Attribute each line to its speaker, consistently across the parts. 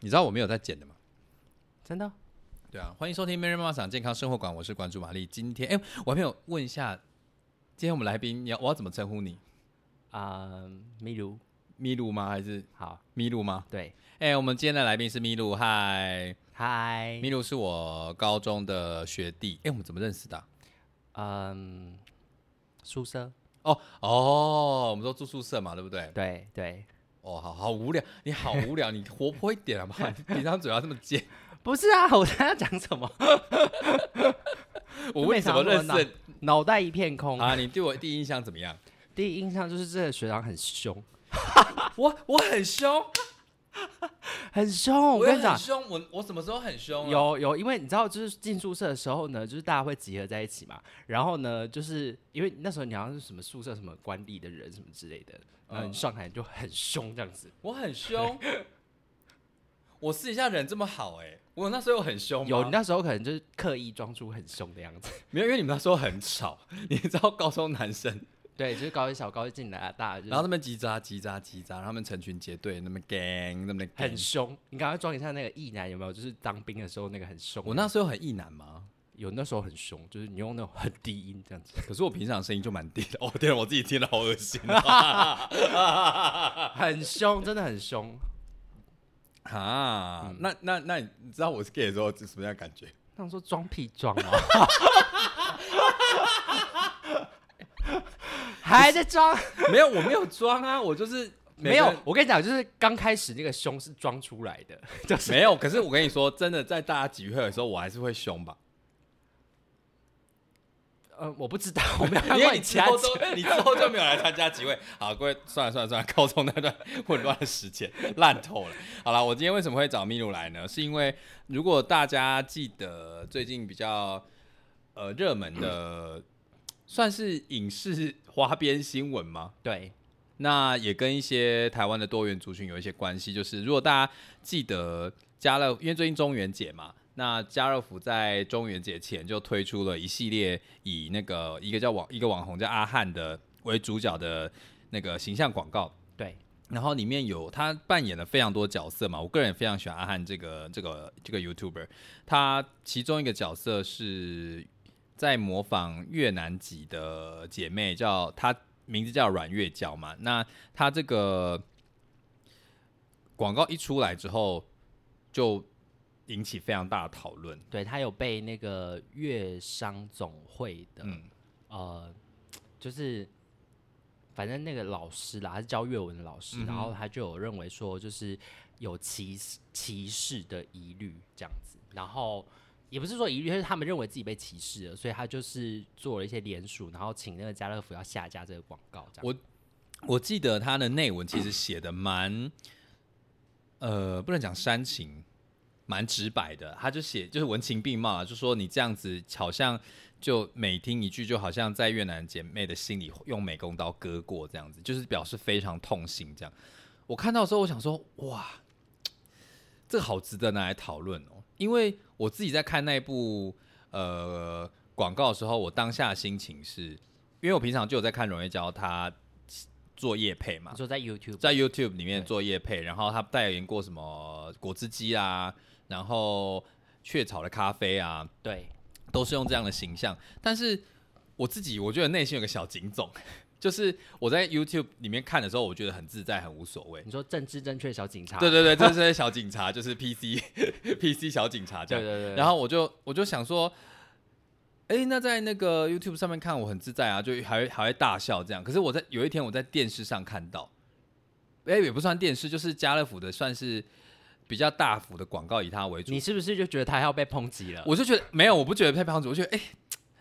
Speaker 1: 你知道我没有在剪的吗？
Speaker 2: 真的？
Speaker 1: 对啊，欢迎收听《Mary 妈妈想健康生活馆》，我是馆主玛丽。今天，哎、我还没有问一下，今天我们来宾，你要我要怎么称呼你？
Speaker 2: 啊，例如，
Speaker 1: 咪露吗？还是
Speaker 2: 好，
Speaker 1: 咪露吗？
Speaker 2: 对，
Speaker 1: 哎、我们今天的来宾是咪露，嗨，
Speaker 2: 嗨
Speaker 1: 咪，露是我高中的学弟。哎、我们怎么认识的啊、
Speaker 2: 嗯，宿舍，
Speaker 1: 哦哦，我们都住宿舍嘛，对不对？
Speaker 2: 对对，
Speaker 1: 哦，好好无聊，你好无 聊，你活泼一点好不 好？你平常嘴要这么 尖。
Speaker 2: 不是啊，我在讲什么？
Speaker 1: 我问你怎么认识的
Speaker 2: 脑袋一片 空。
Speaker 1: 啊？你对我第一印象怎么样？
Speaker 2: 第一印象就是这个学长很凶，
Speaker 1: 我我很凶，
Speaker 2: 很凶。我
Speaker 1: 也
Speaker 2: 跟
Speaker 1: 很
Speaker 2: 你讲，
Speaker 1: 凶，我我什么时候很凶、啊？
Speaker 2: 有有，因为你知道，就是进宿舍的时候呢，就是大家会集合在一起嘛。然后呢，就是因为那时候你好像是什么宿舍什么官吏的人什么之类的，然后你上台就很凶这样子。
Speaker 1: 我很凶， 我私底下人这么好哎、我那时候有很凶吗
Speaker 2: 有，你那时候可能就是刻意装出很凶的样子。
Speaker 1: 没有？因为你们那时候很吵， 你知道高中男生，
Speaker 2: 对，就是高一小高一进来，啊大就是
Speaker 1: 然后他们叽喳叽喳叽喳，然后他们成群结队，那么 gang，那么 gang
Speaker 2: 很。凶。你赶快装一下那个意男有没有？就是当兵的时候那个很凶。
Speaker 1: 我那时候很意男 吗？
Speaker 2: 有那时候很凶，就是你用那种很低音这样子。
Speaker 1: 可是我平常声音就蛮低的。哦，天啊，我自己听了好恶心啊
Speaker 2: 很凶，真的很凶。
Speaker 1: 啊！啊那那那你知道我是 gay 的时候是什么样的感觉？
Speaker 2: 那我说装屁装哦，还在装？
Speaker 1: 没有，我没有装啊，我就是每个
Speaker 2: 没有
Speaker 1: 人，
Speaker 2: 我跟你讲，就是刚开始那个凶是装出来的，就是
Speaker 1: 没有。可是我跟你说，真的在大家集会的时候，我还是会凶吧。
Speaker 2: 呃，我不知道，我没有看
Speaker 1: 因
Speaker 2: 过
Speaker 1: 为你
Speaker 2: 其
Speaker 1: 之
Speaker 2: 他
Speaker 1: 后
Speaker 2: 集
Speaker 1: 都你之后就没有来参加集会。好，各位，算了算了算了，高中那段混乱的时间烂透了。好了，我今天为什么会找秘鲁来呢？是因为如果大家记得最近比较呃热门的，算是影视花边新闻吗？
Speaker 2: 对
Speaker 1: 那也跟一些台湾的多元族群有一些关系。就是如果大家记得家乐，因为最近中元节嘛，那家乐福在中元节前就推出了一系列以那个一个叫网一个网红叫阿汉的为主角的那个形象广告。
Speaker 2: 对，
Speaker 1: 然后里面有他扮演了非常多角色嘛，我个人也非常喜欢阿汉这个这个这个 YouTuber，他其中一个角色是在模仿越南籍的姐妹，叫她名字叫阮月娇嘛。那她这个广告一出来之后，就引起非常大的讨论。
Speaker 2: 对他有被那个乐商总会的、
Speaker 1: 嗯，
Speaker 2: 呃，就是反正那个老师啦，他是教乐文的老
Speaker 1: 嗯
Speaker 2: 师，然后他就有认为说，就是有歧视歧视的疑虑这样子，然后也不是说疑虑，就是他们认为自己被歧视了，所以他就是做了一些联署，然后请那个家乐福要下架这个广告，这样
Speaker 1: 我我记得他的内文其实写的蛮，呃，不能讲煽情，蛮直白的。他就写就是文情并茂啊，就说你这样子好像就每听一句，就好像在越南姐妹的心里用美工刀割过这样子，就是表示非常痛心这样。我看到的时候，我想说，哇，这个好值得拿来讨论哦，因为我自己在看那部呃广告的时候，我当下的心情是，因为我平常就有在看容月娇她做夜配嘛
Speaker 2: 你，说在 YouTube
Speaker 1: 在 YouTube 里面
Speaker 2: 对
Speaker 1: 做夜配，然后他代言过什么果汁机啊，然后雀巢的咖啡啊，
Speaker 2: 对
Speaker 1: 都是用这样的形象。但是我自己，我觉得内心有个小警总， 就是我在 YouTube 里面看的时候，我觉得很自在，很无所谓。
Speaker 2: 你说政治正确小警察，
Speaker 1: 对对对， 这是小警察，就是 PC PC 小警察这
Speaker 2: 对
Speaker 1: 样。
Speaker 2: 对对，
Speaker 1: 然
Speaker 2: 后
Speaker 1: 后我就我就想说，哎、那在那个 YouTube 上面看我很自在啊，就还会还会大笑这样。可是我在有一天我在电视上看到，哎、也不算电视，就是家乐福的算是比较大幅的广告，以它为主
Speaker 2: 你。是不是就觉得他要被抨击了？
Speaker 1: 我就觉得没有，我不觉得配胖子，我觉得哎，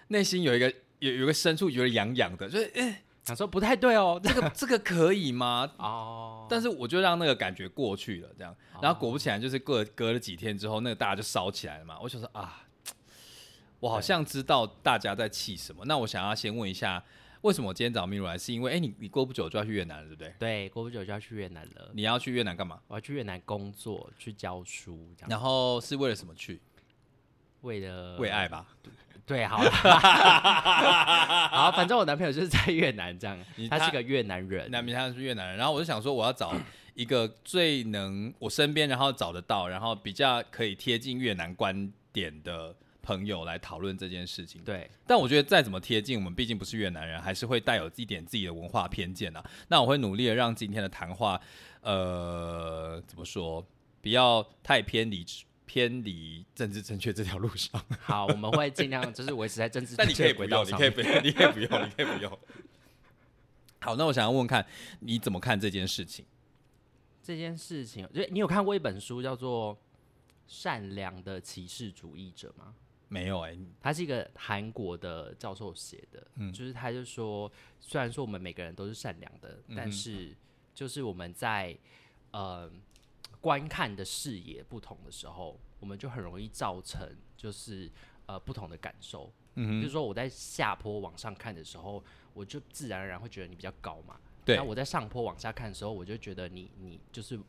Speaker 1: 内、心有一个有有一个深处觉得痒痒的，就是哎、
Speaker 2: 想说不太对哦，
Speaker 1: 这个这个可以吗？
Speaker 2: 哦，
Speaker 1: 但是我就让那个感觉过去了，这样，然后果不其然，就是隔隔了几天之后，那个大家就烧起来了嘛。我想说啊，我好像知道大家在气什么。那我想要先问一下，为什么我今天找秘鲁来，是因为哎、你你过不久就要去越南了，对不对？
Speaker 2: 对，过不久就要去越南了。
Speaker 1: 你要去越南干嘛？
Speaker 2: 我要去越南工作，去教书，这样
Speaker 1: 然后是为了什么去？
Speaker 2: 为了
Speaker 1: 为爱吧？
Speaker 2: 对， 好了，好，反正我男朋友就是在越南这样
Speaker 1: 你，
Speaker 2: 他
Speaker 1: 他
Speaker 2: 是个越南人，
Speaker 1: 南明他是越南人，然后我就想说，我要找一个最能我身边，然后找得到，然后比较可以贴近越南观点的朋友来讨论这件事情。
Speaker 2: 对，
Speaker 1: 但我觉得再怎么贴近，我们毕竟不是越南人，还是会带有一点自己的文化偏见啊。那我会努力的让今天的谈话，呃，怎么说，不要太偏离偏离政治正确这条路 上。
Speaker 2: 好，我们会尽量就是维持在政治
Speaker 1: 但你可
Speaker 2: 正
Speaker 1: 以
Speaker 2: 确的
Speaker 1: 不
Speaker 2: 轨道
Speaker 1: 用，你
Speaker 2: 上
Speaker 1: 可以
Speaker 2: 面。
Speaker 1: 不，你可以不用，你可以不用。好，那我想要问问看，你怎么看这件事情？
Speaker 2: 这件事情，就你有看过一本书叫做《善良的歧视主义者》吗？
Speaker 1: 没有哎、
Speaker 2: 他是一个韩国的教授写的，就是他就说，虽然说我们每个人都是善良的，但是就是我们在呃观看的视野不同的时候，我们就很容易造成就是呃不同的感受。嗯，就是说我在下坡往上看的时候，我就自然而然会觉得你比较高嘛。
Speaker 1: 对
Speaker 2: 那我在上坡往下看的时候，我就觉得你你就是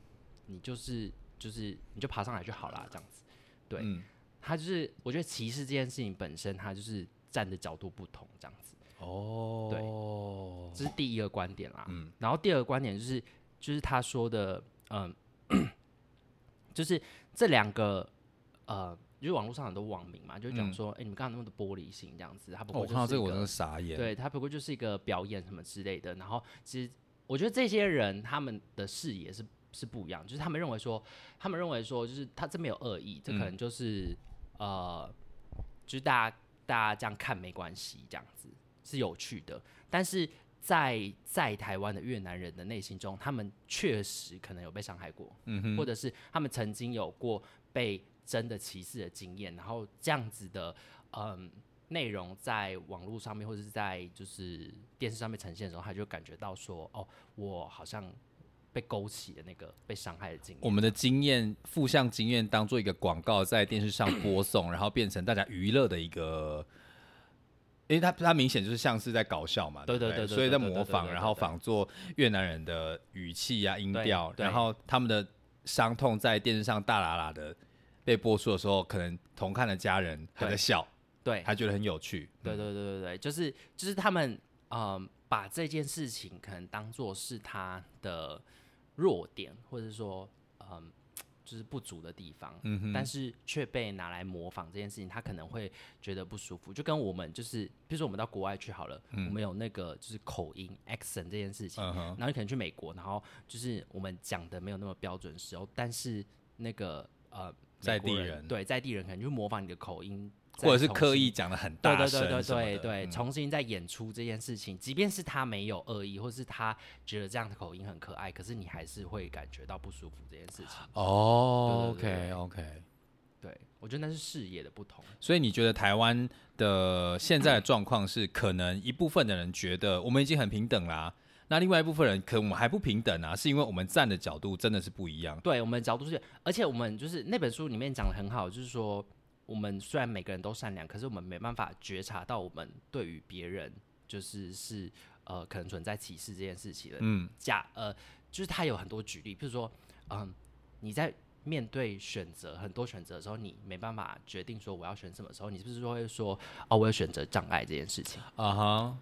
Speaker 2: 你就是就是你就爬上来就好啦，这样子。对，
Speaker 1: 嗯
Speaker 2: 他就是我觉得歧视这件事情本身，它就是站的角度不同这样子，
Speaker 1: 哦
Speaker 2: 这是第一个观点啦。嗯，然后第二个观点就是就是他说的，嗯， 就是这两个呃，就是网络上很多网民嘛，就讲说，哎、你们刚刚那么的玻璃心这样子，他不
Speaker 1: 嗯哦
Speaker 2: 过、
Speaker 1: 我看到这个我真的傻眼。
Speaker 2: 对，他不过就是一个表演什么之类的。然后其实我觉得这些人他们的视野是是不一样，就是他们认为说，他们认为说，就是他这没有恶意，这可能就是、呃，就是大家大家这样看没关系，这样子是有趣的。但是在在台湾的越南人的内心中，他们确实可能有被伤害过，嗯哼，或者是他们曾经有过被真的歧视的经验，然后这样子的，嗯。内容在网络上面或者是在就是电视上面呈现的时候，他就感觉到说，哦，我好像被勾起的那个被伤害的经
Speaker 1: 我
Speaker 2: 验。
Speaker 1: 们的经验负向经验当做一个广告在电视上播送，然后变成大家娱乐的一个，因为它它明显就是像是在搞笑嘛，
Speaker 2: 对
Speaker 1: 对
Speaker 2: 对
Speaker 1: 不
Speaker 2: 对对
Speaker 1: 所以在
Speaker 2: 对对
Speaker 1: 模
Speaker 2: 对
Speaker 1: 仿，
Speaker 2: 对
Speaker 1: 然
Speaker 2: 对
Speaker 1: 后
Speaker 2: 对
Speaker 1: 仿作越南人的语气啊、音
Speaker 2: 对
Speaker 1: 调，
Speaker 2: 对
Speaker 1: 然后他们的伤痛在电视上大啦啦的被播出的时候，可能同看的家人还在
Speaker 2: 对
Speaker 1: 笑，
Speaker 2: 对，
Speaker 1: 还觉得很有趣，
Speaker 2: 对对对对对，就是就是他们嗯、把这件事情可能当做是他的弱点，或者说嗯、就是不足的地方，
Speaker 1: 嗯哼，
Speaker 2: 但是却被拿来模仿这件事情，他可能会觉得不舒服。就跟我们就是，比如说我们到国外去好了，我们有那个就是口音 accent 这件事情，
Speaker 1: 嗯哼，
Speaker 2: 然后你可能去美国，然后就是我们讲的没有那么标准时候，但是那个呃。
Speaker 1: 在
Speaker 2: 美国
Speaker 1: 地
Speaker 2: 人
Speaker 1: 人
Speaker 2: 对在地人可能就模仿你的口音，
Speaker 1: 或者是
Speaker 2: 再重
Speaker 1: 刻
Speaker 2: 新
Speaker 1: 意讲的很
Speaker 2: 对
Speaker 1: 大
Speaker 2: 对
Speaker 1: 声
Speaker 2: 对对
Speaker 1: 什么
Speaker 2: 对
Speaker 1: 的
Speaker 2: 对，
Speaker 1: 嗯
Speaker 2: 重新再演出这件事情，即便是他没有恶意，或是他觉得这样的口音很可爱，可是你还是会感觉到不舒服这件事情。
Speaker 1: 啊哦
Speaker 2: 对对
Speaker 1: ，OK
Speaker 2: 对
Speaker 1: OK。
Speaker 2: 对我觉得那是视野的不同。
Speaker 1: 所以你觉得台湾的现在的状况是，可能一部分的人觉得我们已经很平等啦、那另外一部分人可能我们还不平等啊，是因为我们站的角度真的是不一样。
Speaker 2: 对我们角度是，而且我们就是那本书里面讲的很好，就是说我们虽然每个人都善良，可是我们没办法觉察到我们对于别人就是是呃可能存在歧视这件事情的
Speaker 1: 嗯
Speaker 2: 假呃，就是他有很多举例，譬如说，嗯，你在面对选择很多选择的时候，你没办法决定说我要选什么时候，你是不是说会说哦，我有选择障碍这件事情？
Speaker 1: 啊哈，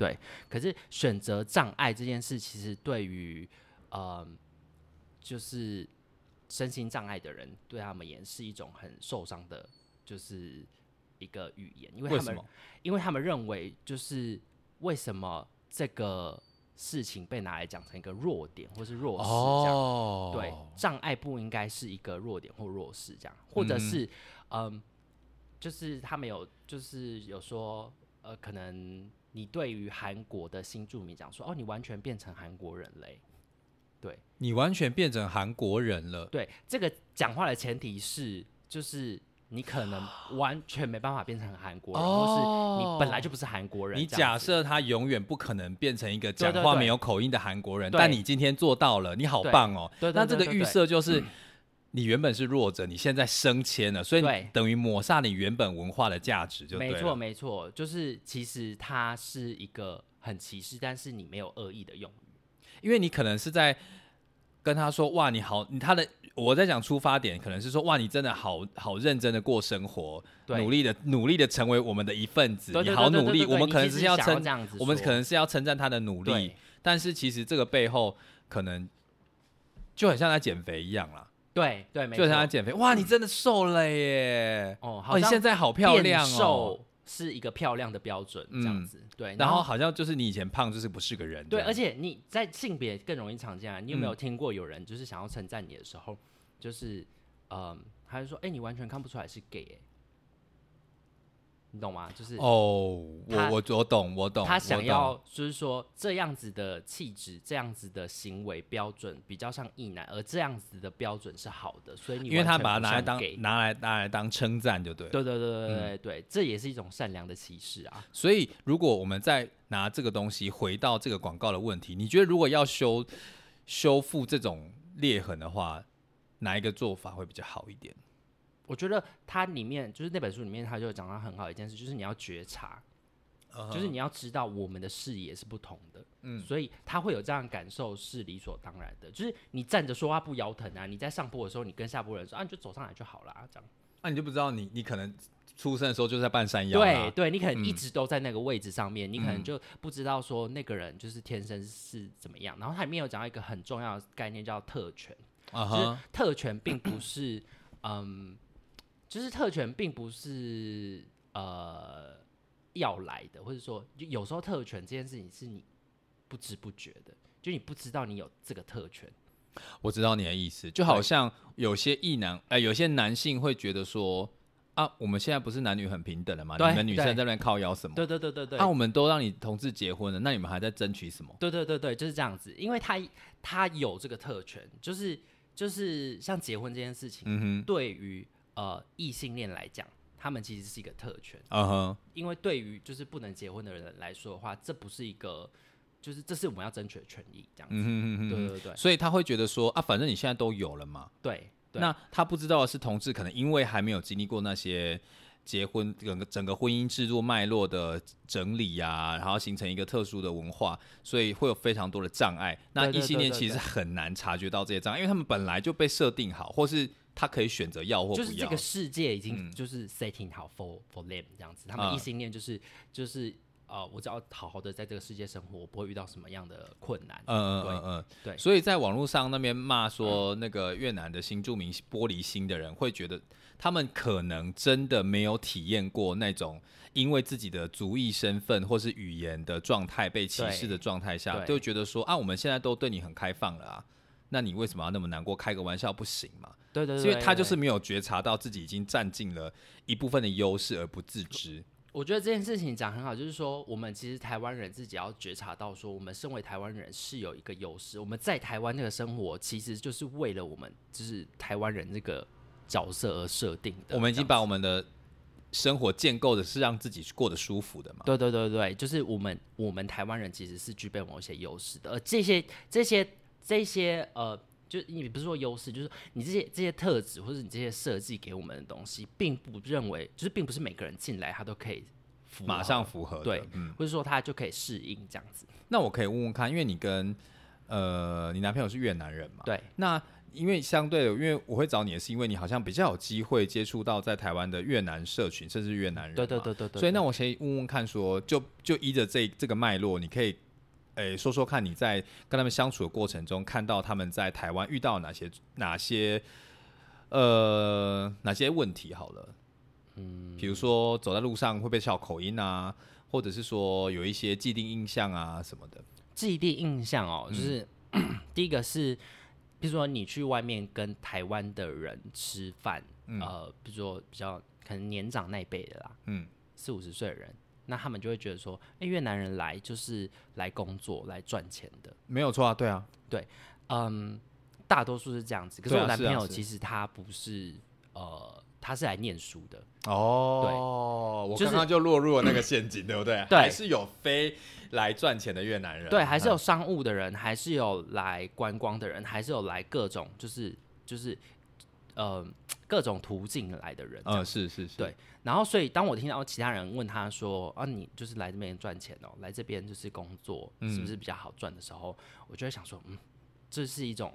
Speaker 2: 可是选择障碍这件事，其实对于呃，就是身心障碍的人，对他们也是一种很受伤的，就是一个语言，因为
Speaker 1: 为
Speaker 2: 他
Speaker 1: 什
Speaker 2: 们
Speaker 1: 么？
Speaker 2: 因为他们认为，就是为什么这个事情被拿来讲成一个弱点或是弱势这样？
Speaker 1: 哦
Speaker 2: 对，障碍不应该是一个弱点或弱势这样，或者是嗯就是他们有就是有说呃，可能你对于韩国的新住民讲说，哦，你完全变成韩国人欸嘞、对
Speaker 1: 你完全变成韩国人了。
Speaker 2: 对，这个讲话的前提是就是。你可能完全没办法变成韩国人，或是你本来就不是韩国人
Speaker 1: 哦你
Speaker 2: 这样子。
Speaker 1: 假设他永远不可能变成一个讲
Speaker 2: 对对
Speaker 1: 话
Speaker 2: 对
Speaker 1: 没有口音的韩国人，
Speaker 2: 对
Speaker 1: 但你今天做到了，你好
Speaker 2: 对
Speaker 1: 棒哦！
Speaker 2: 对对
Speaker 1: 那
Speaker 2: 对
Speaker 1: 这个
Speaker 2: 对
Speaker 1: 预
Speaker 2: 对
Speaker 1: 设就是你原本是弱者，你现在升迁了，所以
Speaker 2: 对
Speaker 1: 等于抹杀你原本文化的价值，就对
Speaker 2: 没
Speaker 1: 了。
Speaker 2: 错，没错，就是其实它是一个很歧视，但是你没有恶意的用语。
Speaker 1: 因为你可能是在跟他说：“哇，你好，你他的我在讲出发点，可能是说哇，你真的好好认真的过生活，
Speaker 2: 对
Speaker 1: 努力的努力的成为我们的一份子，
Speaker 2: 对
Speaker 1: 你
Speaker 2: 对
Speaker 1: 好
Speaker 2: 对对
Speaker 1: 努
Speaker 2: 对
Speaker 1: 力。”
Speaker 2: 对
Speaker 1: 我们
Speaker 2: 你
Speaker 1: 可能
Speaker 2: 其
Speaker 1: 是
Speaker 2: 实
Speaker 1: 要
Speaker 2: 想要
Speaker 1: 称
Speaker 2: 这样子说，
Speaker 1: 我们可能是要称赞他的努力
Speaker 2: 对，
Speaker 1: 但是其实这个背后可能就很像在减肥一样啦，
Speaker 2: 对对，没
Speaker 1: 就
Speaker 2: 错
Speaker 1: 很，像在减肥。哇，你真的瘦了耶！
Speaker 2: 哦，
Speaker 1: 哦，
Speaker 2: 好
Speaker 1: 你
Speaker 2: 像
Speaker 1: 现在好漂
Speaker 2: 变
Speaker 1: 亮哦。
Speaker 2: 瘦是一个漂亮的标准，这样
Speaker 1: 嗯
Speaker 2: 子，对，
Speaker 1: 然
Speaker 2: 后
Speaker 1: 后好像就是你以前胖就是不是个人这
Speaker 2: 对，
Speaker 1: 样，
Speaker 2: 而且你在性别更容易常见啊。你有
Speaker 1: 嗯
Speaker 2: 没有听过有人就是想要称赞你的时候，就是嗯，他就说：“哎、你完全看不出来是 gay、欸。”你懂吗？就是
Speaker 1: 哦，
Speaker 2: 他
Speaker 1: 我我我懂我懂，
Speaker 2: 他
Speaker 1: 我
Speaker 2: 想
Speaker 1: 懂
Speaker 2: 要就是说这样子的气质、这样子的行为标准比较像异男，而这样子的标准是好的，所以你
Speaker 1: 因为他把它
Speaker 2: 完全不
Speaker 1: 拿来
Speaker 2: 像
Speaker 1: 当
Speaker 2: gay
Speaker 1: 拿来拿来当称赞，就对了。嗯
Speaker 2: 对对对对对对对，这也是一种善良的歧视啊。
Speaker 1: 所以，如果我们再拿这个东西回到这个广告的问题，你觉得如果要修修复这种裂痕的话，哪一个做法会比较好一点？
Speaker 2: 我觉得它里面就是那本书里面，他就讲到很好的一件事，就是你要觉察，
Speaker 1: 嗯
Speaker 2: 就是你要知道我们的视野是不同的，嗯，所以他会有这样的感受是理所当然的。就是你站着说话不腰疼啊，你在上坡的时候，你跟下坡的人说啊，你就走上来就好啦，这样。
Speaker 1: 那、啊你就不知道你你可能出生的时候就在半山腰
Speaker 2: 对
Speaker 1: 啦。嗯
Speaker 2: 对，你可能一直都在那个位置上面，你可能就不知道说那个人就是天生是怎么样。然后它里面有讲到一个很重要的概念叫特权。
Speaker 1: 啊
Speaker 2: 就是
Speaker 1: 哈，
Speaker 2: 特权并不是，嗯，就是特权并不是呃要来的，或者说就有时候特权这件事情是你不知不觉的，就你不知道你有这个特权，
Speaker 1: 我知道你的意思，就好像有些异男，呃，有些男性会觉得说啊，我们现在不是男女很平等了吗？
Speaker 2: 对
Speaker 1: 你们女生
Speaker 2: 对
Speaker 1: 在那边靠腰什么？
Speaker 2: 对对对对对，
Speaker 1: 啊，我们都让你同志结婚了，那你们还在争取什么？
Speaker 2: 对对对对，就是这样子，因为他他有这个特权，就是就是像结婚这件事情，
Speaker 1: 嗯哼，
Speaker 2: 对于呃异性恋来讲，他们其实是一个特权。
Speaker 1: 啊哈，
Speaker 2: 因为对于就是不能结婚的人来说的话，这不是一个，就是这是我们要争取的权益，这样子。
Speaker 1: 嗯哼哼哼
Speaker 2: 对对对
Speaker 1: 所以他会觉得说啊，反正你现在都有了嘛，
Speaker 2: 对对，
Speaker 1: 那他不知道的是，同志可能因为还没有经历过那些结婚整个整个婚姻制度脉络的整理呀、然后形成一个特殊的文化，所以会有非常多的障碍。那
Speaker 2: 对对
Speaker 1: 异性恋
Speaker 2: 对对
Speaker 1: 其实
Speaker 2: 对
Speaker 1: 很难察觉到这些障碍，因为他们本来就被设定好，或是他可以选择要或不
Speaker 2: 就
Speaker 1: 要。嗯
Speaker 2: 是这个世界已经就是 setting 好 for for them 这样子，他
Speaker 1: 啊
Speaker 2: 们异性恋就是就是呃，我只要好好的在这个世界生活，我不会遇到什么样的困难。
Speaker 1: 嗯嗯嗯嗯，
Speaker 2: 对嗯
Speaker 1: 所以在网络上那边骂说那个越南的新著名玻璃心的人，会觉得他们可能真的没有体验过那种因为自己的族裔身份或是语言的状态被歧视的状态下，
Speaker 2: 对
Speaker 1: 就觉得说啊，我们现在都对你很开放了啊。那你为什么要那么难过？开个玩笑不行嘛？
Speaker 2: 对对对，
Speaker 1: 是因为他
Speaker 2: 对
Speaker 1: 就是没有觉察到自己已经占尽了一部分的优势而不自知。
Speaker 2: 我觉得这件事情讲很好，就是说我们其实台湾人自己要觉察到，说我们身为台湾人是有一个优势，我们在台湾这个生活其实就是为了我们就是台湾人这个角色而设定的。
Speaker 1: 我们已经
Speaker 2: 这样
Speaker 1: 把我们的生活建构的是让自己过得舒服的嘛？
Speaker 2: 对对对对，就是我们我们台湾人其实是具备某些优势的，而这些这些这些呃，就你不是说优势，就是你这些这些特质或者你这些设计给我们的东西，并不认为就是并不是每个人进来他都可以符合嗯
Speaker 1: 马上符合的。
Speaker 2: 对，或者说他就可以适应这样子。
Speaker 1: 那我可以问问看，因为你跟呃你男朋友是越南人嘛？
Speaker 2: 对，
Speaker 1: 那因为相对的，因为我会找你也是因为你好像比较有机会接触到在台湾的越南社群，甚至越南人嘛。
Speaker 2: 对对对对对。
Speaker 1: 所以那我先问问看说就就依着这这个脉络，你可以。诶，说说看你在跟他们相处的过程中，看到他们在台湾遇到哪些哪些呃哪些问题好了，嗯，比如说走在路上会被笑口音啊，或者是说有一些既定印象啊什么的。
Speaker 2: 既定印象哦，就是、第一个是，比如说你去外面跟台湾的人吃饭，呃，比如说比较可能年长那一辈的啦，
Speaker 1: 嗯，
Speaker 2: 四五十岁的人，那他们就会觉得说，哎、越南人来就是来工作来赚钱的，
Speaker 1: 没有错啊，对啊，
Speaker 2: 嗯，大多数是这样子。可是
Speaker 1: 对啊
Speaker 2: 我男
Speaker 1: 是啊
Speaker 2: 朋友
Speaker 1: 是
Speaker 2: 其实他不是，呃，他是来念书的，
Speaker 1: 哦，我
Speaker 2: 就是
Speaker 1: 刚刚就落入了那个陷阱，对不对？
Speaker 2: 对
Speaker 1: 还是有非来赚钱的越南人，嗯
Speaker 2: 对，还是有商务的人，还是有来观光的人，还是有来各种就是就是呃各种途径来的人。
Speaker 1: 嗯，嗯，是是是，
Speaker 2: 对然后，所以当我听到其他人问他说：“啊，你就是来这边赚钱哦，来这边就是工作，
Speaker 1: 嗯
Speaker 2: 是不是比较好赚？”的时候，我就会想说，嗯，这是一种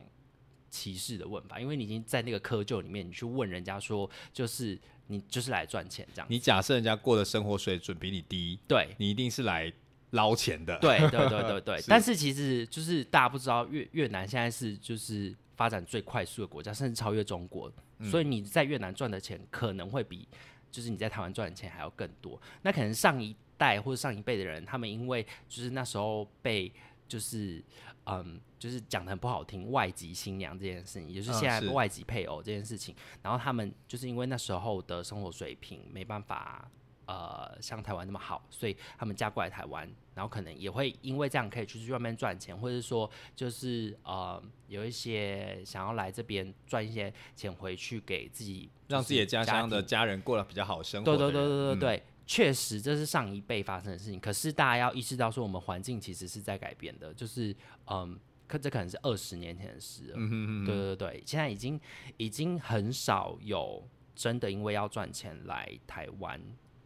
Speaker 2: 歧视的问法，因为你已经在那个窠臼里面，你去问人家说，就是你就是来赚钱这样。
Speaker 1: 你假设人家过的生活水准比你低，
Speaker 2: 对，
Speaker 1: 你一定是来捞钱的。
Speaker 2: 对对对对对，但是其实就是大家不知道越越南现在是就是发展最快速的国家，甚至超越中国。
Speaker 1: 嗯
Speaker 2: 所以你在越南赚的钱可能会比就是你在台湾赚的钱还要更多。那可能上一代或者上一辈的人，他们因为就是那时候被就是嗯，就是讲的很不好听，外籍新娘这件事情，也就是
Speaker 1: 嗯
Speaker 2: 现在
Speaker 1: 是
Speaker 2: 外籍配偶这件事情，然后他们就是因为那时候的生活水平没办法。呃，像台湾那么好，所以他们嫁过来台湾，然后可能也会因为这样可以出去外面赚钱，或者是说就是呃有一些想要来这边赚一些钱回去给自己，
Speaker 1: 让自己的
Speaker 2: 家
Speaker 1: 家乡的
Speaker 2: 庭
Speaker 1: 家人过了比较好生活
Speaker 2: 对
Speaker 1: 的
Speaker 2: 对
Speaker 1: 人。
Speaker 2: 对对对
Speaker 1: 嗯
Speaker 2: 对，确实这是上一辈发生的事情。可是大家要意识到，说我们环境其实是在改变的，就是嗯，可这可能是二十年前的事了。
Speaker 1: 嗯哼哼
Speaker 2: 对对对，现在已经已经很少有真的因为要赚钱来台湾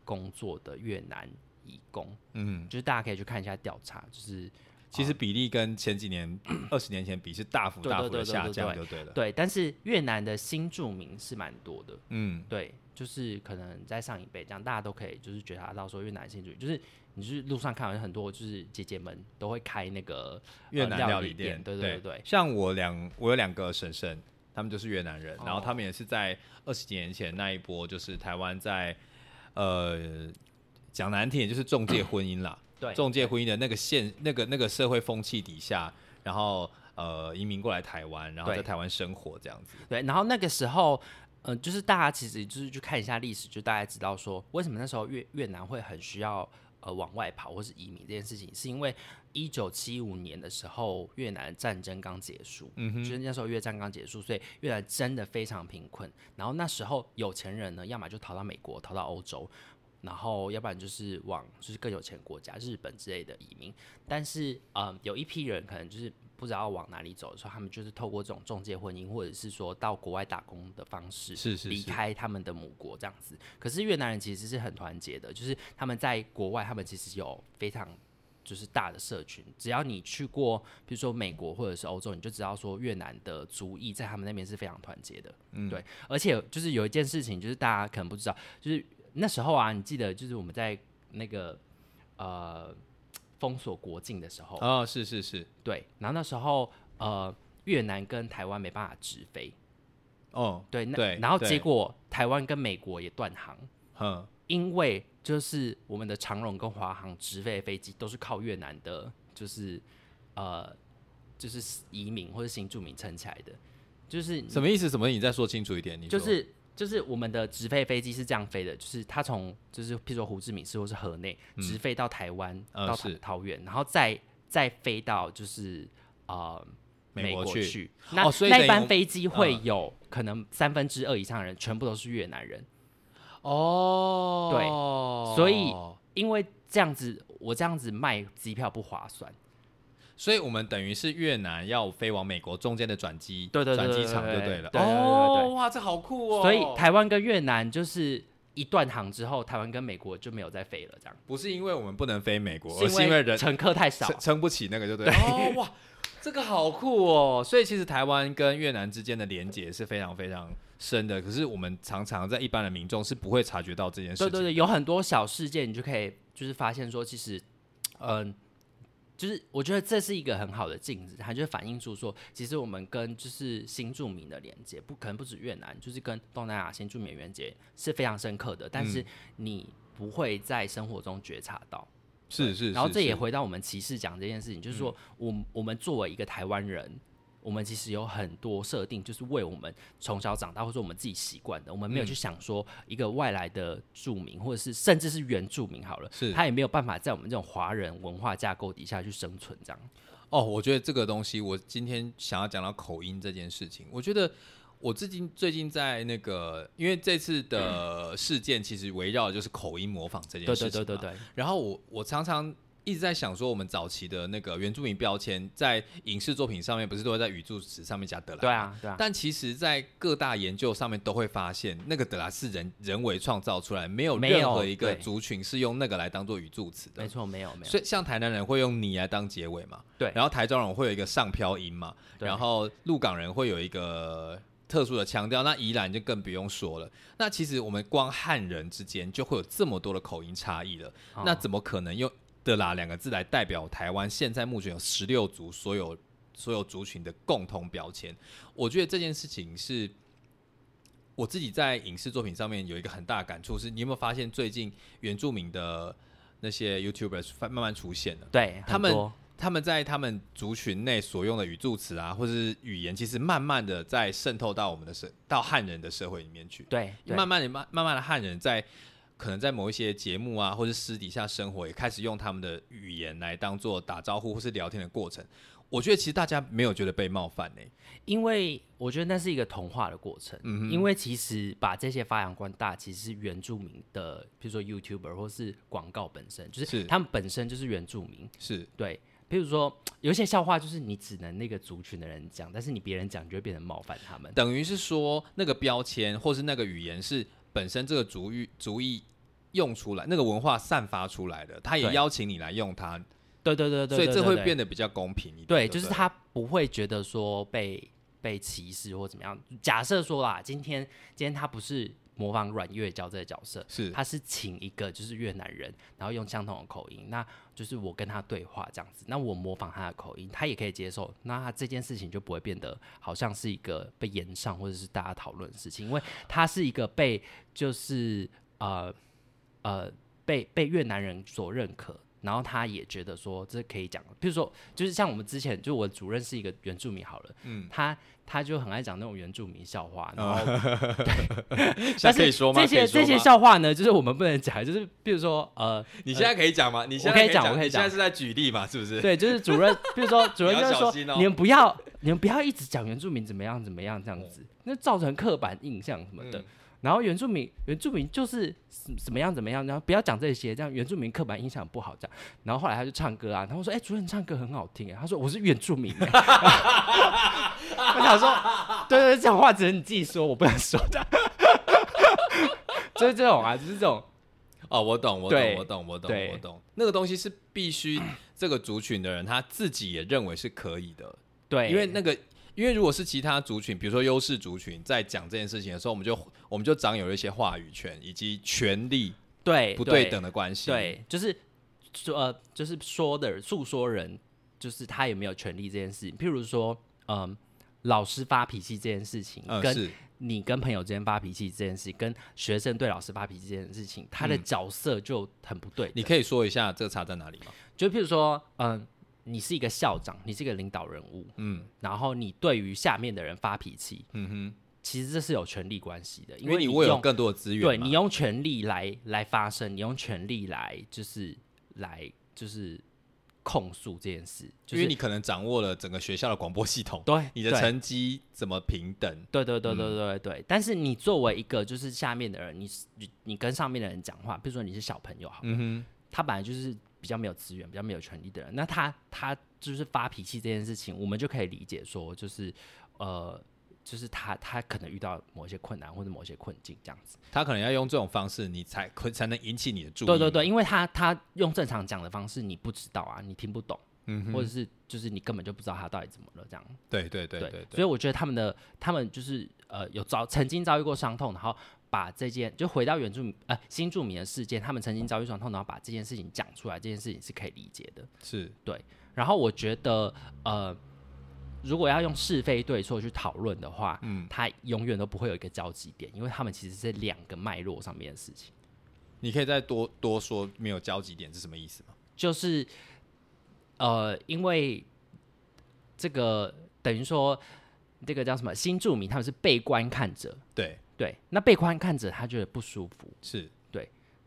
Speaker 2: 工作的越南移工，
Speaker 1: 嗯，
Speaker 2: 就是大家可以去看一下调查，就是
Speaker 1: 其实比例跟前几年、二十年前比是大幅
Speaker 2: 对对
Speaker 1: 大幅的
Speaker 2: 对对
Speaker 1: 下
Speaker 2: 对
Speaker 1: 降，
Speaker 2: 对
Speaker 1: 就对了。
Speaker 2: 对，但是越南的新住民是蛮多的，
Speaker 1: 嗯，
Speaker 2: 对，就是可能在上一辈这样，大家都可以就是觉察到说越南新主义，就是你去路上看好像很多就是姐姐们都会开那个
Speaker 1: 越
Speaker 2: 呃
Speaker 1: 南
Speaker 2: 料
Speaker 1: 理
Speaker 2: 店，对
Speaker 1: 对
Speaker 2: 对对，
Speaker 1: 像我两，我有两个婶婶，他们就是越南人，然后
Speaker 2: 哦
Speaker 1: 他们也是在二十几年前那一波，就是台湾在呃讲难听，点就是中介婚姻啦，
Speaker 2: 对
Speaker 1: 中介婚姻的那个现那个那个社会风气底下，然后呃移民过来台湾，然后
Speaker 2: 对
Speaker 1: 在台湾生活这样子。
Speaker 2: 对，然后那个时候，嗯、就是大家其实就是去看一下历史，就大家知道说为什么那时候越越南会很需要呃往外跑或是移民这件事情，是因为一九七五年的时候越南战争刚结束，嗯就是那时候越战刚结束，所以越南真的非常贫困。然后那时候有钱人呢，要么就逃到美国，逃到欧洲。然后，要不然就是往就是更有钱国家，日本之类的移民。但是，嗯，有一批人可能就是不知道往哪里走的时候，他们就是透过这种中介婚姻，或者是说到国外打工的方式，
Speaker 1: 是是
Speaker 2: 离
Speaker 1: 是
Speaker 2: 开他们的母国这样子。可是越南人其实是很团结的，就是他们在国外，他们其实有非常就是大的社群。只要你去过，比如说美国或者是欧洲，你就知道说越南的族裔在他们那边是非常团结的。嗯，对。而且就是有一件事情，就是大家可能不知道，就是那时候啊，你记得就是我们在那个呃封锁国境的时候，
Speaker 1: 哦，是是是，
Speaker 2: 对，然后那时候呃越南跟台湾没办法直飞，
Speaker 1: 哦，
Speaker 2: 对，那
Speaker 1: 对
Speaker 2: 然后结
Speaker 1: 对
Speaker 2: 果台湾跟美国也断航，
Speaker 1: 哼，
Speaker 2: 因为就是我们的长荣跟华航直飞的飞机都是靠越南的，就是呃就是移民或者新住民撑起来的，就是
Speaker 1: 什么意思？什么意思？你再说清楚一点。你
Speaker 2: 就
Speaker 1: 说
Speaker 2: 是就是我们的直飞飞机是这样飞的，就是它从就是譬如说胡志明市或是河内直飞到台湾、
Speaker 1: 嗯呃
Speaker 2: 到
Speaker 1: 是
Speaker 2: 桃园，然后再再飞到就是呃。
Speaker 1: 美
Speaker 2: 美
Speaker 1: 国
Speaker 2: 国
Speaker 1: 去
Speaker 2: 那、
Speaker 1: 哦所以
Speaker 2: 那
Speaker 1: 等
Speaker 2: 一
Speaker 1: 于我
Speaker 2: 班
Speaker 1: 们
Speaker 2: 飞机会
Speaker 1: 嗯
Speaker 2: 有可能三分之二以上的人全部都是越南人，
Speaker 1: 哦，
Speaker 2: 所以因为这样子我这样子卖机票不划算，
Speaker 1: 所以我们等于是越南要飞往美国中间的转机，
Speaker 2: 对对对
Speaker 1: 转
Speaker 2: 对
Speaker 1: 机场就
Speaker 2: 对
Speaker 1: 了。
Speaker 2: 对对对对对
Speaker 1: 哦，哇，这好酷哦！
Speaker 2: 所以台湾跟越南就是一断航之后，台湾跟美国就没有再飞了，这样
Speaker 1: 不是因为我们不能飞美国，而是
Speaker 2: 因
Speaker 1: 因为人
Speaker 2: 乘客太少
Speaker 1: 撑，撑不起那个，就对了。 哦，哇，这个好酷哦！所以其实台湾跟越南之间的连结是非常非常深的，可是我们常常在一般的民众是不会察觉到这件事情。
Speaker 2: 对对对，有很多小事件，你就可以就是发现说，其实，嗯、就是我觉得这是一个很好的镜子，它就反映出说，其实我们跟就是新住民的连接，不可能不止越南，就是跟东南亚新住民的连接是非常深刻的，但
Speaker 1: 嗯
Speaker 2: 是你不会在生活中觉察到。
Speaker 1: 是是。
Speaker 2: 然后
Speaker 1: 是
Speaker 2: 这也
Speaker 1: 是嗯
Speaker 2: 回到我们歧视讲这件事情，就是说，我我们作为一个台湾人，我们其实有很多设定，就是为我们从小长大或者我们自己习惯的，我们没有
Speaker 1: 嗯
Speaker 2: 去想说一个外来的住民，或者是甚至是原住民好了，
Speaker 1: 是
Speaker 2: 他也没有办法在我们这种华人文化架构底下去生存，这样
Speaker 1: 哦，我觉得这个东西，我今天想要讲到口音这件事情，我觉得我最近最近在那个，因为这次的事件其实围绕的就是口音模仿这件
Speaker 2: 对
Speaker 1: 事情
Speaker 2: 嗯对
Speaker 1: 嘛，
Speaker 2: 对对对，
Speaker 1: 然后我我常常一直在想说，我们早期的那个原住民标签在影视作品上面不是都会在语助词上面加德拉？
Speaker 2: 对。啊对啊，
Speaker 1: 但其实，在各大研究上面都会发现，那个德拉是人人为创造出来，没有
Speaker 2: 没有
Speaker 1: 任何一个
Speaker 2: 对
Speaker 1: 族群是用那个来当做语助词
Speaker 2: 没
Speaker 1: 的。
Speaker 2: 错没有没有，
Speaker 1: 所以，像台南人会用“你”来当结尾嘛？
Speaker 2: 对
Speaker 1: 然后台中人会有一个上飘音嘛，
Speaker 2: 对
Speaker 1: 然后鹿港人会有一个特殊的腔调，那宜兰就更不用说了。那其实我们光汉人之间就会有这么多的口音差异了，
Speaker 2: 哦
Speaker 1: 那怎么可能用“的啦”两个字来代表台湾现在目前有十六族所有所有族群的共同标签。我觉得这件事情是我自己在影视作品上面有一个很大的感触，是你有没有发现最近原住民的那些 YouTuber 慢慢出现了？
Speaker 2: 对，
Speaker 1: 他
Speaker 2: 很
Speaker 1: 们
Speaker 2: 多
Speaker 1: 他们在他们族群内所用的语助词啊，或者是语言，其实慢慢的在渗透到我们的社，到汉人的社会里面去。
Speaker 2: 对对
Speaker 1: 慢慢的、慢慢慢的，汉人在可能在某一些节目啊，或是私底下生活，也开始用他们的语言来当做打招呼或是聊天的过程。我觉得其实大家没有觉得被冒犯欸呢、
Speaker 2: 因为我觉得那是一个同化的过程，
Speaker 1: 嗯哼
Speaker 2: 因为其实把这些发扬光大，其实是原住民的，比如说 YouTuber 或是广告本身，就是是他们本身就是原住民，
Speaker 1: 是
Speaker 2: 对。比如说，有一些笑话就是你只能那个族群的人讲，但是你别人讲就会变成冒犯他们。
Speaker 1: 等于是说那个标签或是那个语言是本身这个族语族裔用出来，那个文化散发出来的，他也
Speaker 2: 对
Speaker 1: 邀请你来用它，
Speaker 2: 对对对对，
Speaker 1: 所以
Speaker 2: 对
Speaker 1: 这
Speaker 2: 对
Speaker 1: 会
Speaker 2: 对
Speaker 1: 变得比较公平一点。
Speaker 2: 对，
Speaker 1: 对，
Speaker 2: 就是。他不会觉得说被被歧视或怎么样。假设说啦，今天今天他不是模仿阮月娇这个角色，
Speaker 1: 是
Speaker 2: 他是请一个就是越南人，然后用相同的口音，那就是我跟他对话这样子，那我模仿他的口音，他也可以接受，那他这件事情就不会变得好像是一个被延上或者是大家讨论的事情，因为他是一个被就是呃呃被被越南人所认可。然后他也觉得说这可以讲，比如说就是像我们之前，就我主任是一个原住民好了，嗯，他他就很爱讲那种原住民笑话，然后
Speaker 1: 现在
Speaker 2: 但
Speaker 1: 可以
Speaker 2: 是
Speaker 1: 说吗？
Speaker 2: 这些
Speaker 1: 可以说
Speaker 2: 这些
Speaker 1: 吗
Speaker 2: 笑话呢，就是我们不能讲，就是比如说呃，
Speaker 1: 你现在可以讲吗？你现
Speaker 2: 我
Speaker 1: 在
Speaker 2: 可以
Speaker 1: 以
Speaker 2: 讲我可以
Speaker 1: 你现在
Speaker 2: 讲
Speaker 1: 是在举例嘛？是不是？
Speaker 2: 对，就是主 任，比如说主任
Speaker 1: 你
Speaker 2: 就
Speaker 1: 要
Speaker 2: 是
Speaker 1: 小
Speaker 2: 说，
Speaker 1: 心哦
Speaker 2: 你们不要你们不要一直讲原住民怎么样怎么样这样子，那造成刻板印象什么的。
Speaker 1: 嗯
Speaker 2: 然后原住民原住民就是怎怎么样怎么样，然后不要讲这些，这样原住民刻板印象不好这样。然后后来他就唱歌啊，然后说，哎、主任唱歌很好听哎，他说我是原住民哎。 我想说，对对，这种话只能你自己说，我不能说的。 就是这种啊，就是这种，
Speaker 1: 哦，我懂，我懂，
Speaker 2: 对
Speaker 1: 我懂，我懂，
Speaker 2: 对
Speaker 1: 我懂。那个东西是必须 这个族群的人他自己也认为是可以的，
Speaker 2: 对，
Speaker 1: 因为那个，因为如果是其他族群，比如说优势族群，在讲这件事情的时候，我们就我们就掌有一些话语权以及权利
Speaker 2: 对
Speaker 1: 不对等的关系。，
Speaker 2: 对，就是说呃，就是说的诉说人，就是他有没有权利这件事情。譬如说，嗯、老师发脾气这件事情，
Speaker 1: 嗯，
Speaker 2: 跟
Speaker 1: 是
Speaker 2: 你跟朋友之间发脾气这件事情，跟学生对老师发脾气这件事情，他的角色就很不对的。
Speaker 1: 嗯你可以说一下这个差在哪里吗？
Speaker 2: 就譬如说，嗯、你是一个校长，你是一个领导人物，
Speaker 1: 嗯
Speaker 2: 然后你对于下面的人发脾气，
Speaker 1: 嗯哼，
Speaker 2: 其实这是有权利关系的，
Speaker 1: 因
Speaker 2: 为
Speaker 1: 你
Speaker 2: 你
Speaker 1: 握有
Speaker 2: 用
Speaker 1: 更多的资源嘛，
Speaker 2: 对你用权力来来发声，你用权力来就是来就是控诉这件事，就
Speaker 1: 因为
Speaker 2: 是
Speaker 1: 你可能掌握了整个学校的广播系统，
Speaker 2: 对
Speaker 1: 你的嗯
Speaker 2: 对
Speaker 1: 成绩怎么平等？
Speaker 2: 对对对对对对对，但是你作为一个就是下面的人，你是你你跟上面的人讲话，比如说你是小朋友好，
Speaker 1: 嗯
Speaker 2: 他本来就是比较没有资源、比较没有权利的人，那他他就是发脾气这件事情，我们就可以理解说，就是呃，就是他他可能遇到某些困难或者某些困境这样子。
Speaker 1: 哼，他可能要用这种方式，你才可才能引起你的注意。
Speaker 2: 对对对，，因为他他用正常讲的方式，你不知道啊，你听不懂。
Speaker 1: 嗯哼，
Speaker 2: 或者是就是你根本就不知道他到底怎么了，这样
Speaker 1: 对对对对
Speaker 2: 所以我觉得他们的他们就是呃有遭曾经遭遇过伤痛，然后把这件就回到原住民呃新住民的事件，他们曾经遭遇伤痛，然后把这件事情讲出来，这件事情是可以理解的。
Speaker 1: 是
Speaker 2: 然后我觉得呃，如果要用是非对错去讨论的话，
Speaker 1: 嗯
Speaker 2: 嗯，它永远都不会有一个交集点，因为他们其实是两个脉络上面的事情。
Speaker 1: 你可以再多多说没有交集点是什么意思吗？
Speaker 2: 就是呃，因为这个等于说这个叫什么新住民，他们是被观看者，
Speaker 1: 对，
Speaker 2: 对，那被观看者他觉得不舒服，
Speaker 1: 是，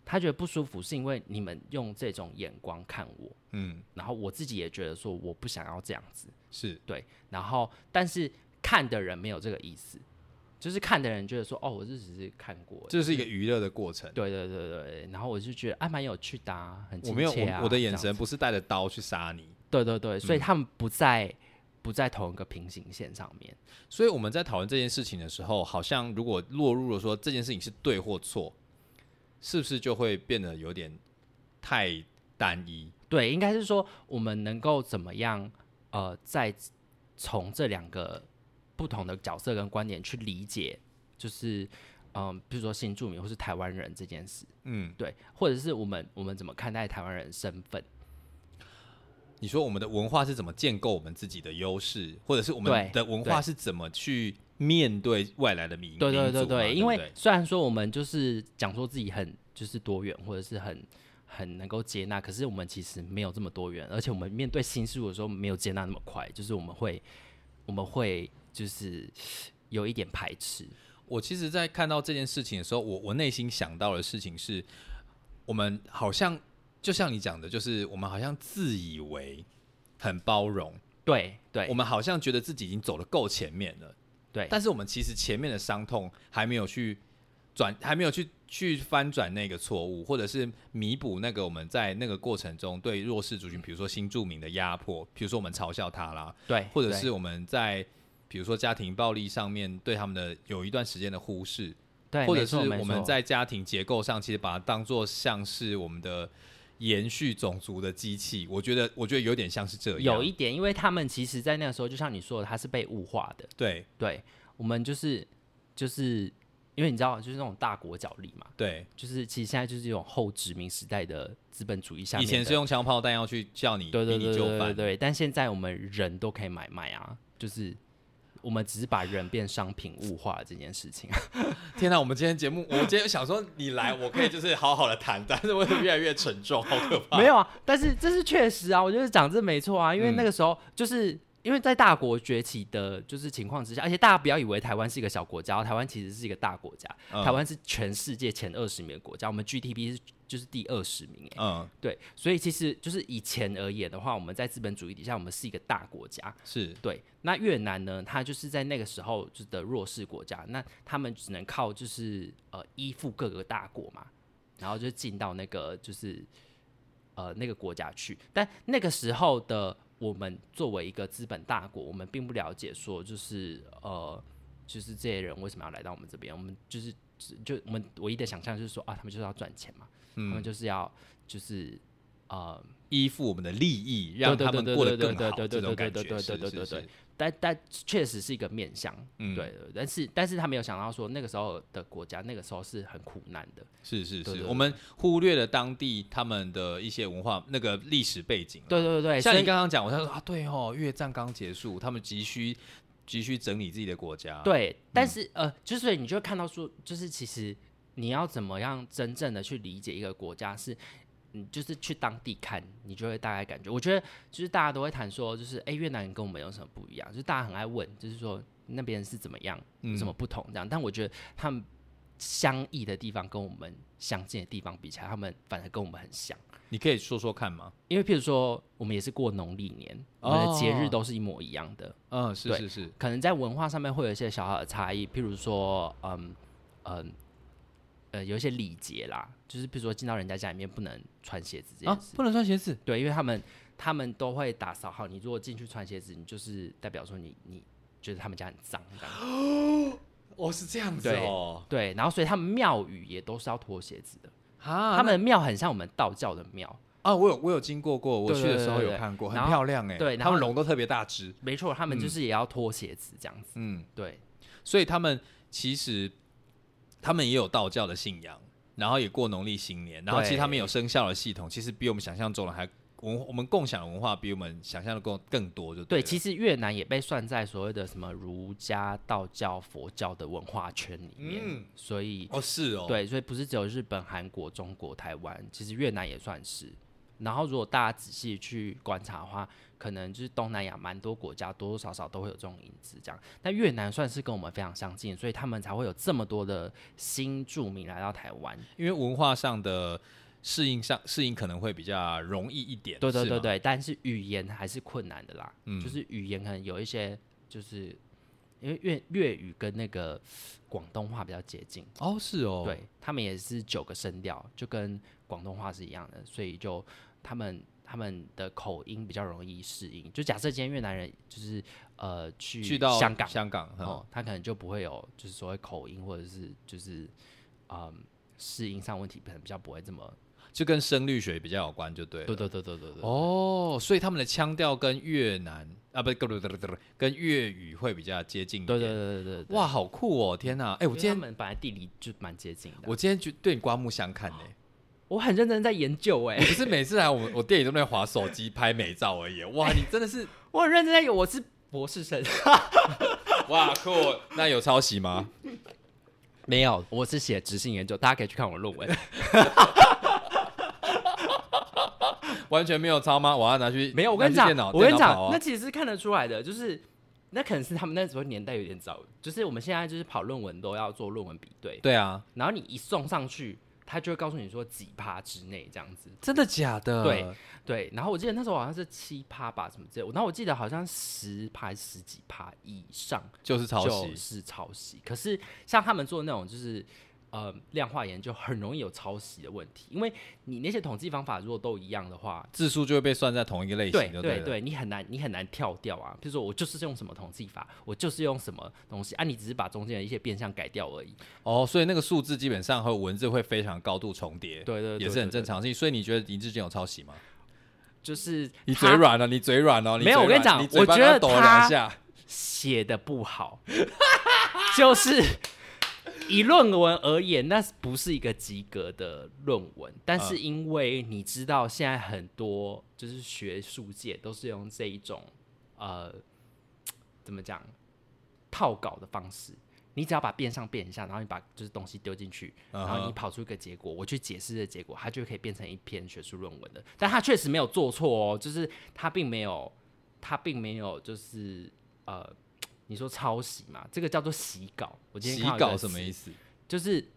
Speaker 2: 他觉得不舒服是因为你们用这种眼光看我，
Speaker 1: 嗯，
Speaker 2: 然后我自己也觉得说我不想要这样子，
Speaker 1: 是，
Speaker 2: 对，然后但是看的人没有这个意思，就是看的人觉得说哦，我这只是看过而已。
Speaker 1: 这是一个娱乐的过程。
Speaker 2: 对对对对，然后我就觉得哎，蛮有趣的、啊，很
Speaker 1: 我
Speaker 2: 亲
Speaker 1: 没有，
Speaker 2: 切啊
Speaker 1: 我我的
Speaker 2: 这
Speaker 1: 眼
Speaker 2: 样
Speaker 1: 神不是带着刀去杀你，
Speaker 2: 对对对，所以他们不在、不在同一个平行线上面。
Speaker 1: 所以我们在讨论这件事情的时候，好像如果落入了说这件事情是对或错，是不是就会变得有点太单一？
Speaker 2: 对，应该是说我们能够怎么样呃，在从这两个不同的角色跟观点去理解，就是嗯、比如说新住民或是台湾人这件事，
Speaker 1: 嗯，
Speaker 2: 对，或者是我们我们怎么看待台湾人身份。
Speaker 1: 你说我们的文化是怎么建构我们自己的优势，或者是我
Speaker 2: 对
Speaker 1: 们的文化
Speaker 2: 对
Speaker 1: 是怎么去面对外来的民
Speaker 2: 对对
Speaker 1: 民族
Speaker 2: 对
Speaker 1: 嘛对
Speaker 2: 对，因
Speaker 1: 不
Speaker 2: 为
Speaker 1: 对
Speaker 2: 虽然说我们就是讲说自己很就是多元，或者是很很能够接纳，可是我们其实没有这么多元，而且我们面对新事物的时候没有接纳那么快，就是我们会我们会就是有一点排斥。
Speaker 1: 我其实，在看到这件事情的时候，我我内心想到的事情是，我们好像就像你讲的，就是我们好像自以为很包容，
Speaker 2: 对对
Speaker 1: 我们好像觉得自己已经走得够前面了，
Speaker 2: 对
Speaker 1: 但是我们其实前面的伤痛还没有去转，还没有去去翻转那个错误，或者是弥补那个我们在那个过程中对弱势族群，比如说新住民的压迫，比如说我们嘲笑他啦，
Speaker 2: 对，
Speaker 1: 或者
Speaker 2: 对
Speaker 1: 是我们在比如说家庭暴力上面对他们的有一段时间的忽视，
Speaker 2: 对，
Speaker 1: 或者是
Speaker 2: 没错没
Speaker 1: 我们
Speaker 2: 错
Speaker 1: 在家庭结构上，其实把它当做像是我们的延续种族的机器。我觉得，我觉得有点像是这样。
Speaker 2: 有一点，因为他们其实，在那个时候，就像你说的，他是被物化的。
Speaker 1: 对
Speaker 2: 对我们就是就是因为你知道，就是那种大国角力嘛，
Speaker 1: 对，
Speaker 2: 就是其实现在就是这种后殖民时代的资本主义下
Speaker 1: 以
Speaker 2: 面的，
Speaker 1: 前是用枪炮弹药去叫你
Speaker 2: 对对
Speaker 1: 逼
Speaker 2: 对
Speaker 1: 你
Speaker 2: 对
Speaker 1: 就
Speaker 2: 对对
Speaker 1: 范，
Speaker 2: 对，但现在我们人都可以买卖啊，就是我们只是把人变商品物化这件事 情。
Speaker 1: 天哪、我们今天节 目，我今天想说你来，我可以就是好好的谈，但是我越来越沉重，好可 怕。
Speaker 2: 没有啊，但是这是确实啊，我觉得讲这没错啊，因为
Speaker 1: 嗯
Speaker 2: 那个时候就是。因为在大国崛起的就是情况之下，而且大家不要以为台湾是一个小国家哦，台湾其实是一个大国家，
Speaker 1: 嗯
Speaker 2: 台湾是全世界前二十名的国家，我们 GDP 是就是第二十名哎，
Speaker 1: 嗯，
Speaker 2: 对，所以其实就是以前而言的话，我们在资本主义底下，我们是一个大国家，
Speaker 1: 是
Speaker 2: 对，那越南呢，它就是在那个时候就是的弱势国家，那他们只能靠就是呃依附各个大国嘛，然后就进到那个就是呃那个国家去。但那个时候的我们作为一个资本大国，我们并不了解说就是呃就是这些人为什么要来到我们这边，我们就是只就我们唯一的想象就是说啊，他们就是要赚钱嘛，他们就是要就是呃
Speaker 1: 依附我们的利益，让他们过得更好，这种感觉，是是是
Speaker 2: 但但确实是一个面向，
Speaker 1: 嗯
Speaker 2: 对对，但是但是他没有想到说那个时候的国家，那个时候是很苦难的，
Speaker 1: 是是
Speaker 2: 对
Speaker 1: 是，
Speaker 2: 对
Speaker 1: 我们忽略了当地他们的一些文化那个历史背景啦。
Speaker 2: 对对对对，
Speaker 1: 像
Speaker 2: 所
Speaker 1: 你
Speaker 2: 以
Speaker 1: 刚刚讲，我他说啊，对哦，越战刚结束，他们急需急需整理自己的国家。，
Speaker 2: 对，但是、呃，之所以你就会看到说，就是其实你要怎么样真正的去理解一个国家是。你就是去当地看，你就会大概感觉。我觉得就是大家都会谈说，就是哎、诶越南人跟我们有什么不一样？就是大家很爱问，就是说那边是怎么样，有什么不同这样。但我觉得他们相异的地方跟我们相近的地方比起来，他们反而跟我们很像。
Speaker 1: 你可以说说看吗？
Speaker 2: 因为譬如说，我们也是过农历年，我们的节日
Speaker 1: 哦
Speaker 2: 都是一模一样的。
Speaker 1: 嗯，是
Speaker 2: 对
Speaker 1: 是是，
Speaker 2: 可能在文化上面会有一些小小的差异，譬如说，嗯嗯呃，有一些礼节啦，就是譬如说进到人家家里面不能穿鞋子这件
Speaker 1: 啊
Speaker 2: 事，，
Speaker 1: 不能穿鞋子。
Speaker 2: 对，因为他们他们都会打扫好，你如果进去穿鞋子，你就是代表说你你觉得他们家很脏这样，
Speaker 1: 哦，是这样
Speaker 2: 子
Speaker 1: 哦。
Speaker 2: 对，然后所以他们庙宇也都是要脱鞋子的，
Speaker 1: 啊，
Speaker 2: 他们的庙很像我们道教的庙，
Speaker 1: 啊，我有我有经过过，我
Speaker 2: 对
Speaker 1: 去的时候
Speaker 2: 对对
Speaker 1: 有
Speaker 2: 对
Speaker 1: 看过，
Speaker 2: 然
Speaker 1: 很
Speaker 2: 后
Speaker 1: 漂亮哎。
Speaker 2: 对然
Speaker 1: 他们
Speaker 2: 后
Speaker 1: 龙都特别大只。
Speaker 2: 没错，他们就是也要脱鞋子这样子，
Speaker 1: 嗯，
Speaker 2: 对
Speaker 1: 所以他们其实他们也有道教的信仰，然后也过农历新年，然后
Speaker 2: 对
Speaker 1: 其实他们有生肖的系统，其实比我们想象中的还文我们共享的文化比我们想象的更更多就
Speaker 2: 对，
Speaker 1: 了
Speaker 2: 其实越南也被算在所谓的什么儒家、道教、佛教的文化圈里面，
Speaker 1: 嗯
Speaker 2: 所以
Speaker 1: 哦是哦，
Speaker 2: 对，所以不是只有日本、韩国、中国、台湾，其实越南也算是。然后，如果大家仔细去观察的话，可能就是东南亚蛮多国家多多少少都会有这种影子，这样。但越南算是跟我们非常相近，所以他们才会有这么多的新住民来到台湾。
Speaker 1: 因为文化上的适应上适应可能会比较容易一点，
Speaker 2: 对对
Speaker 1: 是
Speaker 2: 对
Speaker 1: 吗，
Speaker 2: 对，但是语言还是困难的啦。
Speaker 1: 嗯
Speaker 2: 就是语言可能有一些，就是因为粤粤语跟那个广东话比较接近，
Speaker 1: 哦是哦，
Speaker 2: 对他们也是九个声调，就跟广东话是一样的，所以就他们他们的口音比较容易适应。就假设今天越南人就是呃去
Speaker 1: 去到
Speaker 2: 香港，
Speaker 1: 香港，嗯
Speaker 2: 哦，他可能就不会有就是所谓口音或者是就是嗯适应上问题，可能比较不会这么。
Speaker 1: 就跟声律学比较有关，就对了，
Speaker 2: 对对对对对对。
Speaker 1: 哦，所以他们的腔调跟越南啊，不，跟跟粤语会比较接近一
Speaker 2: 对
Speaker 1: 点。
Speaker 2: 对对对对对，
Speaker 1: 哇，好酷哦！天哪，哎、我
Speaker 2: 因为
Speaker 1: 今
Speaker 2: 他
Speaker 1: 天
Speaker 2: 们本来地理就蛮接近的。
Speaker 1: 我今天就对你刮目相看呢、
Speaker 2: 我很认真在研究哎、
Speaker 1: 你不是每次来我们我店里都在划手机拍美照而已，哦哇，你真的 是
Speaker 2: 我很认真在研，我是博士生，
Speaker 1: 哇酷！哦那有抄袭吗？
Speaker 2: 没有，我是写执行研究，大家可以去看我的论文，
Speaker 1: 完全没有抄吗？我要拿去
Speaker 2: 没有，我跟你
Speaker 1: 拿去
Speaker 2: 讲
Speaker 1: 电脑，
Speaker 2: 我跟你
Speaker 1: 电脑
Speaker 2: 讲，
Speaker 1: 跑啊
Speaker 2: 那其实是看得出来的，就是那可能是他们那时候年代有点早，就是我们现在就是跑论文都要做论文比对，
Speaker 1: 对啊，
Speaker 2: 然后你一送上去，他就会告诉你说几趴之内这样子，
Speaker 1: 真的假的？
Speaker 2: 对，对，然后我记得那时候好像是七趴吧，什么之类的。然后我记得好像十趴、十几趴以上
Speaker 1: 就是抄袭
Speaker 2: 就。是抄袭。可是像他们做那种就是呃量化研究，很容易有抄袭的问题，因为你那些统计方法如果都一样的话，
Speaker 1: 字数就会被算在同一个类型，
Speaker 2: 对
Speaker 1: 就
Speaker 2: 对
Speaker 1: 了。
Speaker 2: 对，你很难你很难跳掉啊。比如说我就是用什么统计法，我就是用什么东西啊，你只是把中间的一些变相改掉而已。
Speaker 1: 哦，所以那个数字基本上和文字会非常高度重叠，
Speaker 2: 对对对
Speaker 1: 也是很
Speaker 2: 对
Speaker 1: 正
Speaker 2: 对
Speaker 1: 常性。所以你觉得林志坚有抄袭吗？
Speaker 2: 就是
Speaker 1: 你
Speaker 2: 他
Speaker 1: 嘴软啊了，你嘴软了，
Speaker 2: 没有
Speaker 1: 嘴软
Speaker 2: 我跟你讲
Speaker 1: 嘴巴
Speaker 2: 我觉得
Speaker 1: 要抖了
Speaker 2: 他
Speaker 1: 两下，
Speaker 2: 写的不好， 就是以论文而言，那不是一个及格的论文。但是因为你知道，现在很多就是学术界都是用这一种呃，怎么讲套稿的方式。你只要把变上变一下，然后你把就是东西丢进去，然
Speaker 1: 嗯
Speaker 2: 后
Speaker 1: 哼
Speaker 2: 你跑出一个结果，我去解释这个结果，它就可以变成一篇学术论文的。但他确实没有做错哦，就是他并没有，他并没有就是呃，你说抄袭嘛，这个叫做洗稿。我今天
Speaker 1: 洗
Speaker 2: 看到一个
Speaker 1: 稿什么
Speaker 2: 词
Speaker 1: 意思？
Speaker 2: 就是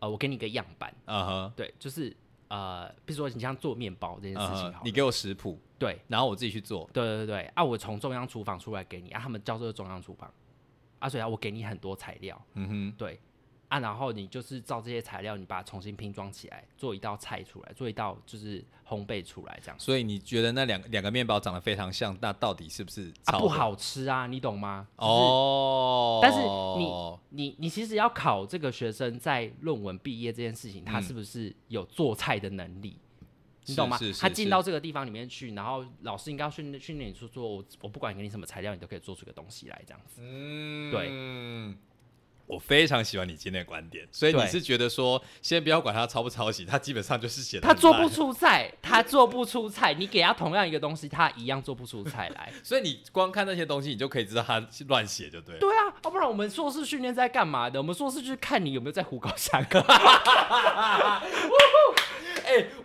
Speaker 2: 呃，我给你一个样板，
Speaker 1: 啊哈，
Speaker 2: 对，就是呃，比如说你像做面包这件事
Speaker 1: 啊
Speaker 2: 情
Speaker 1: 哈
Speaker 2: 好，了
Speaker 1: 你给我食谱，
Speaker 2: 对
Speaker 1: 然后我自己去做，
Speaker 2: 对对对，啊，我从中央厨房出来给你，啊，他们叫做中央厨房，啊，所以啊，我给你很多材料，
Speaker 1: 嗯哼，
Speaker 2: 对啊，然后你就是照这些材料，你把它重新拼装起来，做一道菜出来，做一道就是烘焙出来这样。
Speaker 1: 所以你觉得那两两个面包长得非常像，那到底是不是
Speaker 2: 啊，
Speaker 1: 抄
Speaker 2: 不
Speaker 1: 的？
Speaker 2: 好吃啊，你懂吗？就是
Speaker 1: 哦，
Speaker 2: 但是你你其实要考这个学生在论文毕业这件事情，他是不是有做菜的能力？你懂
Speaker 1: 嗯
Speaker 2: 吗？
Speaker 1: 是是是
Speaker 2: 他进
Speaker 1: 是
Speaker 2: 到这个地方里面去，然后老师应该要训练训练你说，说我我不管给你什么材料，你都可以做出个东西来，这样子。
Speaker 1: 嗯
Speaker 2: 对
Speaker 1: 我非常喜欢你今天的观点，所以你
Speaker 2: 对
Speaker 1: 是觉得说，先不要管他抄不抄袭，他基本上就是写的
Speaker 2: 他做不出菜，他做不出菜，你给他同样一个东西，他一样做不出菜来。
Speaker 1: 所以你光看那些东西，你就可以知道他乱写， 就对了。
Speaker 2: 对啊，要、不然我们硕士训练是在干嘛的？我们硕士就是看你有没有在胡搞瞎搞。
Speaker 1: 哎、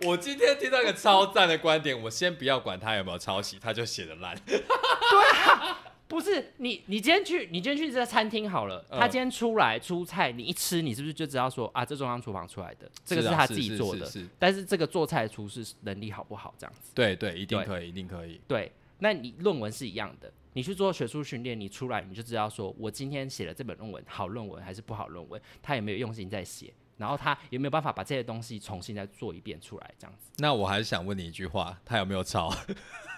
Speaker 1: 我今天听到一个超赞的观点，我先不要管他有没有抄袭，他就写的烂。
Speaker 2: 不是你，你今天去，你今天去这餐厅好了，
Speaker 1: 嗯
Speaker 2: 他今天出来出菜，你一吃，你是不是就知道说啊，这中央厨房出来的， 这个
Speaker 1: 是啊
Speaker 2: 他
Speaker 1: 是
Speaker 2: 自己
Speaker 1: 是
Speaker 2: 做
Speaker 1: 是
Speaker 2: 的，
Speaker 1: 是
Speaker 2: 但是这个做菜的厨师能力好不好这样子？
Speaker 1: 对对，一定
Speaker 2: 对
Speaker 1: 可以，一定可以。
Speaker 2: 对，那你论文是一样的，你去做学术训练，你出来你就知道说我今天写了这本论文，好论文还是不好论文，他有没有用心在写，然后他有没有办法把这些东西重新再做一遍出来这样子？
Speaker 1: 那我还是想问你一句话，他有没有 抄？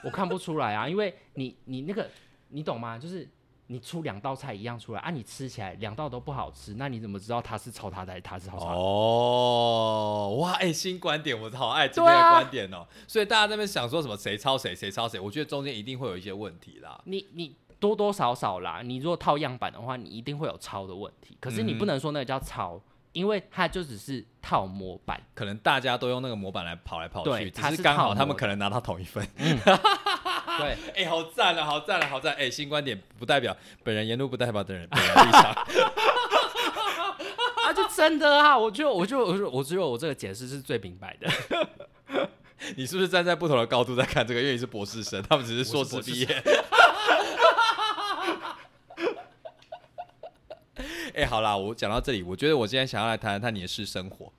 Speaker 2: 我看不出来啊，因为你你那个你懂吗？就是你出两道菜一样出来啊，你吃起来两道都不好吃，那你怎么知道他是抄他的还是他是抄他的？
Speaker 1: 哦，哇，哎、新观点，我好爱今
Speaker 2: 对
Speaker 1: 天的
Speaker 2: 啊
Speaker 1: 观点哦。所以大家在那边想说什么谁抄谁，谁抄谁，我觉得中间一定会有一些问题啦。
Speaker 2: 你你多多少少啦，你如果套样板的话，你一定会有抄的问题。可是
Speaker 1: 嗯
Speaker 2: 你
Speaker 1: 哼
Speaker 2: 不能说那个叫抄，因为它就只是套模板。
Speaker 1: 可能大家都用那个模板来跑来跑去，
Speaker 2: 对
Speaker 1: 只
Speaker 2: 他是
Speaker 1: 刚
Speaker 2: 套
Speaker 1: 好
Speaker 2: 模
Speaker 1: 他们可能拿到同一 份。
Speaker 2: 对，
Speaker 1: 哎、好赞啊，好赞啊，好赞！哎、新观点不代表本人言论，不代表本人本人立场。
Speaker 2: 啊，就真的啊，我就我就我就我只有我这个解释是最明白的。
Speaker 1: 你是不是站在不同的高度在看这个？因为你是博士生，他们只是硕
Speaker 2: 我是
Speaker 1: 士
Speaker 2: 博士
Speaker 1: 毕业。 哎、好啦，我讲到这里，我觉得我今天想要来谈谈你的私生活。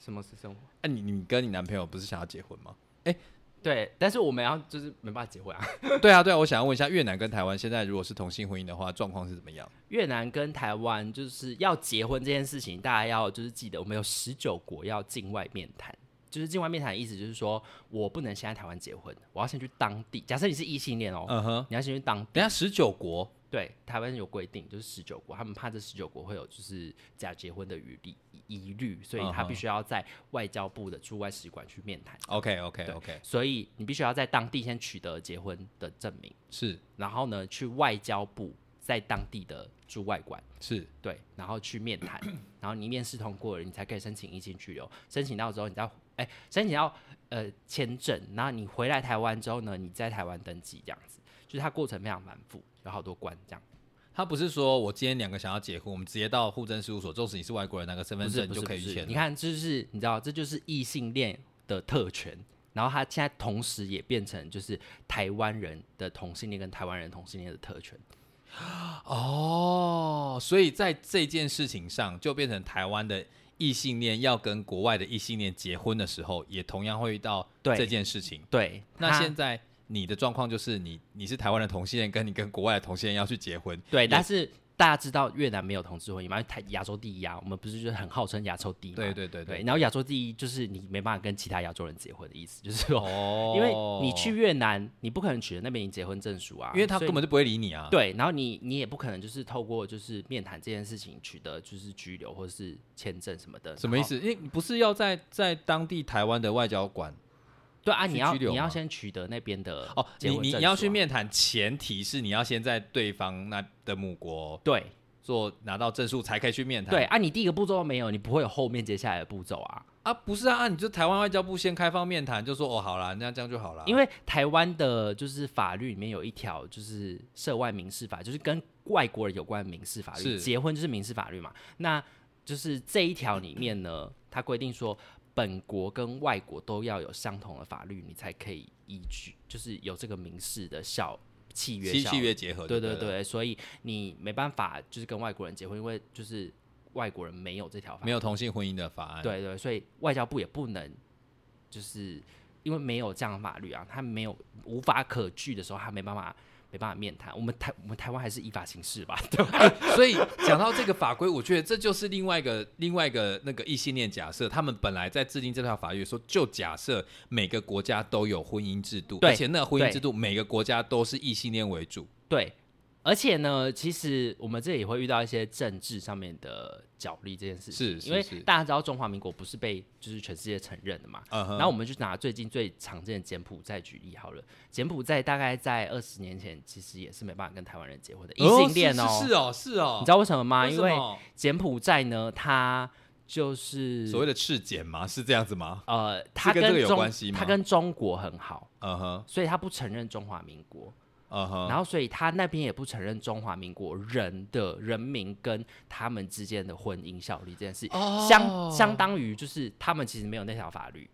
Speaker 2: 什么是生活？
Speaker 1: 哎、你你跟你男朋友不是想要结婚吗？
Speaker 2: 对，但是我们要就是没办法结婚啊。
Speaker 1: 对啊，对啊，我想要问一下，越南跟台湾现在如果是同性婚姻的话，状况是怎么样？
Speaker 2: 越南跟台湾就是要结婚这件事情，大家要就是记得，我们有十九国要境外面谈。就是境外面谈的意思，就是说我不能先在台湾结婚，我要先去当地。假设你是异性恋哦，
Speaker 1: 嗯哼，
Speaker 2: 你要先去当
Speaker 1: 等一下十九国，
Speaker 2: 对台湾有规定，就是十九国，他们怕这十九国会有就是假结婚的余力疑虑，所以他
Speaker 1: 嗯哼
Speaker 2: 必须要在外交部的驻外使馆去面谈。
Speaker 1: OK OK
Speaker 2: 对
Speaker 1: OK，
Speaker 2: 所以你必须要在当地先取得结婚的证明，
Speaker 1: 是
Speaker 2: 然后呢去外交部在当地的驻外馆，
Speaker 1: 是
Speaker 2: 对，然后去面谈，然后你面试通过了，你才可以申请一进去留。申请到之后，你再哎、申请到呃签证，然后你回来台湾之后呢，你在台湾登记这样子，就是它过程非常繁复，有好多关这样。
Speaker 1: 他不是说我今天两个想要结婚，我们直接到户政事务所，纵使你是外国人，拿个身份
Speaker 2: 不是
Speaker 1: 证
Speaker 2: 不
Speaker 1: 就是可
Speaker 2: 不
Speaker 1: 以去
Speaker 2: 是，
Speaker 1: 签
Speaker 2: 你
Speaker 1: 了。
Speaker 2: 看，这就是你知道，这就是异性恋的特权。然后他现在同时也变成就是台湾人的同性恋跟台湾人同性恋的特权，
Speaker 1: 哦，所以在这件事情上，就变成台湾的异性恋要跟国外的异性恋结婚的时候，也同样会遇到
Speaker 2: 对
Speaker 1: 这件事情。
Speaker 2: 对，
Speaker 1: 那
Speaker 2: 他
Speaker 1: 现在你的状况就是你你是台湾的同性恋，跟你跟国外的同性恋要去结婚，
Speaker 2: 对，但是大家知道越南没有同志婚姻嘛？因为台亚洲第一啊，我们不是就是很号称亚洲第一嘛？
Speaker 1: 对对对
Speaker 2: 对
Speaker 1: 对，
Speaker 2: 然后亚洲第一就是你没办法跟其他亚洲人结婚的意 思，就是说，
Speaker 1: 哦
Speaker 2: 因为你去，越南，你不可能取得那边已经结婚证书啊，
Speaker 1: 因为他
Speaker 2: 所以
Speaker 1: 根本就不会理你啊。
Speaker 2: 对，然后你你也不可能就是透过就是面谈这件事情取得就是居留或是签证什么的，
Speaker 1: 什么意？思？因为你不是要在在当地台湾的外交馆
Speaker 2: 对啊，
Speaker 1: 去
Speaker 2: 你要
Speaker 1: 居留
Speaker 2: 你要
Speaker 1: 吗
Speaker 2: 先取得那边的
Speaker 1: 哦，
Speaker 2: 结
Speaker 1: 你
Speaker 2: 婚
Speaker 1: 你
Speaker 2: 证
Speaker 1: 你要
Speaker 2: 书
Speaker 1: 去
Speaker 2: 啊
Speaker 1: 面谈，前提是你要先在对方那的母国
Speaker 2: 对
Speaker 1: 做拿到证书才可以去面谈。
Speaker 2: 对啊，你第一个步骤都没有，你不会有后面接下来的步骤啊。
Speaker 1: 啊，不是啊，啊你就台湾外交部先开放面谈，就说哦好啦，那这样就好啦。
Speaker 2: 因为台湾的就是法律里面有一条就是涉外民事法，就是跟外国人有关的民事法律，
Speaker 1: 是
Speaker 2: 结婚就是民事法律嘛。那就是这一条里面呢，它规定说，本国跟外国都要有相同的法律，你才可以依据，就是有这个民事的效契约
Speaker 1: 契
Speaker 2: 效
Speaker 1: 契约结合，
Speaker 2: 对
Speaker 1: 对
Speaker 2: 对
Speaker 1: 了，
Speaker 2: 对，所以你没办法就是跟外国人结婚，因为就是外国人没有这条法律
Speaker 1: 没有同性婚姻的法案。，
Speaker 2: 对对，所以外交部也不能，就是因为没有这样的法律啊，他没有无法可据的时候，他没办法没办法面谈。我们台我们台湾还是依法行事吧？ 对吧，
Speaker 1: 所以讲到这个法规，我觉得这就是另外一个另外一个那个异性恋假设，他们本来在制定这条法律的时候，就假设每个国家都有婚姻制度，
Speaker 2: 对
Speaker 1: 而且那个婚姻
Speaker 2: 对
Speaker 1: 制度每个国家都是异性恋为主。
Speaker 2: 对。而且呢，其实我们这也会遇到一些政治上面的角力这件事情，
Speaker 1: 是是
Speaker 2: 因为
Speaker 1: 是
Speaker 2: 大家知道中华民国不是被就是全世界承认的嘛，
Speaker 1: 嗯哼
Speaker 2: 然后我们就拿最近最常见的柬埔寨举例好了，柬埔寨大概在二十年前其实也是没办法跟台湾人结婚的异性恋
Speaker 1: 哦是是是哦，是哦，
Speaker 2: 你知道为什么吗？因
Speaker 1: 为
Speaker 2: 为
Speaker 1: 什么
Speaker 2: 柬埔寨呢，它就是
Speaker 1: 所谓的赤检吗？是这样子吗？
Speaker 2: 呃，它
Speaker 1: 跟这个
Speaker 2: 跟
Speaker 1: 有
Speaker 2: 中
Speaker 1: 关系吗
Speaker 2: 它跟中国很好，
Speaker 1: 嗯哼，
Speaker 2: 所以它不承认中华民国，
Speaker 1: 嗯哼，
Speaker 2: 然后所以它那边也不承认中华民国人的人民跟他们之间的婚姻效力这件事，
Speaker 1: 哦
Speaker 2: 相相当于就是他们其实没有那条法律，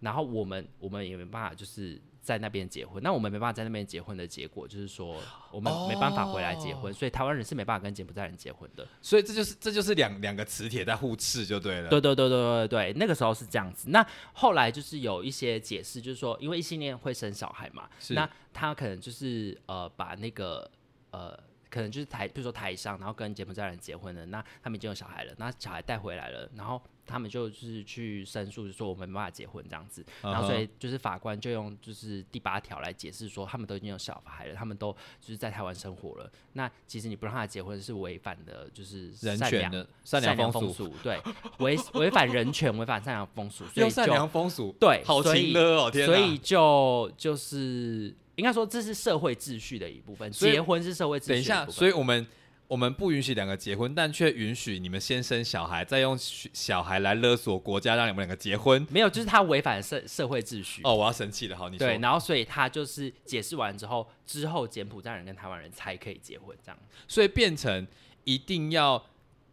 Speaker 2: 然后我们我们也没办法就是。在那边结婚，那我们没办法在那边结婚的结果就是说，我们没办法回来结
Speaker 1: 哦
Speaker 2: 婚，所以台湾人是没办法跟柬埔寨人结婚的。
Speaker 1: 所以这就是这就是两两个磁铁在互斥就对了。
Speaker 2: 对对对对对对，那个时候是这样子。那后来就是有一些解释，就是说，因为异性恋会生小孩嘛，
Speaker 1: 是
Speaker 2: 那他可能就是呃把那个呃。可能就是台，比如说台商，然后跟柬埔寨人结婚了，那他们已经有小孩了，那小孩带回来了，然后他们就是去申诉，就说我们没办法结婚这样子，
Speaker 1: 嗯
Speaker 2: 然后所以就是法官就用就是第八条来解释说，他们都已经有小孩了，他们都就是在台湾生活了，那其实你不让他结婚是违反的，就是
Speaker 1: 人
Speaker 2: 善良
Speaker 1: 权的善良
Speaker 2: 良
Speaker 1: 风
Speaker 2: 俗，对， 违违反人权，违反善良风俗，所以
Speaker 1: 用
Speaker 2: 就
Speaker 1: 善良风俗，
Speaker 2: 对
Speaker 1: 好
Speaker 2: 所以
Speaker 1: 情勒哦，天哪！
Speaker 2: 所以就就是应该说这是社会秩序的一部分，
Speaker 1: 所以
Speaker 2: 结婚是社会秩序
Speaker 1: 等
Speaker 2: 的
Speaker 1: 一下，
Speaker 2: 部分
Speaker 1: 所以我们我们不允许两个结婚，但却允许你们先生小孩，再用许小孩来勒索国家，让你们两个结婚。
Speaker 2: 没有，就是他违反社社会秩序。
Speaker 1: 哦，我要生气了，好，你说
Speaker 2: 对，。然后所以他就是解释完之后，之后柬埔寨人跟台湾人才可以结婚这样。
Speaker 1: 所以变成一定要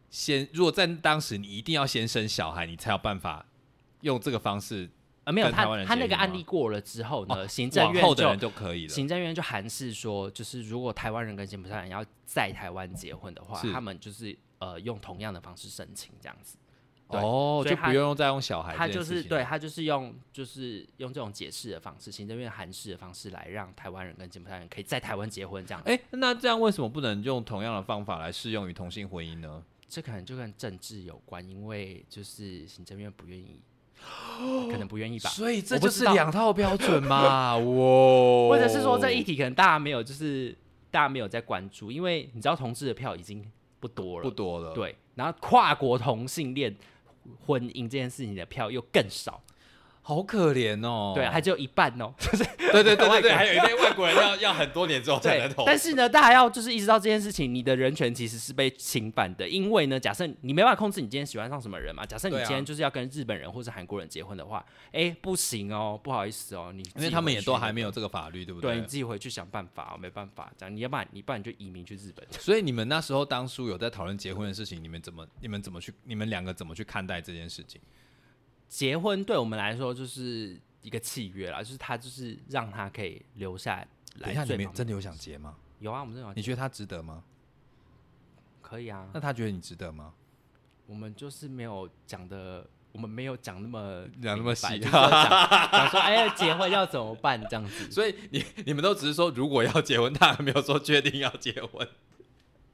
Speaker 1: 先，如果在当时你一定要先生小孩，你才有办法用这个方式。
Speaker 2: 呃，没有
Speaker 1: 跟
Speaker 2: 他
Speaker 1: 台湾人
Speaker 2: 他
Speaker 1: 结
Speaker 2: 那
Speaker 1: 婚
Speaker 2: 个案
Speaker 1: 吗
Speaker 2: 例过了之后呢，
Speaker 1: 哦
Speaker 2: 行政
Speaker 1: 往
Speaker 2: 院
Speaker 1: 后的
Speaker 2: 就
Speaker 1: 人就可以了。
Speaker 2: 行政院就函示说，就是如果台湾人跟柬埔寨人要在台湾结婚的话，
Speaker 1: 是
Speaker 2: 他们就是呃用同样的方式申请这样子。对
Speaker 1: 哦，
Speaker 2: 所以
Speaker 1: 就
Speaker 2: 他
Speaker 1: 不用再用小孩
Speaker 2: 他
Speaker 1: 这件
Speaker 2: 就
Speaker 1: 事
Speaker 2: 是
Speaker 1: 情
Speaker 2: 对
Speaker 1: 了。
Speaker 2: 他就是用就是用这种解释的方式，行政院函释的方式来让台湾人跟柬埔寨人可以在台湾结婚这样。
Speaker 1: 哎、那这样为什么不能用同样的方法来适用于同性婚姻呢？
Speaker 2: 这可能就跟政治有关，因为就是行政院不 愿意，可能不愿意吧。
Speaker 1: 所以这
Speaker 2: 我不
Speaker 1: 就
Speaker 2: 知
Speaker 1: 是
Speaker 2: 道
Speaker 1: 两套标准 嘛，哇！
Speaker 2: 或者是
Speaker 1: 哦
Speaker 2: 说这一题可能大家没有，就是大家没有在关注，因为你知道同志的票已经不多了，
Speaker 1: 不多了，
Speaker 2: 对，然后跨国同性恋婚姻这件事情的票又更少，
Speaker 1: 好可怜哦。
Speaker 2: 对，还只有一半哦。
Speaker 1: 对对对对
Speaker 2: 外国
Speaker 1: 对，
Speaker 2: 人
Speaker 1: 还有一类外国人 要要很多年之后才
Speaker 2: 对
Speaker 1: 能投，。
Speaker 2: 但是呢，大家要就是意识到这件事情，你的人权其实是被侵犯的，因为呢，假设你没办法控制你今天喜欢上什么人嘛，假设你
Speaker 1: 对啊
Speaker 2: 今天就是要跟日本人或是韩国人结婚的话，哎、不行哦，不好意思哦，你
Speaker 1: 因为他们也都还没
Speaker 2: 有，
Speaker 1: 有这个法律，对不
Speaker 2: 对你自己回去想办法、哦，没办法，这样你要不然你不然你就移民去日本。
Speaker 1: 所以你们那时候当初有在讨论结婚的事情，你们怎么你们怎么去你们两个怎么去看待这件事情？
Speaker 2: 结婚对我们来说就是一个契约啦，就是他就是让他可以留下
Speaker 1: 等
Speaker 2: 来
Speaker 1: 一下，你
Speaker 2: 最
Speaker 1: 们
Speaker 2: 忙。
Speaker 1: 真的有想结吗？
Speaker 2: 有啊，我们这种
Speaker 1: 你觉得他值得吗？
Speaker 2: 可以啊，
Speaker 1: 那他觉得你值得吗？
Speaker 2: 我们就是没有讲的，我们没有讲那么
Speaker 1: 讲那么细
Speaker 2: 明白就是要讲 讲说哎、呀，结婚要怎么办这样子，
Speaker 1: 所以你你们都只是说如果要结婚，他还没有说确定要结婚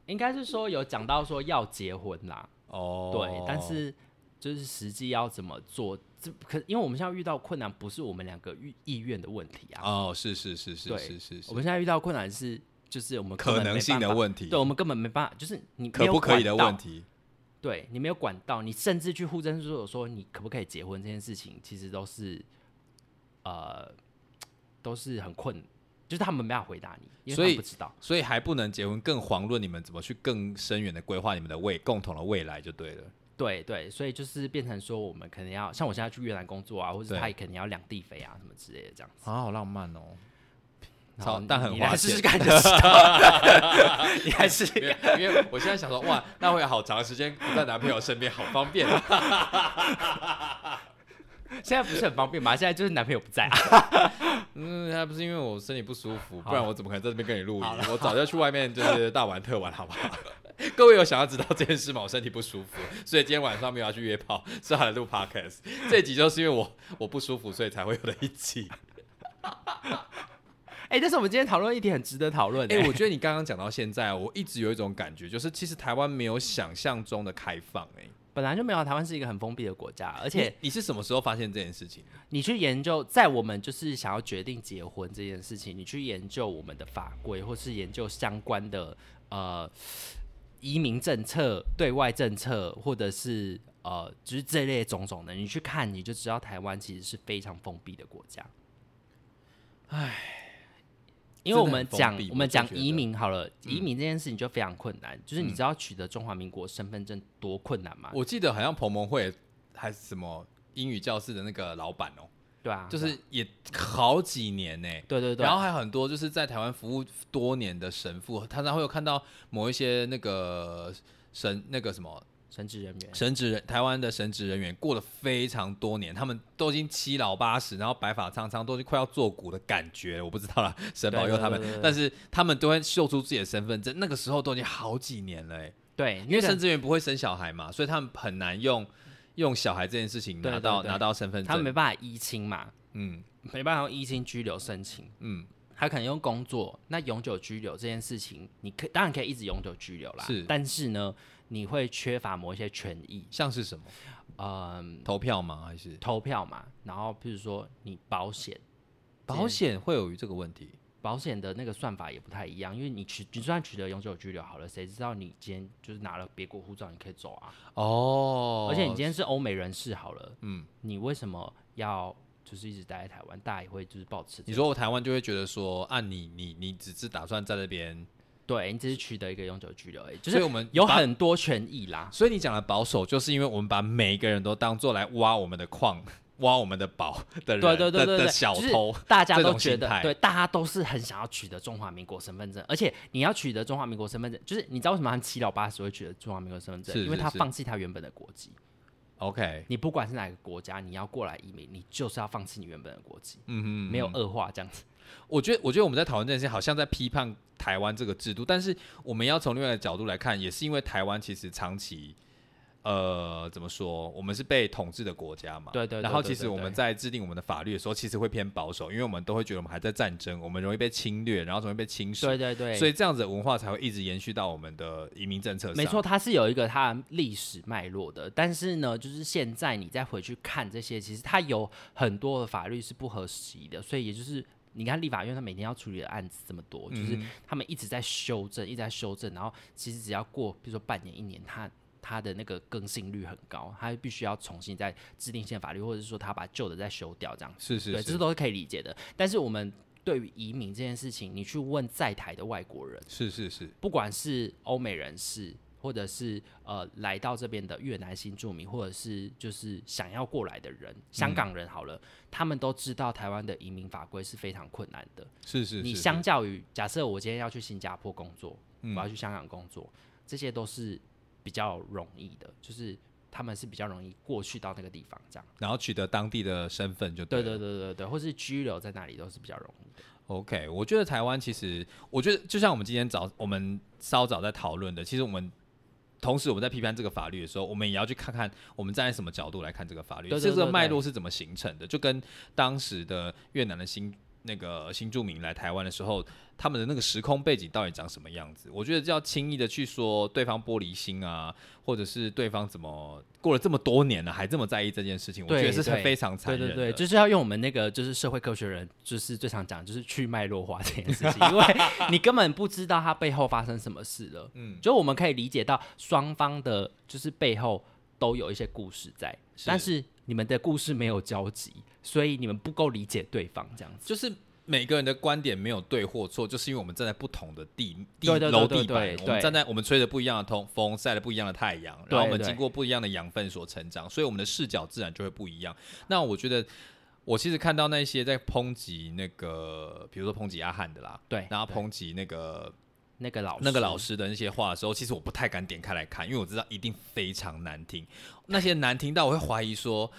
Speaker 2: 应该是说有讲到说要结婚啦，
Speaker 1: 哦
Speaker 2: 对，但是就是实际要怎么做，这可因为我们现在遇到困难不是我们两个意意愿的问题啊，
Speaker 1: 哦，是是是是
Speaker 2: 对
Speaker 1: 是是是
Speaker 2: 我，们现在遇到困难是就是我们根
Speaker 1: 可
Speaker 2: 本没
Speaker 1: 能性的
Speaker 2: 办法
Speaker 1: 问题
Speaker 2: 对，我们根本没办法，就是你没
Speaker 1: 可
Speaker 2: 有
Speaker 1: 不可以的
Speaker 2: 管到
Speaker 1: 问题，
Speaker 2: 对你没有管到，你甚至去户政事务所说你可不可以结婚这件事情，其实都是呃都是很困，就是他们没办法回答你，因为他
Speaker 1: 所以
Speaker 2: 们不知道。
Speaker 1: 所以还不能结婚，更遑论你们怎么去更深远的规划你们的未共同的未来就对了。
Speaker 2: 对对，所以就是变成说我们可能要像我现在去越南工作啊，或者
Speaker 1: 对
Speaker 2: 是他也可能要两地飞啊什么之类的这样子。
Speaker 1: 啊，好浪漫哦，
Speaker 2: 然
Speaker 1: 超
Speaker 2: 后
Speaker 1: 但
Speaker 2: 你
Speaker 1: 很
Speaker 2: 你
Speaker 1: 花
Speaker 2: 来试
Speaker 1: 钱
Speaker 2: 试看就知道， 你还是
Speaker 1: 因为因为我现在想说，哇，那会有好长时间不在男朋友身边，好方便啊。
Speaker 2: 现在不是很方便嘛？现在就是男朋友不在啊。
Speaker 1: 嗯，还不是因为我身体不舒服，
Speaker 2: 好
Speaker 1: 不然我怎么可能在这边跟你录音？我早就去外面就是大玩特玩，好不好？ 各位有想要知道这件事吗？我身体不舒服，所以今天晚上没有要去约炮，是要来录 podcast。这集就是因为我我不舒服，所以才会有的一集。
Speaker 2: 哎、但是我们今天讨论议题很值得讨论、
Speaker 1: 哎、
Speaker 2: 欸。
Speaker 1: 我觉得你刚刚讲到现在，我一直有一种感觉，就是其实台湾没有想象中的开放、哎，
Speaker 2: 本来就没有，台湾是一个很封闭的国家，而且
Speaker 1: 你是什么时候发现这件事情？
Speaker 2: 你去研究，在我们就是想要决定结婚这件事情，你去研究我们的法规，或是研究相关的呃移民政策、对外政策，或者是呃就是这类种种的，你去看你就知道台湾其实是非常封闭的国家。因为我们
Speaker 1: 真的很
Speaker 2: 讲
Speaker 1: 封闭
Speaker 2: 我们讲
Speaker 1: 我就觉得嗯
Speaker 2: 移民好了，移民这件事情就非常困难，就是你知道取得中华民国身份证多困难吗？
Speaker 1: 我记得好像彭蒙会还是什么英语教室的那个老板哦、
Speaker 2: 对啊，
Speaker 1: 就是也好几年呢、
Speaker 2: 对对对，
Speaker 1: 然后还有很多就是在台湾服务多年的神父，常常会有看到某一些那个神那个什么
Speaker 2: 神职人员。
Speaker 1: 神职人，台湾的神职人员过了非常多年，他们都已经七老八十，然后白发苍苍，都是快要做骨的感觉了。我不知道啦，神保佑他们，
Speaker 2: 对对对对
Speaker 1: 但是他们都会秀出自己的身份证，那个时候都已经好几年了、欸，
Speaker 2: 对，
Speaker 1: 因为
Speaker 2: 那个
Speaker 1: 神职员不会生小孩嘛，所以他们很难用用小孩这件事情
Speaker 2: 对
Speaker 1: 拿到
Speaker 2: 对对
Speaker 1: 拿到身份证。
Speaker 2: 他们没办法依亲嘛，
Speaker 1: 嗯
Speaker 2: 没办法用依亲居留申请，
Speaker 1: 嗯，
Speaker 2: 他可能用工作。那永久居留这件事情，你可当然可以一直永久居留啦，
Speaker 1: 是
Speaker 2: 但是呢，你会缺乏某一些权益，
Speaker 1: 像是什么
Speaker 2: 嗯，
Speaker 1: 投票吗？还是
Speaker 2: 投票嘛，然后譬如说你保险，
Speaker 1: 保险会有这个问题？
Speaker 2: 保险的那个算法也不太一样，因为你取你就算取得永久居留好了，谁知道你今天就是拿了别国护照，你可以走啊，
Speaker 1: 哦，
Speaker 2: 而且你今天是欧美人士好了，
Speaker 1: 嗯，
Speaker 2: 你为什么要就是一直待在台湾？大家也会就是保持这
Speaker 1: 你说我台湾就会觉得说，啊，你你你只是打算在那边，
Speaker 2: 对你只是取得一个永久居留而已，就
Speaker 1: 所以
Speaker 2: 是
Speaker 1: 我们
Speaker 2: 有
Speaker 1: 把
Speaker 2: 很多权益啦。
Speaker 1: 所以你讲的保守，就是因为我们把每一个人都当做来挖我们的矿、 挖我们的宝的人
Speaker 2: 对对对
Speaker 1: 的的
Speaker 2: 对对，
Speaker 1: 小
Speaker 2: 就是
Speaker 1: 偷，
Speaker 2: 大家
Speaker 1: 这
Speaker 2: 都
Speaker 1: 种
Speaker 2: 觉
Speaker 1: 心
Speaker 2: 得
Speaker 1: 态
Speaker 2: 对，大家都是很想要取得中华民国身份证，而且你要取得中华民国身份证，就是你知道为什么他们七老八十会取得中华民国身份证，
Speaker 1: 是
Speaker 2: 因为
Speaker 1: 是
Speaker 2: 他
Speaker 1: 是
Speaker 2: 放弃他原本的国籍。
Speaker 1: OK，
Speaker 2: 你不管是哪个国家，你要过来移民，你就是要放弃你原本的国籍，
Speaker 1: 嗯哼。
Speaker 2: 没有恶化这样子。
Speaker 1: 我觉得，我觉得我们在讨论这件事，情，好像在批判台湾这个制度，但是我们要从另外一个角度来看，也是因为台湾其实长期，呃，怎么说，我们是被统治的国家嘛，
Speaker 2: 对对对
Speaker 1: 然后
Speaker 2: 对
Speaker 1: 其
Speaker 2: 对
Speaker 1: 实我们
Speaker 2: 对
Speaker 1: 在制定我们的法律的时候，其实会偏保守，因为我们都会觉得我们还在战争，我们容易被侵略，然后容易被侵蚀，
Speaker 2: 对对对，
Speaker 1: 所以这样子的文化才会一直延续到我们的移民政策上。
Speaker 2: 没错，它是有一个它的历史脉络的，但是呢，就是现在你再回去看这些，其实它有很多的法律是不合时宜的，所以也就是你看立法院它每天要处理的案子这么
Speaker 1: 嗯
Speaker 2: 多，就是他们一直在修正，一直在修正，然后其实只要过比如说半年一年，它它的那个更新率很高，它必须要重新再制定宪法律，或者是说它把旧的再修掉这样子。
Speaker 1: 是是
Speaker 2: 对，这
Speaker 1: 是
Speaker 2: 都是可以理解的。但是我们对于移民这件事情，你去问在台的外国人，
Speaker 1: 是是是，
Speaker 2: 不管是欧美人士，或者是呃来到这边的越南新住民，或者是就是想要过来的人，香港人好了，他们都知道台湾的移民法规是非常困难的。
Speaker 1: 是是，
Speaker 2: 你
Speaker 1: 是
Speaker 2: 相较于假设我今天要去新加坡工作，
Speaker 1: 嗯
Speaker 2: 我要去香港工作，这些都是比较容易的，就是他们是比较容易过去到那个地方这样。
Speaker 1: 然后取得当地的身份就
Speaker 2: 对
Speaker 1: 了
Speaker 2: 对对对对，或是居留在那里都是比较容易的。
Speaker 1: OK，我觉得台湾其实，我觉得就像我们今天早我们稍早在讨论的，其实我们同时我们在批判这个法律的时候，我们也要去看看我们站在什么角度来看这个法律，
Speaker 2: 对对
Speaker 1: 这
Speaker 2: 对
Speaker 1: 个
Speaker 2: 对
Speaker 1: 脉络是怎么形成的，就跟当时的越南的新那个新住民来台湾的时候，他们的那个时空背景到底长什么样子？我觉得要轻易的去说对方玻璃心啊，或者是对方怎么过了这么多年了还这么在意这件事情，我觉
Speaker 2: 对
Speaker 1: 得是
Speaker 2: 对
Speaker 1: 非常残
Speaker 2: 对
Speaker 1: 忍
Speaker 2: 对
Speaker 1: 的。
Speaker 2: 对，就是要用我们那个就是社会科学人就是最常讲就是去脉络化这件事情，因为你根本不知道它背后发生什么事了。
Speaker 1: 嗯，
Speaker 2: 就我们可以理解到双方的，就是背后都有一些故事在，
Speaker 1: 是
Speaker 2: 但是你们的故事没有交集，所以你们不够理解对方这样子。
Speaker 1: 就是每个人的观点没有对或错，就是因为我们站在不同的地地
Speaker 2: 对对对
Speaker 1: 楼
Speaker 2: 对
Speaker 1: 地板
Speaker 2: 对，
Speaker 1: 我们
Speaker 2: 对
Speaker 1: 站在我们吹着不一样的通风，晒了不一样的太阳，然
Speaker 2: 对
Speaker 1: 后我们
Speaker 2: 对
Speaker 1: 经过不一样的养分所成长，所以我们的视角自然就会不一样。那我觉得。我其实看到那些在抨击那个，比如说抨击阿汉的啦，
Speaker 2: 对
Speaker 1: 然后
Speaker 2: 对
Speaker 1: 抨击那个
Speaker 2: 那个老师，
Speaker 1: 那个老，师的那些话的时候，其实我不太敢点开来看，因为我知道一定非常难听，那些难听到我会怀疑说，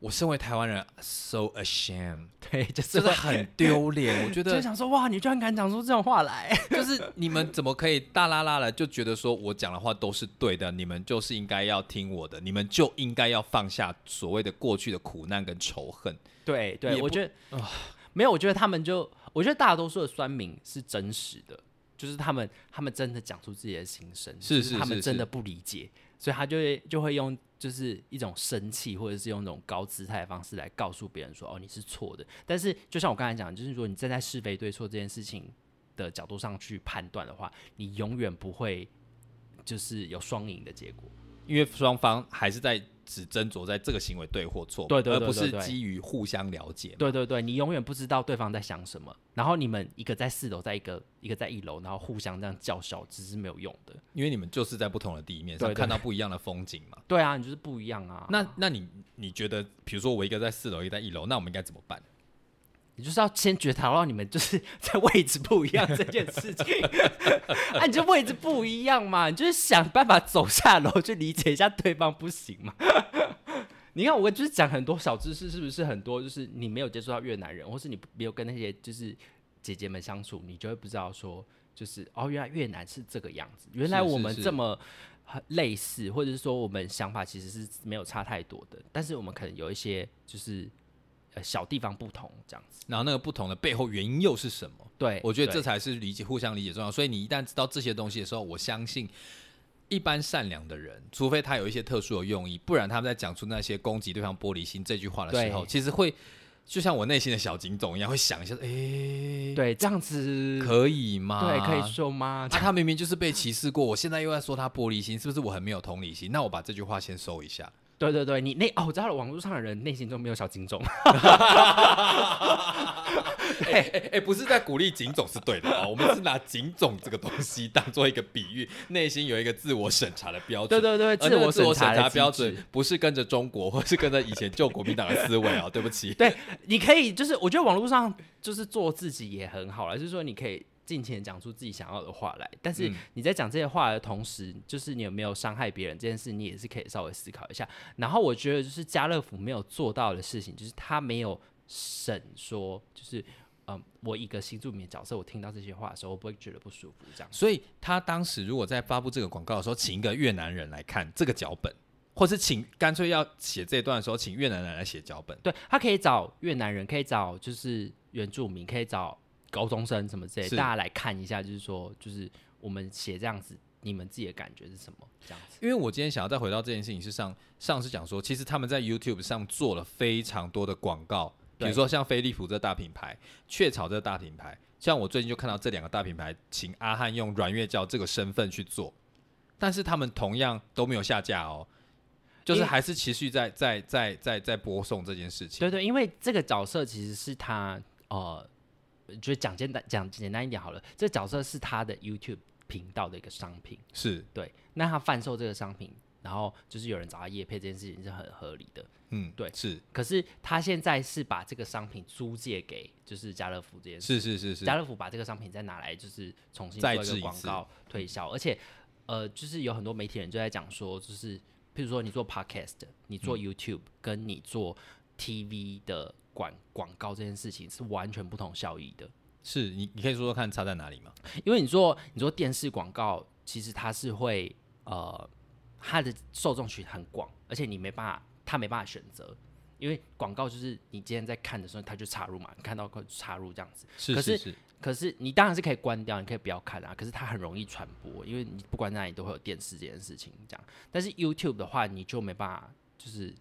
Speaker 1: 我身为台湾人，so ashamed，
Speaker 2: 对，就是
Speaker 1: 真的
Speaker 2: 会
Speaker 1: 很丢脸。我 觉
Speaker 2: 就
Speaker 1: 得
Speaker 2: 想说哇，你居然敢讲出这种话 来，
Speaker 1: 就是你们怎么可以大啦啦的就觉得说我讲的话都是对的，你们就是应该要听我的，你们就应该要放下所谓的过去的苦难跟仇恨。
Speaker 2: 对
Speaker 1: 也
Speaker 2: 对，
Speaker 1: 不啊
Speaker 2: 我觉得、没有，我觉得他们就，我觉得大多数的酸民是真实的，就是他们他们真的讲出自己的心声，
Speaker 1: 是
Speaker 2: 就是他
Speaker 1: 是
Speaker 2: 们
Speaker 1: 是
Speaker 2: 真的不理解，所以他就会就会用就是一种生气或者是用那种高姿态的方式来告诉别人说哦你是错的，但是就像我刚才讲，就是如果你站在是非对错这件事情的角度上去判断的话，你永远不会就是有双赢的结果。
Speaker 1: 因为双方还是在只斟酌在这个行为对或错，
Speaker 2: 对对对
Speaker 1: 而不是
Speaker 2: 对对
Speaker 1: 基于互相了解。
Speaker 2: 对对对，你永远不知道对方在想什么，然后你们一个在四楼，在一个一个在一楼，然后互相这样叫嚣，只是没有用的。
Speaker 1: 因为你们就是在不同的地面
Speaker 2: 对
Speaker 1: 上
Speaker 2: 对
Speaker 1: 看到不一样的风景嘛。
Speaker 2: 对啊，你就是不一样啊。
Speaker 1: 那那你你觉得，比如说我一个在四楼，一个在一楼，那我们应该怎么办？
Speaker 2: 你就是要先觉察到你们就是 在位置不一样这件事情， 啊，你就位置不一样嘛，你就是想办法走下楼去理解一下对方，不行吗？ 你看，我就是讲很多小知识，是不是很多？就是你没有接触到越南人，或是你没有跟那些就是姐姐们相处，你就会不知道说，就是哦，原来越南是这个样子，原来
Speaker 1: 是是
Speaker 2: 我们
Speaker 1: 是
Speaker 2: 这么很类似，或者是说我们想法其实是没有差太多的，但是我们可能有一些就是呃小地方不同这样子。
Speaker 1: 然后那个不同的背后原因又是什么？
Speaker 2: 对，
Speaker 1: 我觉得这
Speaker 2: 哎对
Speaker 1: 才是理解互相理解重要。所以你一旦知道这些东西的时候，我相信一般善良的人，除非他有一些特殊的用意，不然他们在讲出那些攻击对方玻璃心这句话的时候，
Speaker 2: 对
Speaker 1: 其实会就像我内心的小警总一样，会想一下，诶，
Speaker 2: 对这样子，
Speaker 1: 可以吗？
Speaker 2: 嗯对，可以。说吗？
Speaker 1: 啊、他明明就是被歧视过，我现在又在说他玻璃心，是不是我很没有同理心？那我把这句话先收一下。
Speaker 2: 对对对，你内哦，我知道了，网络上的人内心中没有小警钟，
Speaker 1: 哎哎哎，不是在鼓励警总是对的啊、我们是拿警总这个东西当做一个比喻，内心有一个自我审查的标准
Speaker 2: 对。对对，
Speaker 1: 而
Speaker 2: 自
Speaker 1: 那呃个自我
Speaker 2: 审
Speaker 1: 审
Speaker 2: 查
Speaker 1: 查
Speaker 2: 的
Speaker 1: 标
Speaker 2: 机制
Speaker 1: 准。不是跟着中国，或是跟着以前旧国民党的思维哦， 对不起。
Speaker 2: 对，你可以就是，我觉得网络上就是做自己也很好了，就是说你可以尽情地讲出自己想要的话来，但是
Speaker 1: 嗯
Speaker 2: 你在讲这些话的同时，就是你有没有伤害别人这件事，你也是可以稍微思考一下。然后我觉得就是家乐福没有做到的事情，就是他没有审说，就是嗯，我一个新住民的角色，我听到这些话的时候，我不会觉得不舒服这样。
Speaker 1: 所以他当时如果在发布这个广告的时候，请一个越南人来看这个脚本，或是请干脆要写这一段的时候，请越南人来写脚本。
Speaker 2: 对他可以找越南人，可以找就是原住民，可以找高中生什么之类
Speaker 1: 是
Speaker 2: 的，大家来看一下，就是说，就是我们写这样子，你们自己的感觉是什么？这样子，
Speaker 1: 因为我今天想要再回到这件事情是上上次讲说，其实他们在 YouTube 上做了非常多的广告，比
Speaker 2: 对
Speaker 1: 如说像飞利浦这大品牌、雀巢这大品牌，像我最近就看到这两个大品牌请阿汉用阮月娇这个身份去做，但是他们同样都没有下架哦，就是
Speaker 2: 因为
Speaker 1: 还是持续在在在在在播送这件事情。
Speaker 2: 对对，因为这个角色其实是他呃，就讲简单讲简单一点好了，这个角色是他的 YouTube 频道的一个商品，
Speaker 1: 是，
Speaker 2: 对，那他贩售这个商品，然后就是有人找他叶配这件事情是很合理的，
Speaker 1: 嗯，
Speaker 2: 对
Speaker 1: 是
Speaker 2: 可是他现在是把这个商品租借给就是家乐福这件
Speaker 1: 是
Speaker 2: 事，
Speaker 1: 是是是
Speaker 2: 家，乐福把这个商品再拿来就是重新做
Speaker 1: 再
Speaker 2: 一
Speaker 1: 制
Speaker 2: 个
Speaker 1: 一
Speaker 2: 广
Speaker 1: 次
Speaker 2: 告推销，而且呃，就是有很多媒体人就在讲说，就是譬如说你做 podcast，你做
Speaker 1: 嗯
Speaker 2: YouTube，、跟你做 TV 的广广告这件事情是完全不同效益的，
Speaker 1: 是你你可以说说看差在哪里吗？
Speaker 2: 因为你做你做电视广告，其实它是会呃，它的受众群很广，而且你没办法，它没办法选择，因为广告就是你今天在看的时候，它就插入嘛，你看到它就插入这样子。
Speaker 1: 是
Speaker 2: 可
Speaker 1: 是
Speaker 2: 是
Speaker 1: 是，
Speaker 2: 可是你当然是可以关掉，你可以不要看啊，可是它很容易传播，因为你不管在哪里都会有电视这件事情这样。但是 YouTube 的话，你就没办法，就是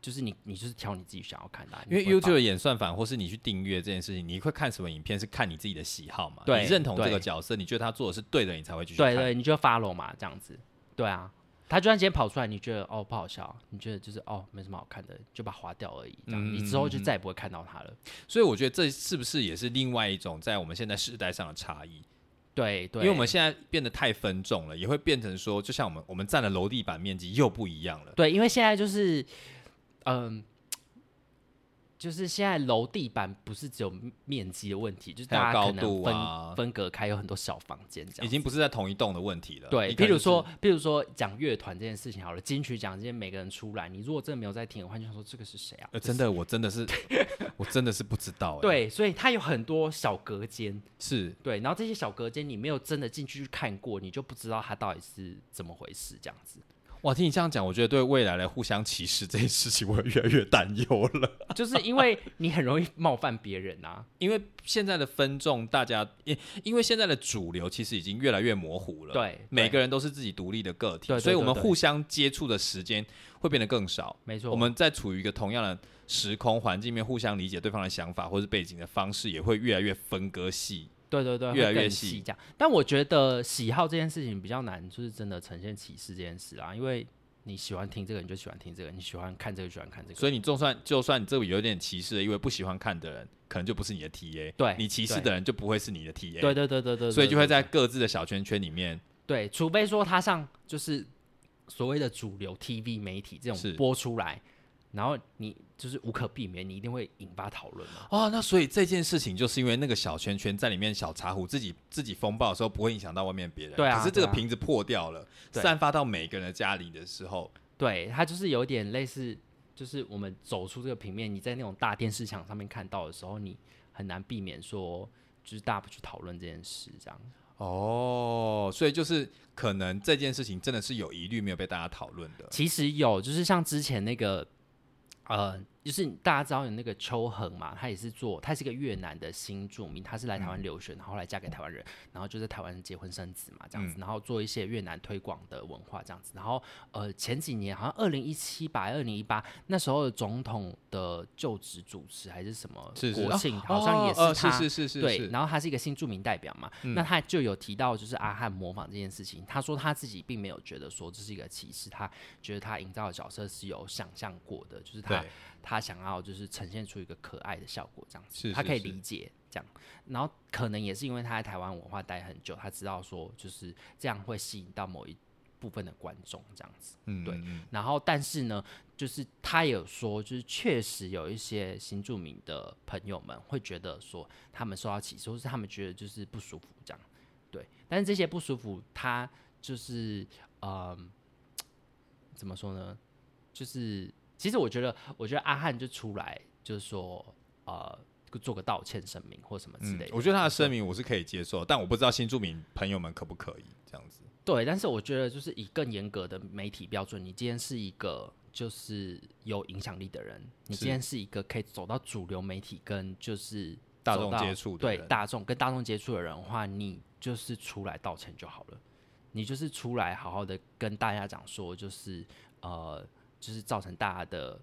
Speaker 2: 就是你你就是挑你自己想要看的啊、
Speaker 1: 因为
Speaker 2: 你不会
Speaker 1: YouTube 的演算法或是你去订阅这件事情，你会看什么影片是看你自己的喜好嘛？
Speaker 2: 对
Speaker 1: 你认同这个
Speaker 2: 对
Speaker 1: 角色，你觉得他做的是对的，你才会继续看。
Speaker 2: 对对，你就 follow 嘛，这样子。对啊，他就算今天跑出来，你觉得哦不好笑，你觉得就是哦没什么好看的，就把它划掉而已。这样，你之后
Speaker 1: 嗯
Speaker 2: 就再也不会看到他了。
Speaker 1: 所以我觉得这是不是也是另外一种在我们现在世代上的差异？
Speaker 2: 对对，
Speaker 1: 因为我们现在变得太分众了，也会变成说，就像我们我们占的楼地板面积又不一样了。
Speaker 2: 对，因为现在就是嗯。就是现在楼地板不是只有面积的问题，就是
Speaker 1: 还有
Speaker 2: 大家可
Speaker 1: 高度
Speaker 2: 能分、
Speaker 1: 啊
Speaker 2: 分隔开有很多小房间这样子。
Speaker 1: 已经不是在同一栋的问题了。
Speaker 2: 对，
Speaker 1: 你可
Speaker 2: 譬
Speaker 1: 能
Speaker 2: 如说，譬如说讲乐团这件事情好了，金曲奖今天每个人出来，你如果真的没有在听的话，你就想说这个是谁啊？
Speaker 1: 是，呃，真的，我真的 是，我真的是不知道、欸。，
Speaker 2: 对，所以它有很多小隔间，
Speaker 1: 是
Speaker 2: 对，然后这些小隔间你没有真的进去看过，你就不知道它到底是怎么回事，这样子。
Speaker 1: 哇，听你这样讲，我觉得对未来的互相歧视这件事情，我越来越担忧了。
Speaker 2: 就是因为你很容易冒犯别人 啊，
Speaker 1: 因为现在的分众，大家因因为现在的主流其实已经越来越模糊了。。
Speaker 2: 对，
Speaker 1: 每个
Speaker 2: 人
Speaker 1: 人都是自己独立的个体，
Speaker 2: 对对
Speaker 1: 所以我们
Speaker 2: 对对
Speaker 1: 互相接触的时间会变得更少。
Speaker 2: 没错，
Speaker 1: 我们在处于一个同样的时空环境里面，互相理解对方的想法或是背景的方式，也会越来越分割细。
Speaker 2: 对对对，
Speaker 1: 越来
Speaker 2: 会更
Speaker 1: 越细
Speaker 2: 细这样。但我觉得喜好这件事情比较难，就是真的呈现歧视这件事啦，因为你喜欢听这个你就喜欢听这个，你喜欢看这个就喜欢看这个，
Speaker 1: 所
Speaker 2: 以
Speaker 1: 以你就算就算你这里有点歧视的意味，不喜欢看的人，可能就不是你的 TA。
Speaker 2: 对
Speaker 1: 你歧视的人就不会是你的 TA。
Speaker 2: 对对对对对对，
Speaker 1: 所以就会
Speaker 2: 对
Speaker 1: 在各自的小圈圈里面。
Speaker 2: 对，除非说他上就是所谓的主流 TV 媒体这
Speaker 1: 是
Speaker 2: 种播出来，然后你就是无可避免，你一定会引发讨论嘛。
Speaker 1: 哦，那所以这件事情就是因为那个小圈圈在里面小茶壶自己自己风暴的时候不会影响到外面别人，
Speaker 2: 对啊
Speaker 1: 可是这个
Speaker 2: 对啊
Speaker 1: 瓶子破掉了，
Speaker 2: 对
Speaker 1: 散发到每个人的家里的时候，
Speaker 2: 对，它就是有点类似，就是我们走出这个平面，你在那种大电视墙上面看到的时候，你很难避免说就是大家不去讨论这件事这样。
Speaker 1: 哦，所以就是可能这件事情真的是有疑虑没有被大家讨论的。
Speaker 2: 其实有，就是像之前那个，呃，就是大家知道有那个秋恒嘛，他也是做，他是一个越南的新住民，他是来台湾留学，然后来嫁给台湾人，然后就在台湾结婚生子嘛，这
Speaker 1: 嗯
Speaker 2: 样子，然后做一些越南推广的文化这样子，然后呃前几年好像二零一七吧，二零一八那时候的总统的就职主持还是什么
Speaker 1: 是是
Speaker 2: 国庆，好像
Speaker 1: 哦
Speaker 2: 也
Speaker 1: 呃
Speaker 2: 他。
Speaker 1: 是是是是嗯
Speaker 2: 对，
Speaker 1: 是，
Speaker 2: 然后他是一个新著名代表嘛，那他就有提到就是阿汉模仿这件事情，他说他自己并没有觉得说这是一个歧视，他觉得他营造的角色是有想象过的，就是他
Speaker 1: 对
Speaker 2: 他想要就是呈现出一个可爱的效果这样子，
Speaker 1: 是是
Speaker 2: 他可以
Speaker 1: 是
Speaker 2: 理解这样，然后可能也是因为他在台湾文化待很久，他知道说就是这样会吸引到某一部分的观众这样子。
Speaker 1: 嗯
Speaker 2: 对
Speaker 1: 嗯嗯
Speaker 2: 然后，但是呢，就是他也有说，就是确实有一些新住民的朋友们会觉得说，他们受到歧视，或是他们觉得就是不舒服这样。对，但是这些不舒服，他就是嗯，怎么说呢？就是其实我觉得，我觉得阿汉就出来就是说，呃，做个道歉声明或什么之
Speaker 1: 嗯
Speaker 2: 类的。
Speaker 1: 我觉得他的声明我是可以接受，但我不知道新住民朋友们可不可以这样子。
Speaker 2: 对，但是我觉得就是以更严格的媒体标准，你今天是一个就是有影响力的人，你
Speaker 1: 是
Speaker 2: 今天是一个可以走到主流媒体跟就是
Speaker 1: 大
Speaker 2: 走
Speaker 1: 众
Speaker 2: 到
Speaker 1: 接触的
Speaker 2: 对
Speaker 1: 人
Speaker 2: 大众跟大众接触的人的话，你就是出来道歉就好了，你就是出来好好的跟大家讲说，就是呃，就是造成大家的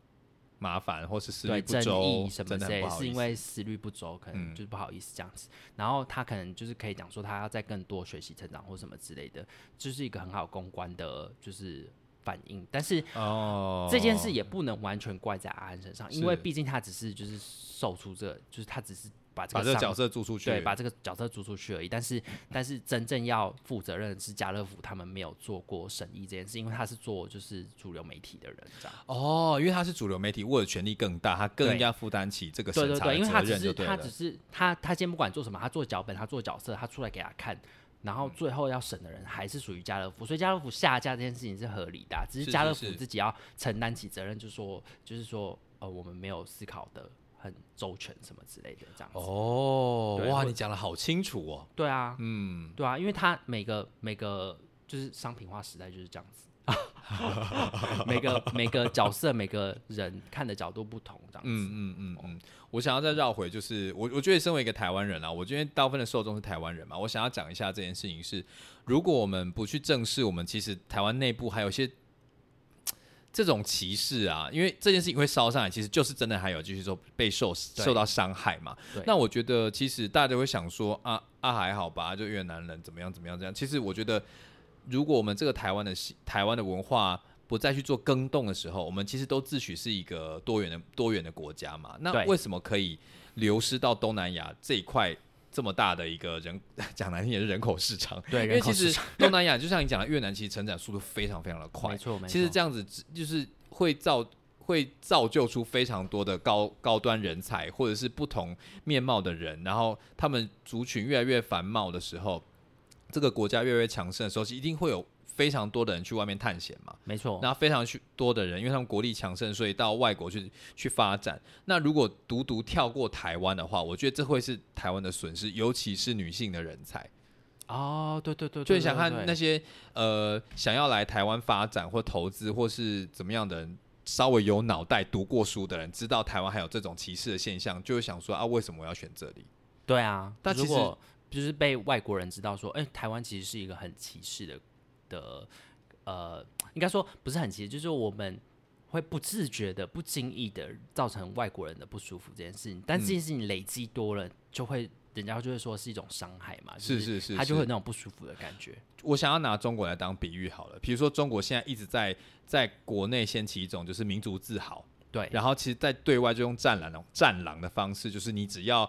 Speaker 1: 麻烦，或是思虑
Speaker 2: 对
Speaker 1: 不
Speaker 2: 争
Speaker 1: 周
Speaker 2: 议，什么
Speaker 1: 真的
Speaker 2: 之
Speaker 1: 很
Speaker 2: 类
Speaker 1: 不
Speaker 2: 的，
Speaker 1: 好
Speaker 2: 是
Speaker 1: 意
Speaker 2: 因
Speaker 1: 思。
Speaker 2: 为思虑不周，可
Speaker 1: 嗯
Speaker 2: 能就是不好意思这样子。然后他可能就是可以讲说，他要再更多学习成长或什么之类的，就是一个很好公关的，就是反应。但是
Speaker 1: 哦，
Speaker 2: 这件事也不能完全怪在阿安身上，因为
Speaker 1: 是
Speaker 2: 毕竟他只是就是售出这，就是他只是把这
Speaker 1: 把
Speaker 2: 个
Speaker 1: 这个
Speaker 2: 上
Speaker 1: 角色租出去，
Speaker 2: 对，把这个角色租出去而已。但是，但是真正要负责任的是家乐福，他们没有做过审议这件事，因为他是做就是主流媒体的人，这样。
Speaker 1: 哦，因为他是主流媒体，握的权力更大，他更
Speaker 2: 对
Speaker 1: 应该负担起这个
Speaker 2: 对
Speaker 1: 审
Speaker 2: 对
Speaker 1: 查的
Speaker 2: 对，因为他
Speaker 1: 责
Speaker 2: 只
Speaker 1: 任，就是对
Speaker 2: 他
Speaker 1: 了。
Speaker 2: 只是他他先不管做什么，他做脚本，他做角色，他出来给他看，然
Speaker 1: 嗯
Speaker 2: 后最后要审的人还是属于家乐福，所以家乐福下架这件事情是合理的啊、
Speaker 1: 是
Speaker 2: 只
Speaker 1: 是
Speaker 2: 是家乐
Speaker 1: 是
Speaker 2: 福自己要承担起责任，就是说就是说呃我们没有思考的很周全什么之类的这样子。
Speaker 1: 哦，
Speaker 2: 对
Speaker 1: 哇，
Speaker 2: 我
Speaker 1: 你讲的好清楚哦，
Speaker 2: 对啊，
Speaker 1: 嗯，
Speaker 2: 对啊，因为它每个每个就是商品化时代就是这样 子，每个每个角色每个人看的角度不同，这样子。
Speaker 1: 嗯嗯嗯嗯，我想要再绕回，就是我我觉得身为一个台湾人啊，我觉得大部分的受众是台湾人嘛，我想要讲一下这件事情是，如果我们不去正视，我们其实台湾内部还有一些。这种歧视啊，因为这件事情会烧上来，其实就是真的还有继续说被受
Speaker 2: 对
Speaker 1: 受到伤害嘛
Speaker 2: 对。
Speaker 1: 那我觉得其实大家会想说啊啊还好吧，就越南人怎么样怎么样这样。其实我觉得，如果我们这个台湾的系台湾的文化不再去做更动的时候，我们其实都自诩是一个多元的多元的国家嘛。那
Speaker 2: 对
Speaker 1: 为什么可以流失到东南亚这一块这么大的一个人 讲难听也是人口市场？
Speaker 2: 对，
Speaker 1: 因
Speaker 2: 人
Speaker 1: 为
Speaker 2: 口
Speaker 1: 其
Speaker 2: 市
Speaker 1: 实
Speaker 2: 场
Speaker 1: 东南亚就像你讲的，越南其实成长速度非常非常的快
Speaker 2: 没，错没错。
Speaker 1: 其实这样子只就是会造会造就出非常多的高高端人才，或者是不同面貌的人，然后他们族群越来越繁茂的时候，这个国家越来越强盛的时候，是一定会有非常多的人去外面探险嘛。
Speaker 2: 没错，
Speaker 1: 然后非常去多的人，因为他们国力强盛，所以到外国去去发展。那如果独独跳过台湾的话，我觉得这会是台湾的损失，尤其是女性的人才。
Speaker 2: 哦，对对对，
Speaker 1: 就
Speaker 2: 对
Speaker 1: 你想
Speaker 2: 对
Speaker 1: 看
Speaker 2: 对
Speaker 1: 那些呃想要来台湾发展或投资或是怎么样的人，稍微有脑袋读过书的人，知道台湾还有这种歧视的现象，就会想说啊，为什么我要选这里？
Speaker 2: 对啊，
Speaker 1: 但
Speaker 2: 如
Speaker 1: 其实
Speaker 2: 果就是被外国人知道说，哎、台湾其实是一个很歧视的的，呃，应该说不是很歧视，就是我们会不自觉的、不经意的造成外国人的不舒服这件事情。但
Speaker 1: 嗯
Speaker 2: 这件事情累积多了，就会人家就会说是一种伤害嘛，就是
Speaker 1: 是是
Speaker 2: 他就是会有那种不舒服的感觉。
Speaker 1: 我想要拿中国来当比喻好了，比如说中国现在一直在在国内掀起一种就是民族自豪，
Speaker 2: 对，
Speaker 1: 然后其实，在对外就用战狼战狼的方式，就是你只要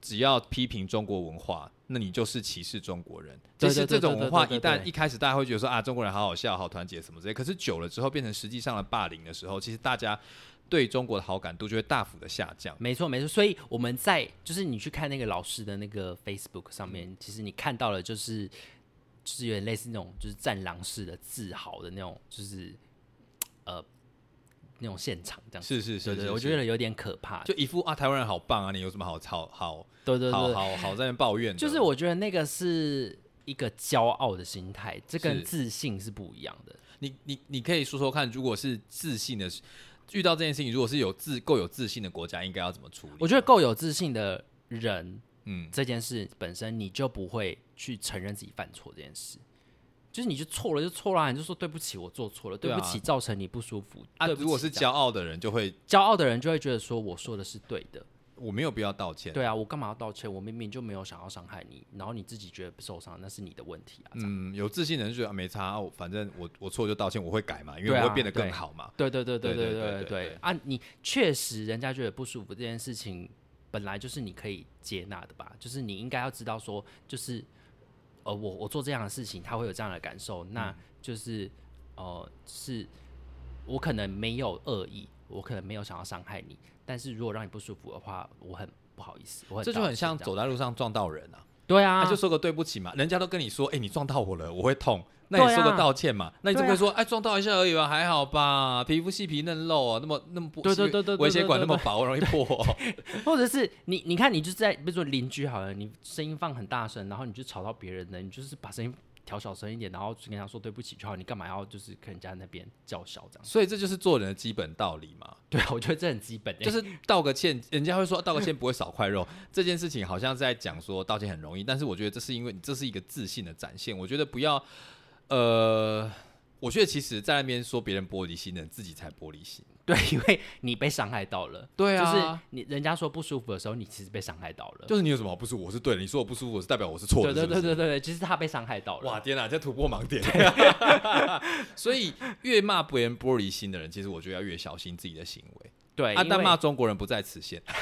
Speaker 1: 只要批评中国文化，那你就是歧视中国人。
Speaker 2: 对
Speaker 1: 其
Speaker 2: 对
Speaker 1: 实这
Speaker 2: 对
Speaker 1: 种
Speaker 2: 对
Speaker 1: 文
Speaker 2: 对
Speaker 1: 化
Speaker 2: 对
Speaker 1: 一
Speaker 2: 对
Speaker 1: 旦一开始大家会觉得说啊，中国人好好笑、好团结什么之类，可是久了之后变成实际上的霸凌的时候，其实大家对中国的好感度就会大幅的下降。
Speaker 2: 没错，没错。所以我们在就是你去看那个老师的那个 Facebook 上面，其实你看到了就是就是有点类似那种就是战狼式的自豪的那种，就是呃那种现场这样子。
Speaker 1: 是是是
Speaker 2: 对对
Speaker 1: 是
Speaker 2: 对，我
Speaker 1: 是
Speaker 2: 觉得有点可怕。
Speaker 1: 就一副啊，台湾人好棒啊，你有什么好好好
Speaker 2: 对对
Speaker 1: 好
Speaker 2: 对，
Speaker 1: 好好在那边抱怨的？
Speaker 2: 就是我觉得那个是一个骄傲的心态，这跟
Speaker 1: 是
Speaker 2: 自信是不一样的。
Speaker 1: 你你你可以说说看，如果是自信的，遇到这件事情，如果是有自够有自信的国家，应该要怎么处理？
Speaker 2: 我觉得够有自信的人
Speaker 1: 嗯。
Speaker 2: 这件事本身，你就不会去承认自己犯错这件事。就是你就错了就错了啊，你就说对不起，我做错了，
Speaker 1: 对
Speaker 2: 对
Speaker 1: 啊
Speaker 2: 不起，造成你不舒服。
Speaker 1: 啊，
Speaker 2: 对不起
Speaker 1: 如果是
Speaker 2: 这样
Speaker 1: 骄傲的人，就会
Speaker 2: 骄傲的人，就会觉得说我说的是对的，
Speaker 1: 我没有必要道歉。
Speaker 2: 对啊，我干嘛要道歉？我明明就没有想要伤害你，然后你自己觉得受伤，那是你的问题啊。这样
Speaker 1: 嗯，有自信的人就觉得、啊、没差，我反正我我错就道歉，我会改嘛，因为
Speaker 2: 对啊
Speaker 1: 我会变得更好嘛。
Speaker 2: 对对对对
Speaker 1: 对
Speaker 2: 对
Speaker 1: 对
Speaker 2: 对
Speaker 1: 对
Speaker 2: 对
Speaker 1: 对
Speaker 2: 对啊！你确实人家觉得不舒服这件事情，本来就是你可以接纳的吧？就是你应该要知道说，就是呃，我我做这样的事情，他会有这样的感受，
Speaker 1: 嗯
Speaker 2: 那就是呃，是我可能没有恶意，我可能没有想要伤害你，但是如果让你不舒服的话，我很不好意思，我很
Speaker 1: 这就
Speaker 2: 道
Speaker 1: 很
Speaker 2: 歉
Speaker 1: 像
Speaker 2: 这样
Speaker 1: 走在路上撞到人啊，
Speaker 2: 对
Speaker 1: 他、
Speaker 2: 啊，
Speaker 1: 就说个对不起嘛，人家都跟你说，哎、你撞到我了，我会痛，那
Speaker 2: 对
Speaker 1: 你
Speaker 2: 啊
Speaker 1: 说个道歉嘛，那你怎么
Speaker 2: 对
Speaker 1: 会说，
Speaker 2: 啊
Speaker 1: 哎、撞到一下而已吧，还好吧，皮肤细皮嫩肉啊，那么那么不，
Speaker 2: 对对对对对
Speaker 1: 微血管那么
Speaker 2: 对对
Speaker 1: 薄，容易破、
Speaker 2: 或者是你，你看，你就是在，比如说邻居好了，你声音放很大声，然后你就吵到别人了，你就是把声音调小声一点，然后就跟他说对不起就好，你干嘛要就是跟人家那边叫嚣这样？
Speaker 1: 所以这就是做人的基本道理嘛，
Speaker 2: 对啊，我觉得这很基本、欸，
Speaker 1: 就是道个歉，人家会说道个歉不会少块 肉，这件事情好像是在讲说道歉很容易，但是我觉得这是因为你这是一个自信的展现，我觉得不要呃我觉得其实，在那边说别人玻璃心的，自己才玻璃心。
Speaker 2: 对，因为你被伤害到了，
Speaker 1: 对啊
Speaker 2: 就是你人家说不舒服的时候，你其实被伤害到了。
Speaker 1: 就是你有什么好不舒服，我是对的；你说我不舒服，是代表我是错的。
Speaker 2: 对对
Speaker 1: 是不
Speaker 2: 对
Speaker 1: 是
Speaker 2: 对对对，其实他被伤害到了。
Speaker 1: 哇，天哪，这突破盲点！ 所以越骂别人玻璃心的人，其实我觉得要越小心自己的行为。
Speaker 2: 对，
Speaker 1: 啊，
Speaker 2: 因
Speaker 1: 但
Speaker 2: 为
Speaker 1: 骂中国人不在此限。
Speaker 2: 因为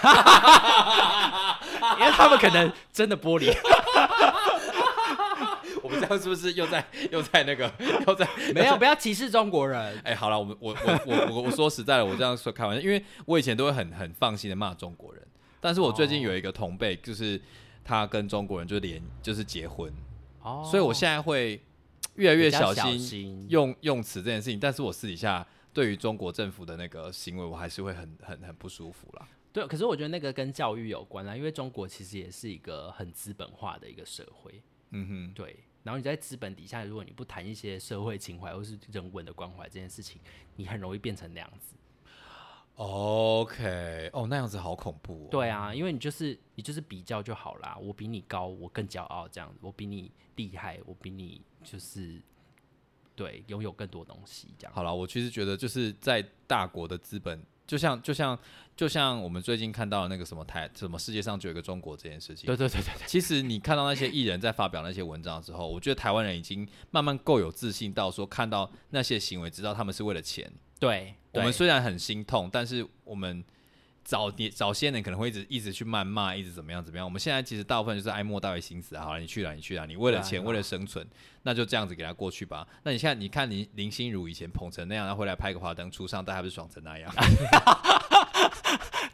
Speaker 2: 他们可能真的玻璃，
Speaker 1: 我们这样是不是又在又在那个又在
Speaker 2: 没有不要歧视中国人。
Speaker 1: 哎、好了，我们我我我我我说实在的，我这样说开玩笑，因为我以前都会很很放心的骂中国人，但是我最近有一个同辈，就是他跟中国人就连就是结婚，
Speaker 2: 哦
Speaker 1: 所以我现在会越来越
Speaker 2: 比较
Speaker 1: 小
Speaker 2: 小
Speaker 1: 心
Speaker 2: 心
Speaker 1: 用用词这件事情，但是我私底下对于中国政府的那个行为，我还是会很很很不舒服啦。
Speaker 2: 对，可是我觉得那个跟教育有关啊啦，因为中国其实也是一个很资本化的一个社会，
Speaker 1: 嗯哼，
Speaker 2: 对。然后你在资本底下，如果你不谈一些社会情怀或是人文的关怀这件事情，你很容易变成那样子。
Speaker 1: OK，哦，那样子好恐怖哦。
Speaker 2: 对啊，因为你就是你就是比较就好啦，我比你高，我更骄傲这样子，我比你厉害，我比你就是对拥有更多东西这样。
Speaker 1: 好了，我其实觉得就是在大国的资本，就像就像就像我们最近看到的那个什么台什么世界上只有一个中国这件事情
Speaker 2: 对，对对对对，
Speaker 1: 其实你看到那些艺人在发表那些文章之后，我觉得台湾人已经慢慢够有自信到说看到那些行为，知道他们是为了钱。
Speaker 2: 对，
Speaker 1: 我们
Speaker 2: 对
Speaker 1: 虽然很心痛，但是我们早年早些年可能会一直一直去谩骂，一直怎么样怎么样。我们现在其实大部分就是哀莫大于心死啊！好了，你去了，你去了，你为了
Speaker 2: 对啊
Speaker 1: 钱，
Speaker 2: 对啊
Speaker 1: 为了生存，那就这样子给他过去吧。那你现在你看林林心如以前捧成那样，然后回来拍个华灯初上，但还不是爽成 那样，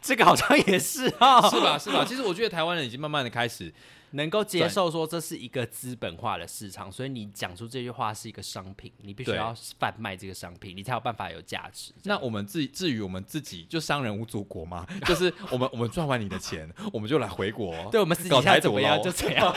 Speaker 2: 这个好像也是啊、
Speaker 1: 是吧？是吧？其实我觉得台湾人已经慢慢的开始，
Speaker 2: 能够接
Speaker 1: 对
Speaker 2: 受说这是一个资本化的市场，所以你讲出这句话是一个商品，你必须
Speaker 1: 对
Speaker 2: 要贩卖这个商品，你才有办法有价值。
Speaker 1: 那我们自至于我们自己就商人无祖国嘛， 就是我们我们赚完你的钱，我们就来回国，
Speaker 2: 对我们私
Speaker 1: 搞
Speaker 2: 底
Speaker 1: 台
Speaker 2: 下
Speaker 1: 独
Speaker 2: 怎么样
Speaker 1: 咯
Speaker 2: 就怎样，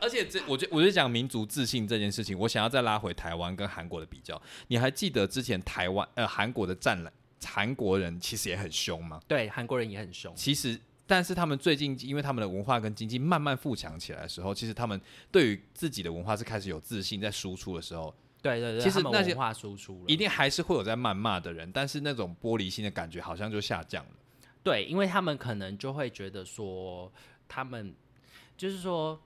Speaker 1: 而且这，我就我就讲民族自信这件事情，我想要再拉回台湾跟韩国的比较。你还记得之前台湾呃韩国的战狼，韩国人其实也很凶吗？
Speaker 2: 对韩国人也很凶，
Speaker 1: 其实，但是他们最近因为他们的文化跟经济慢慢富强起来的时候，其实他们对于自己的文化是开始有自信，在输出的时候，
Speaker 2: 对对对，
Speaker 1: 其实
Speaker 2: 他们
Speaker 1: 那些
Speaker 2: 文化输出了
Speaker 1: 一定还是会有在谩骂的人，但是那种玻璃心的感觉好像就下降了。
Speaker 2: 对，因为他们可能就会觉得说，他们就是说，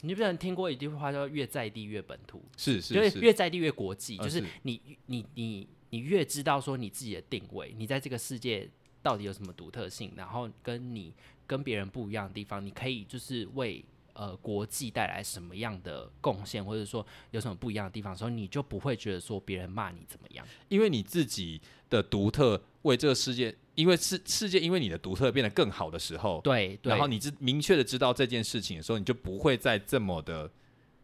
Speaker 2: 你不能听过一句话叫“越在地越本土”，
Speaker 1: 是是
Speaker 2: 就是
Speaker 1: 是，
Speaker 2: 越在地越国际，
Speaker 1: 呃
Speaker 2: 就是
Speaker 1: 是
Speaker 2: 你你你你越知道说你自己的定位，你在这个世界到底有什么独特性，然后跟你跟别人不一样的地方，你可以就是为呃国际带来什么样的贡献，或者说有什么不一样的地方的时候，你就不会觉得说别人骂你怎么样。
Speaker 1: 因为你自己的独特为这个世界，因为世世界因为你的独特变得更好的时候，
Speaker 2: 对对，
Speaker 1: 哦然后你知明确的知道这件事情的时候，你就不会再这么的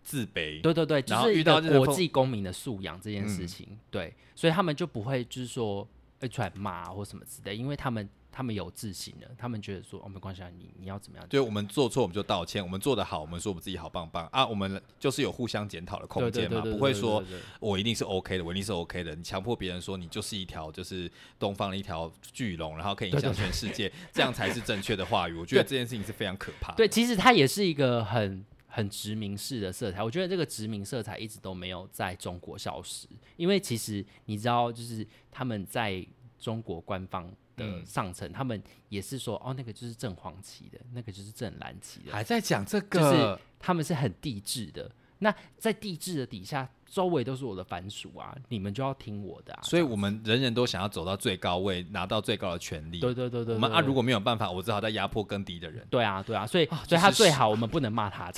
Speaker 1: 自卑。
Speaker 2: 对对对，就
Speaker 1: 然后
Speaker 2: 是
Speaker 1: 遇
Speaker 2: 一
Speaker 1: 到
Speaker 2: 个
Speaker 1: 这种
Speaker 2: 国
Speaker 1: 风嗯
Speaker 2: 际公民的素养这件事情，对，所以他们就不会就是说会出来骂或什么之类，因为他们他们有自信了，他们觉得说哦没关系啊，你你要怎么样
Speaker 1: 对，我们做错我们就道歉，我们做得好，我们说我们自己好棒棒啊，我们就是有互相检讨的空
Speaker 2: 对对
Speaker 1: 间
Speaker 2: 对
Speaker 1: 嘛，
Speaker 2: 对
Speaker 1: 不
Speaker 2: 对
Speaker 1: 会
Speaker 2: 对
Speaker 1: 说
Speaker 2: 对对对
Speaker 1: 我一定是 OK 的，我一定是 OK 的。你强迫别人说你就是一条就是东方的一条巨龙，然后可以影响全世 界，这样才是正确的话语。我觉得这件事情是非常可怕的。
Speaker 2: 对，其实它也是一个很很殖民式的色彩。我觉得这个殖民色彩一直都没有在中国消失，因为其实你知道，就是他们在中国官方
Speaker 1: 嗯
Speaker 2: 的上层，他们也是说哦，那个就是正黄旗的，那个就是正蓝旗的，
Speaker 1: 还在讲这
Speaker 2: 就是
Speaker 1: 个，
Speaker 2: 他们是很地质的。那在地质的底下，周围都是我的凡俗啊，你们就要听我的啊。
Speaker 1: 所以我们人人都想要走到最高位，拿到最高的权利。
Speaker 2: 对对对对，
Speaker 1: 我们
Speaker 2: 对
Speaker 1: 啊，
Speaker 2: 对
Speaker 1: 如果没有办法，我只好在压迫更低的人。
Speaker 2: 对啊对啊，所以、
Speaker 1: 啊
Speaker 2: 所
Speaker 1: 这
Speaker 2: 以
Speaker 1: 是
Speaker 2: 他最
Speaker 1: 实
Speaker 2: 好我们不能骂他，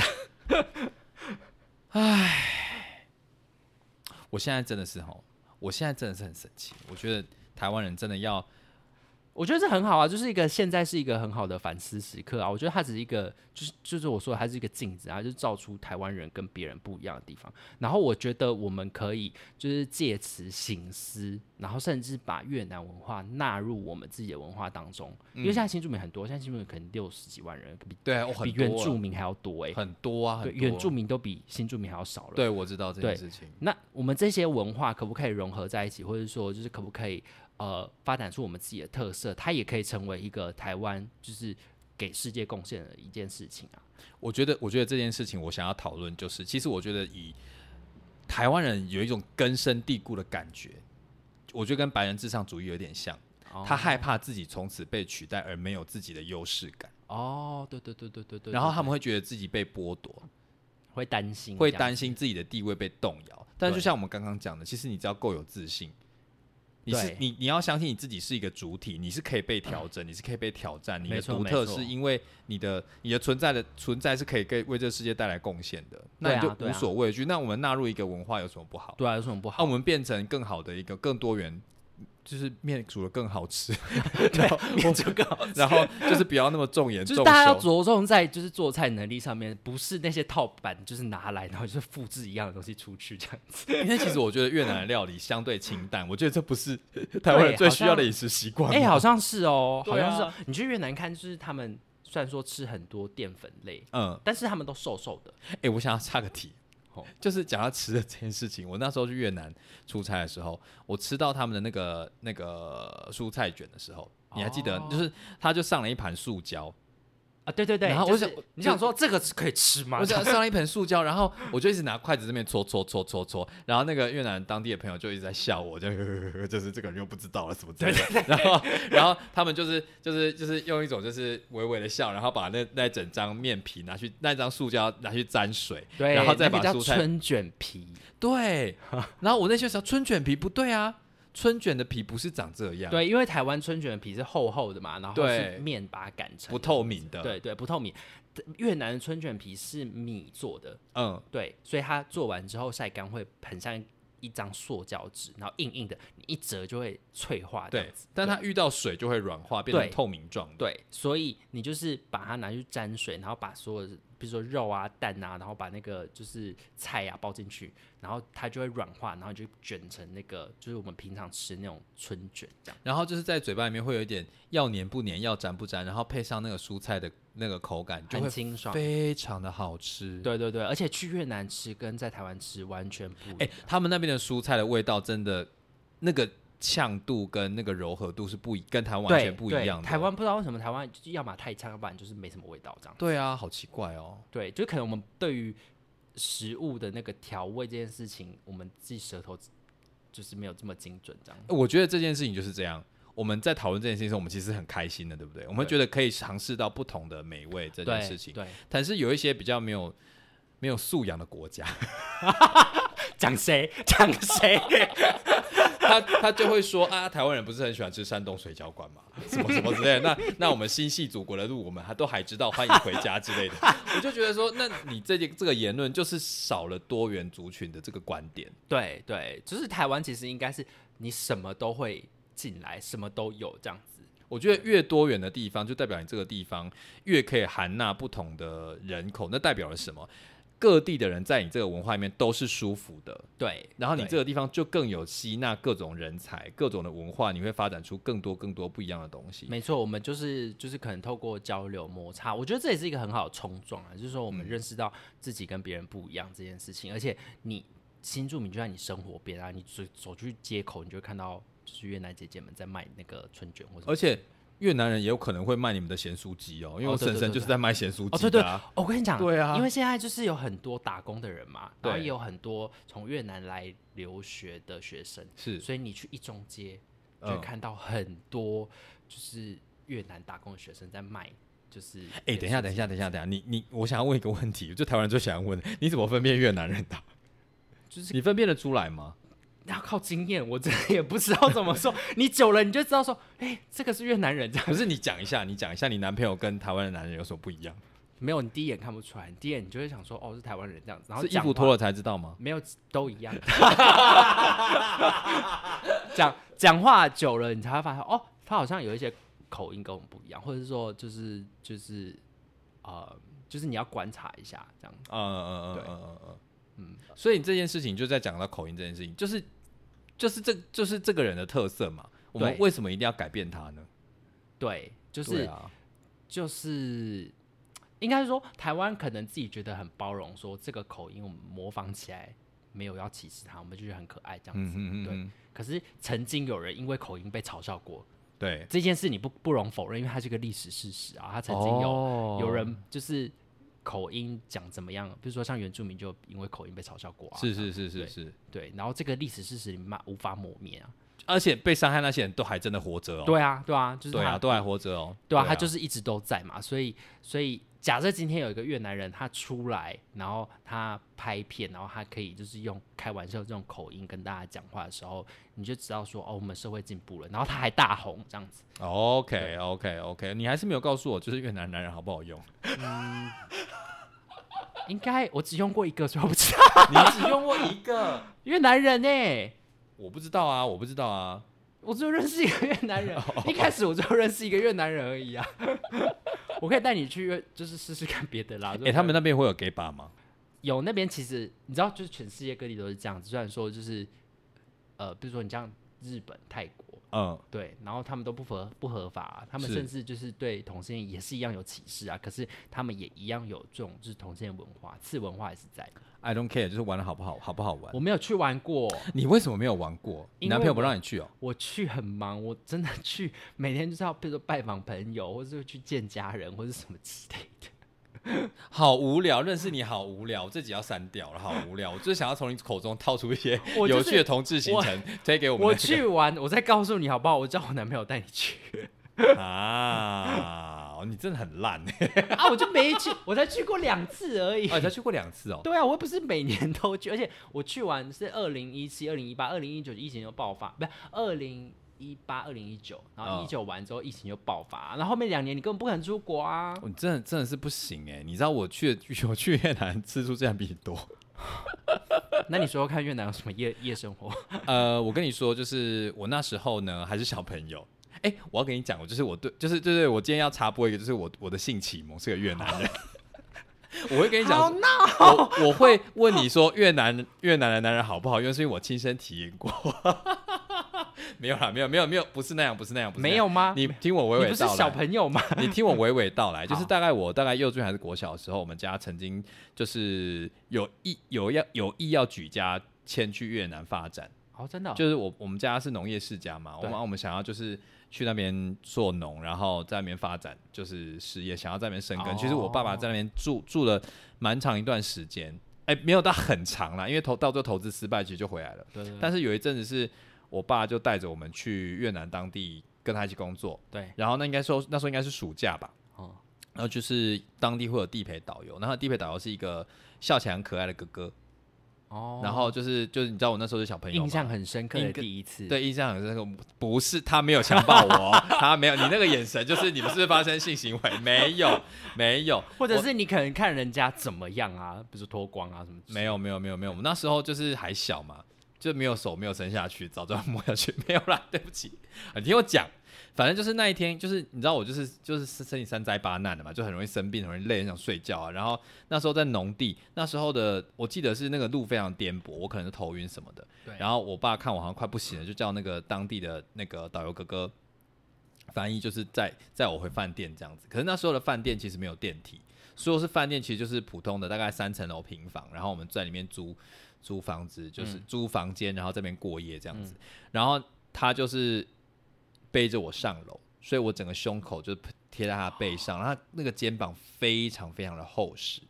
Speaker 1: 我现在真的是吼，我现在真的是很生气。我觉得台湾人真的要
Speaker 2: 我觉得这很好啊，就是一个现在是一个很好的反思时刻啊。我觉得它只是一个，就是就是我说的，它是一个镜子啊，就是照出台湾人跟别人不一样的地方。然后我觉得我们可以就是借此醒思，然后甚至把越南文化纳入我们自己的文化当中，因为现在新住民很多，现在新住民可能六十几万人，比
Speaker 1: 对我
Speaker 2: 比
Speaker 1: 很多
Speaker 2: 原
Speaker 1: 啊
Speaker 2: 住民还要多哎、
Speaker 1: 很多啊，
Speaker 2: 对，
Speaker 1: 很多
Speaker 2: 原住民都比新住民还要少了。
Speaker 1: 对我知道这件
Speaker 2: 对
Speaker 1: 事情。
Speaker 2: 那我们这些文化可不可以融合在一起，或者说就是可不可以呃发展出我们自己的特色？它也可以成为一个台湾就是给世界贡献的一件事情啊。
Speaker 1: 我觉得，我觉得这件事情我想要讨论，就是其实我觉得以台湾人有一种根深蒂固的感觉，我觉得跟白人至上主义有点像，
Speaker 2: 哦
Speaker 1: 他害怕自己从此被取代而没有自己的优势感，
Speaker 2: 哦，对对对对对对，
Speaker 1: 然后
Speaker 2: 对
Speaker 1: 他们
Speaker 2: 对
Speaker 1: 会觉得自己被剥夺，
Speaker 2: 会担心，
Speaker 1: 会担心自己的地位被动摇。但就
Speaker 2: 对
Speaker 1: 像我们刚刚讲的，其实你只要够有自信，你是
Speaker 2: 对
Speaker 1: 你你要相信你自己是一个主体，你是可以被调整，你是可以被挑战，你的
Speaker 2: 没错
Speaker 1: 独
Speaker 2: 没
Speaker 1: 特
Speaker 2: 错
Speaker 1: 是因为你的你的存在的存在是可以给为这个世界带来贡献的，那
Speaker 2: 对
Speaker 1: 你
Speaker 2: 啊
Speaker 1: 就
Speaker 2: 对
Speaker 1: 无
Speaker 2: 啊
Speaker 1: 所畏惧。那我们纳入一个文化有什么不好？
Speaker 2: 对啊，有什么不
Speaker 1: 那
Speaker 2: 好？
Speaker 1: 我们变成更好的一个更多元，就是面煮的更好吃， 然后
Speaker 2: 我就更好，
Speaker 1: 然后就是不要那么 重言
Speaker 2: 就
Speaker 1: 重
Speaker 2: 是大家要
Speaker 1: 修。
Speaker 2: 着重在就是做菜能力上面，不是那些套板，就是拿来然后就是复制一样的东西出去这样子。
Speaker 1: 因为其实我觉得越南的料理相对清淡，我觉得这不是台湾人最需要的饮食习惯吗。
Speaker 2: 哎、好像是哦，好
Speaker 1: 对啊
Speaker 2: 像是、哦。你去越南看，就是他们虽然说吃很多淀粉类，
Speaker 1: 嗯，
Speaker 2: 但是他们都瘦瘦的。
Speaker 1: 哎、我想要插个题
Speaker 2: 好，
Speaker 1: 就是讲到吃的这件事情。我那时候去越南出差的时候，我吃到他们的那个那个蔬菜卷的时候，你还记得？
Speaker 2: 哦
Speaker 1: 就是他就上了一盘塑胶，
Speaker 2: 啊，对对对，
Speaker 1: 然后
Speaker 2: 就
Speaker 1: 我
Speaker 2: 是
Speaker 1: 想
Speaker 2: 你想说这个是可以吃吗？
Speaker 1: 我只要上了一盆塑胶，然后我就一直拿筷子这边搓搓搓搓搓，然后那个越南当地的朋友就一直在笑我，就就是这个人又不知道了什么之类的。然后然后他们就是就是就是用一种就是微微的笑，然后把那那整张面皮拿去那张塑胶拿去沾水，
Speaker 2: 对，
Speaker 1: 然后再把
Speaker 2: 那个叫
Speaker 1: 蔬菜
Speaker 2: 春卷皮，
Speaker 1: 对。然后我那些时候春卷皮不对啊，春卷的皮不是长这样，，
Speaker 2: 对，因为台湾春卷皮是厚厚的嘛，然后
Speaker 1: 对
Speaker 2: 是面把它擀成
Speaker 1: 不，透明的，，
Speaker 2: 对对，不透明。越南的春卷皮是米做的，
Speaker 1: 嗯，
Speaker 2: 对，所以它做完之后晒干会很像一张塑胶纸，然后硬硬的，你一折就会脆化这
Speaker 1: 对
Speaker 2: 样子。。
Speaker 1: 但它遇到水就会软化，变成
Speaker 2: 对
Speaker 1: 透明状的。
Speaker 2: 对，所以你就是把它拿去沾水，然后把所有的，比如说肉啊、蛋啊，然后把那个就是菜啊包进去，然后它就会软化，然后就卷成那个就是我们平常吃那种春卷这样。
Speaker 1: 然后就是在嘴巴里面会有一点要黏不黏，要粘不粘，然后配上那个蔬菜的那个口感，就
Speaker 2: 很
Speaker 1: 会
Speaker 2: 清爽，
Speaker 1: 非常的好吃。，
Speaker 2: 对对对，而且去越南吃跟在台湾吃完全不一样。
Speaker 1: 哎、他们那边的蔬菜的味道真的那个呛度跟那个柔和度是不一，跟台湾完
Speaker 2: 对
Speaker 1: 全不
Speaker 2: 对
Speaker 1: 一样的。
Speaker 2: 台湾不知道为什么台湾就是要么太呛，要不然就是没什么味道这样。
Speaker 1: 对啊，好奇怪哦。
Speaker 2: 对，就可能我们对于食物的那个调味这件事情，我们自己舌头就是没有这么精准这样。
Speaker 1: 我觉得这件事情就是这样。我们在讨论这件事情的时候，我们其实很开心的，对不对？我们
Speaker 2: 对
Speaker 1: 觉得可以尝试到不同的美味这件
Speaker 2: 对
Speaker 1: 事情，
Speaker 2: 对，
Speaker 1: 但是有一些比较没有没有素养的国家，
Speaker 2: 讲谁 讲谁？
Speaker 1: 他他就会说啊，台湾人不是很喜欢吃山东水饺馆吗？ 什么什么之类的。那那我们心系祖国的路，我们还都还知道欢迎回家之类的。我就觉得说，那你这这个言论就是少了多元族群的这个观点。
Speaker 2: 对对，就是台湾其实应该是你什么都会进来，什么都有这样子。
Speaker 1: 我觉得越多元的地方，就代表你这个地方越可以含纳不同的人口。那代表了什么？各地的人在你这个文化里面都是舒服的，
Speaker 2: 对，
Speaker 1: 然后你
Speaker 2: 对
Speaker 1: 这个地方就更有吸纳各种人才、各种的文化，你会发展出更多更多不一样的东西。
Speaker 2: 没错，我们就是就是可能透过交流摩擦，我觉得这也是一个很好的冲撞啊，就是说我们认识到自己跟别人不一样这件事情，而且你新住民就在你生活边啊，你走走去街口，你就会看到就是越南姐姐们在卖那个春卷或者。
Speaker 1: 而且越南人也有可能会卖你们的咸酥鸡哦，因为我
Speaker 2: 哦对
Speaker 1: 婶婶就是在卖咸酥
Speaker 2: 哦，
Speaker 1: 鸡
Speaker 2: 对对，
Speaker 1: 的、啊
Speaker 2: 哦我跟你讲，
Speaker 1: 对啊
Speaker 2: 因为现在就是有很多打工的人嘛，然后
Speaker 1: 对
Speaker 2: 也有很多从越南来留学的学生，
Speaker 1: 是
Speaker 2: 所以你去一中街就
Speaker 1: 嗯
Speaker 2: 会看到很多就是越南打工的学生在卖，就是
Speaker 1: 哎、等一下，等一下，等一下，等一下，你你，我想要问一个问题，就台湾人最喜欢问的，你怎么分辨越南人的？啊
Speaker 2: 就是
Speaker 1: 你分辨得出来吗？
Speaker 2: 要靠经验，我真的也不知道怎么说。你久了你就知道说，哎、这个是越南人这样。
Speaker 1: 可是你讲一下，你讲一下，你男朋友跟台湾的男人有什么不一样？
Speaker 2: 没有，你第一眼看不出来，你第一眼你就会想说，哦，是台湾人这样子。然后
Speaker 1: 是衣
Speaker 2: 讲
Speaker 1: 服
Speaker 2: 话
Speaker 1: 脱了才知道吗？
Speaker 2: 没有，都一样。讲讲话久了，你才会发现，哦，他好像有一些口音跟我们不一样，或者是说，就是就是呃，就是你要观察一下这样。
Speaker 1: 嗯嗯嗯
Speaker 2: 对
Speaker 1: 嗯嗯嗯嗯。所以这件事情就在讲到口音这件事情，就是就是这就是这个人的特色嘛。我们
Speaker 2: 对
Speaker 1: 为什么一定要改变他呢？
Speaker 2: 对，就
Speaker 1: 对
Speaker 2: 是、
Speaker 1: 啊，
Speaker 2: 就是应该是说，台湾可能自己觉得很包容，说这个口音我们模仿起来没有要歧视他，我们就觉得很可爱这样
Speaker 1: 嗯
Speaker 2: 子。
Speaker 1: 嗯
Speaker 2: 对
Speaker 1: 嗯，
Speaker 2: 可是曾经有人因为口音被嘲笑过，
Speaker 1: 对，
Speaker 2: 这件事你不不容否认，因为它是个历史事实啊，它曾经有、
Speaker 1: 哦
Speaker 2: 有人就是口音讲怎么样，比如说像原住民就因为口音被嘲笑过啊，
Speaker 1: 是是是是是，
Speaker 2: 对，然后这个历史事实你嘛无法抹灭啊，
Speaker 1: 而且被伤害那些人都还真的活着哦。
Speaker 2: 对啊，对啊，就是
Speaker 1: 对
Speaker 2: 他
Speaker 1: 啊，都还活着哦。
Speaker 2: 对啊，他就是是一直都在嘛，所以所以假设今天有一个越南人他出来，然后他拍片，然后他可以就是用开玩笑这种口音跟大家讲话的时候，你就知道说哦，我们社会进步了，然后他还大红这样子，
Speaker 1: OK OK OK，你还是没有告诉我，就是越南男人好不好 用？
Speaker 2: 应该我只用过一个，所以我不知道
Speaker 1: 你只用过一个，
Speaker 2: 越南人呢、
Speaker 1: 我不知道啊，我不知道啊。
Speaker 2: 我只有认识一个越南人，一开始我只有认识一个越南人而已啊。 我可以带你去越，就是试试看别的啦。
Speaker 1: 哎、他们那边会有 gay bar 吗？
Speaker 2: 有那边其实你知道，就是全世界各地都是这样子。虽然说就是，呃，比如说你像日本、泰国，
Speaker 1: 嗯，
Speaker 2: 对，然后他们都不合不合法、啊，他们
Speaker 1: 是
Speaker 2: 甚至就是对同性恋也是一样有歧视啊。可是他们也一样有这种就是同性恋文化，次文化也是在的。
Speaker 1: I don't care，就是玩的好不好，好不好玩？
Speaker 2: 我没有去玩过，
Speaker 1: 你为什么没有玩过？你
Speaker 2: 因为
Speaker 1: 男朋友
Speaker 2: 我
Speaker 1: 不让你去哦？
Speaker 2: 我去很忙，我真的去每天就是要比如说拜访朋友，或者是去见家人，或者是什么之类的。
Speaker 1: 好无聊，认识你好无聊，我自己要删掉了，好无聊。我就是想要从你口中套出一些
Speaker 2: 我就是
Speaker 1: 有趣的同志行程，推给我们、
Speaker 2: 我去玩， 我再告诉你好不好？我叫我男朋友带你去
Speaker 1: 啊！你真的很烂哎、
Speaker 2: 啊！我就没去，我才去过两次而已
Speaker 1: 哦，。你 才去过两次哦。
Speaker 2: 对啊，我又不是每年都去，而且我去完是二零一七、二零一八、二零一九疫情又爆发，不是二零一八、二零一九，然后
Speaker 1: 嗯
Speaker 2: 一九完之后疫情又爆发，然后后面两年你根本不可能出国啊！
Speaker 1: 哦你真的真的是不行哎、你知道我去我去越南次数竟然比你 多。
Speaker 2: 那你说说看越南有什么夜夜生活？
Speaker 1: 呃，我跟你说，就是我那时候呢还是小朋友。哎、我要跟你讲，我就是我对，就是对对，我今天要插播一个，就是我我的性启蒙是个越南人。我会跟你讲，
Speaker 2: 好
Speaker 1: 我我会问你说越南越南的男人好不好用，是因为我亲身体验 过。没有啦，没有没有没有，不是那样，不是那样，不是那
Speaker 2: 没
Speaker 1: 样
Speaker 2: 有吗？
Speaker 1: 你
Speaker 2: 你
Speaker 1: 听我娓
Speaker 2: 不
Speaker 1: 娓
Speaker 2: 是
Speaker 1: 道
Speaker 2: 小
Speaker 1: 来。
Speaker 2: 朋 友吗？
Speaker 1: 你听我娓娓道来，就是
Speaker 2: 好
Speaker 1: 大概我大概幼稚园还是国小的时候，我们家曾经就是有意有要有意要举家迁去越南发展，
Speaker 2: 哦，真的哦、
Speaker 1: 就是我我们家是农业世家嘛，我
Speaker 2: 对
Speaker 1: 们我们想要就是去那边做农，然后在那边发展就是事业，想要在那边生根。
Speaker 2: 哦
Speaker 1: 其实我爸爸在那边住住了蛮长一段时间，哎、没有到很长啦，因为投到最后投资失败，其实就回来了。
Speaker 2: 对对对
Speaker 1: 但是有一阵子是我爸就带着我们去越南当地跟他一起工作，
Speaker 2: 对，
Speaker 1: 然后那应该说那时候应该是暑假吧，
Speaker 2: 哦
Speaker 1: 然后就是当地会有地陪导游，然后地陪导游是一个笑起来很可爱的哥哥，
Speaker 2: 哦，
Speaker 1: 然后就是就是你知道我那时候是小朋友嘛
Speaker 2: 印象很深刻的
Speaker 1: 印个
Speaker 2: 第一次，，
Speaker 1: 对印象很深刻，不是他没有强暴我哦，他没有，你那个眼神就是你们是不是发生性行为？没有，没有，
Speaker 2: 或者
Speaker 1: 我
Speaker 2: 是你可能看人家怎么样啊，比如说脱光啊什么之类的，
Speaker 1: 没有没有没有没有，我们那时候就是还小嘛，就没有手没有伸下去，早知道摸下去没有啦， 对不起，你听我讲，反正就是那一天，就是你知道我就是就是身体三灾八难的嘛，就很容易生病，很容易累，很想睡觉啊。然后那时候在农地，那时候的我记得是那个路非常颠簸，我可能是头晕什么的。
Speaker 2: 对
Speaker 1: 然后我爸看我好像快不行了，就叫那个当地的那个导游哥哥翻译，就是载载我回饭店这样子。可是那时候的饭店其实没有电梯，所以我是饭店其实就是普通的大概三层楼平房，然后我们在里面租租房子，
Speaker 2: 嗯
Speaker 1: 就是租房间，然后这边过夜这样子。然后他就是背着我上楼，所以我整个胸口就贴在他背上，然后他那个肩膀非常非常的厚实。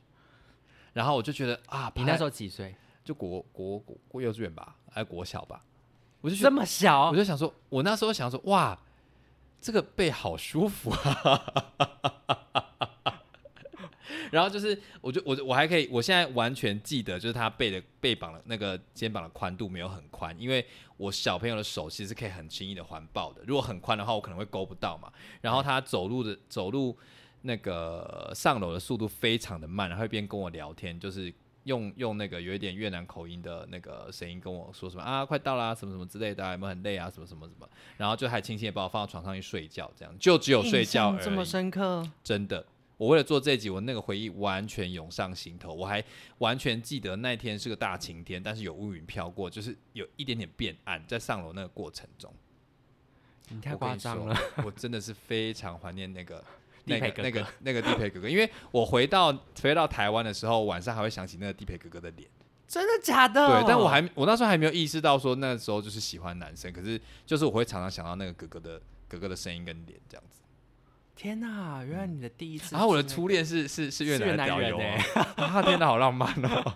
Speaker 1: 然后我就觉得啊，
Speaker 2: 你那时
Speaker 1: 候
Speaker 2: 候几岁？
Speaker 1: 就国国国国幼稚园吧，还是国小吧，我就觉得
Speaker 2: 这么小
Speaker 1: 我，就想说，我那时候想说，哇，这个背好舒服啊。 然后就是，我就我我还可以，我现在完全记得，就是他背的背膀的那个肩膀的宽度没有很宽，因为我小朋友的手其实可以很轻易的环抱的，如果很宽的话，我可能会勾不到嘛。然后他走路的走路那个上楼的速度非常的慢，然后一边跟我聊天，就是用用那个有一点越南口音的那个声音跟我说什么啊，快到啦，什么什么之类的、啊，有没有很累啊，什么什么什么，然后就还轻轻的把我放到床上去睡觉，这样就只有睡觉
Speaker 2: 印
Speaker 1: 而
Speaker 2: 象这么
Speaker 1: 已。
Speaker 2: 深刻，
Speaker 1: 真的，我为了做这一集，我那个回忆完全涌上心头，我还完全记得那天是个大晴天，但是有乌云飘过，就是有一点点变暗，在上楼那个过程中，
Speaker 2: 你太
Speaker 1: 我跟
Speaker 2: 夸
Speaker 1: 你说
Speaker 2: 张了。，
Speaker 1: 我真的是非常怀念那个。那
Speaker 2: 地陪
Speaker 1: 个
Speaker 2: 哥哥
Speaker 1: 那个那个地陪哥哥，因为我回到回到台湾的时候，晚上还会想起那个地陪哥哥的脸。
Speaker 2: 真的假的？
Speaker 1: 对，但我还我那时候还没有意识到说那时候就是喜欢男生，可是就是我会常常想到那个哥哥的哥哥的声音跟脸这样子。
Speaker 2: 天哪，原来你的第一次是那个，
Speaker 1: 然后我的初恋是是是越
Speaker 2: 是越
Speaker 1: 南
Speaker 2: 南
Speaker 1: 屌
Speaker 2: 人
Speaker 1: 友、啊
Speaker 2: 欸，
Speaker 1: 啊，天哪，好浪漫哦！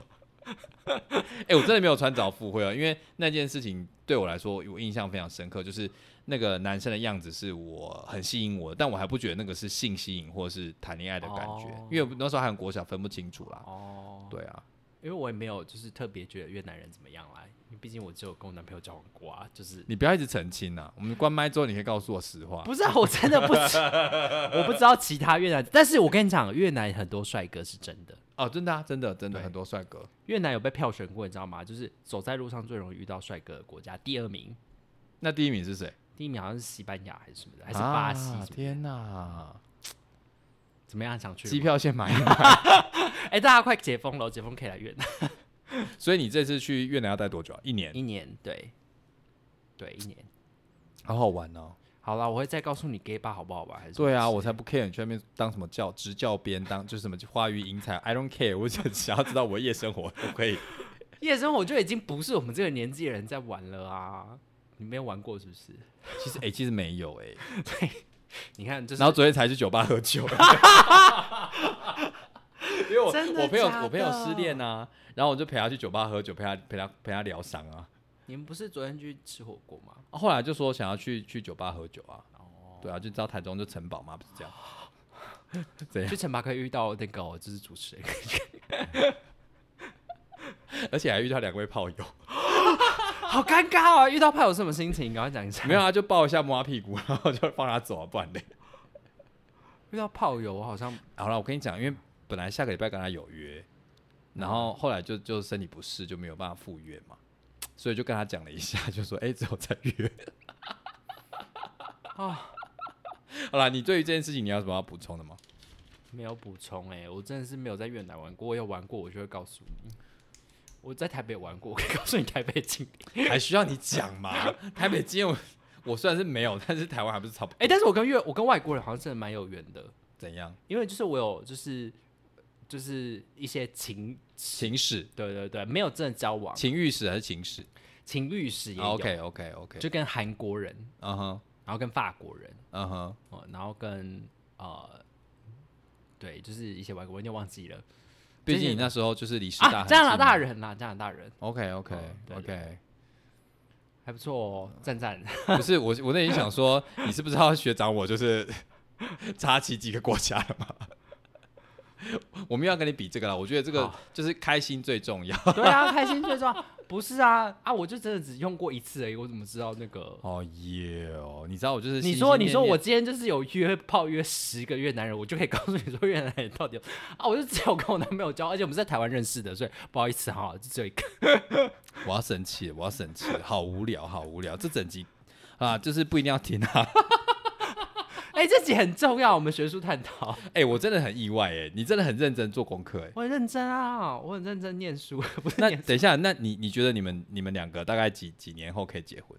Speaker 1: 哎、我真的没有穿凿附会啊，因为那件事情对我来说，我印象非常深刻，就是那个男生的样子是我很吸引我的，但我还不觉得那个是性吸引或是谈恋爱的感觉，
Speaker 2: 哦
Speaker 1: 因为我那时候还很国小，分不清楚啦。
Speaker 2: 哦，
Speaker 1: 对啊，
Speaker 2: 因为我也没有就是特别觉得越南人怎么样啦，因为毕竟我只有跟我男朋友交往过啊，就是
Speaker 1: 你不要一直澄清啊，我们关麦之后你可以告诉我实话。
Speaker 2: 不是、啊、我真的不知， 我不知道其他越南，但是我跟你讲，越南很多帅哥是真的，
Speaker 1: 哦，真的啊，真的真的
Speaker 2: 对
Speaker 1: 很多帅哥，
Speaker 2: 越南有被票选过，你知道吗？就是走在路上最容易遇到帅哥的国家，第二名，
Speaker 1: 那第一名是谁？
Speaker 2: 第一名好像是西班牙还是什么的，还是巴西什
Speaker 1: 啊
Speaker 2: 么的、
Speaker 1: 天哪，
Speaker 2: 怎么样想去
Speaker 1: 机
Speaker 2: 吗？
Speaker 1: 票先买一 买。
Speaker 2: 哎、大家快解封了，解封可以来越南
Speaker 1: 所以你这次去越南要待多久啊？一年，
Speaker 2: 一年，对，对，一年。
Speaker 1: 好好玩哦。
Speaker 2: 好了，我会再告诉你 gay 吧好不好吧？还是
Speaker 1: 对啊，
Speaker 2: 什么
Speaker 1: 我才不 care 你去那边当什么教职教编，当就是什么花语引彩，I don't care，我只想要知道我夜生活可不可以。
Speaker 2: 夜生活就已经不是我们这个年纪的人在玩了啊！你没有玩过是不是？
Speaker 1: 其实哎、其实没有哎、
Speaker 2: 你看，就是
Speaker 1: 然后昨天才去酒吧喝 酒，因为我
Speaker 2: 真的
Speaker 1: 我朋友
Speaker 2: 假的
Speaker 1: 我朋友失恋啊，然后我就陪他去酒吧喝酒，陪他陪他陪他疗伤啊。
Speaker 2: 你们不是昨天去吃火锅吗？
Speaker 1: 后来就说想要去去酒吧喝酒啊，对啊，就知道台中就城堡嘛，不是这样。 对
Speaker 2: 去城堡可以遇到那个就是主持人，
Speaker 1: 而且还遇到两位 炮友，
Speaker 2: 好尴尬啊！遇到派有什么心情？赶快讲一下。
Speaker 1: 没有啊，就抱一下摸他屁股，然后就放他走啊，不然嘞。
Speaker 2: 遇到炮友，我好像
Speaker 1: 好了，我跟你讲，因为本来下个礼拜跟他有约，然
Speaker 2: 嗯
Speaker 1: 后后来就就身体不适，就没有办法赴约嘛， 所以就跟他讲了一下，就说哎、之后再约。
Speaker 2: 啊
Speaker 1: 好啦，你对于这件事情你有什么要补充 的吗？
Speaker 2: 没有补充哎、我真的是没有在越南玩过，我有玩过我就会告诉你。我在台北玩过，我 可以告诉你台北经历。
Speaker 1: 还需要你讲吗？ 台北经验我我虽然是没有，但是台湾还不是差不多
Speaker 2: 哎、但是我跟越我跟外国人好像真的蛮有缘的，
Speaker 1: 怎样
Speaker 2: 因为就是我有就是就是一些情，
Speaker 1: 情史、
Speaker 2: 对对对，没有真的交往，
Speaker 1: 情欲史还是情史
Speaker 2: 情律史也有，
Speaker 1: ？OK OK OK，
Speaker 2: 就跟韩国人，
Speaker 1: 嗯哼
Speaker 2: 然后跟法国人，
Speaker 1: 嗯哼，
Speaker 2: 哦，然后跟呃，对，就是一些外国人，就忘记了
Speaker 1: 毕竟你那时候就是离师大
Speaker 2: 啊，
Speaker 1: 很
Speaker 2: 加拿
Speaker 1: 近
Speaker 2: 大
Speaker 1: 嘛。
Speaker 2: 人啦，加拿大人
Speaker 1: OK OK
Speaker 2: 哦对
Speaker 1: OK，
Speaker 2: 还不错哦，赞赞。
Speaker 1: 不是我我那天想说，你是不知道学长我就是 插旗几个国家了吗？我们要跟你比这个啦，我觉得这个
Speaker 2: 好
Speaker 1: 就是开心最重要。
Speaker 2: 对啊，开心最重要。不是啊啊，我就真的只用过一次而已，我怎么知道那个？
Speaker 1: 哦耶哦，你知道我就是
Speaker 2: 你
Speaker 1: 心
Speaker 2: 说，
Speaker 1: 心
Speaker 2: 你说
Speaker 1: 念
Speaker 2: 我
Speaker 1: 念
Speaker 2: 今天就是有约炮约十个越 南人，我就可以告诉你说越南人到底有啊，我就只有跟我男朋友交往，而且我们是在台湾认识的，所以不好意思哈，就只有一个。
Speaker 1: 我要生气了，我要生气了，好无聊，好无聊，这整集啊，就是不一定要听啊。
Speaker 2: 哎、这集很重要，我们学术探讨。
Speaker 1: 哎、我真的很意外哎、你真的很认真做功课哎、
Speaker 2: 我很认真啊，我很认真念书，不是
Speaker 1: 那
Speaker 2: 念
Speaker 1: 等一下，那你你觉得你们你们两个大概几几年后可以结婚？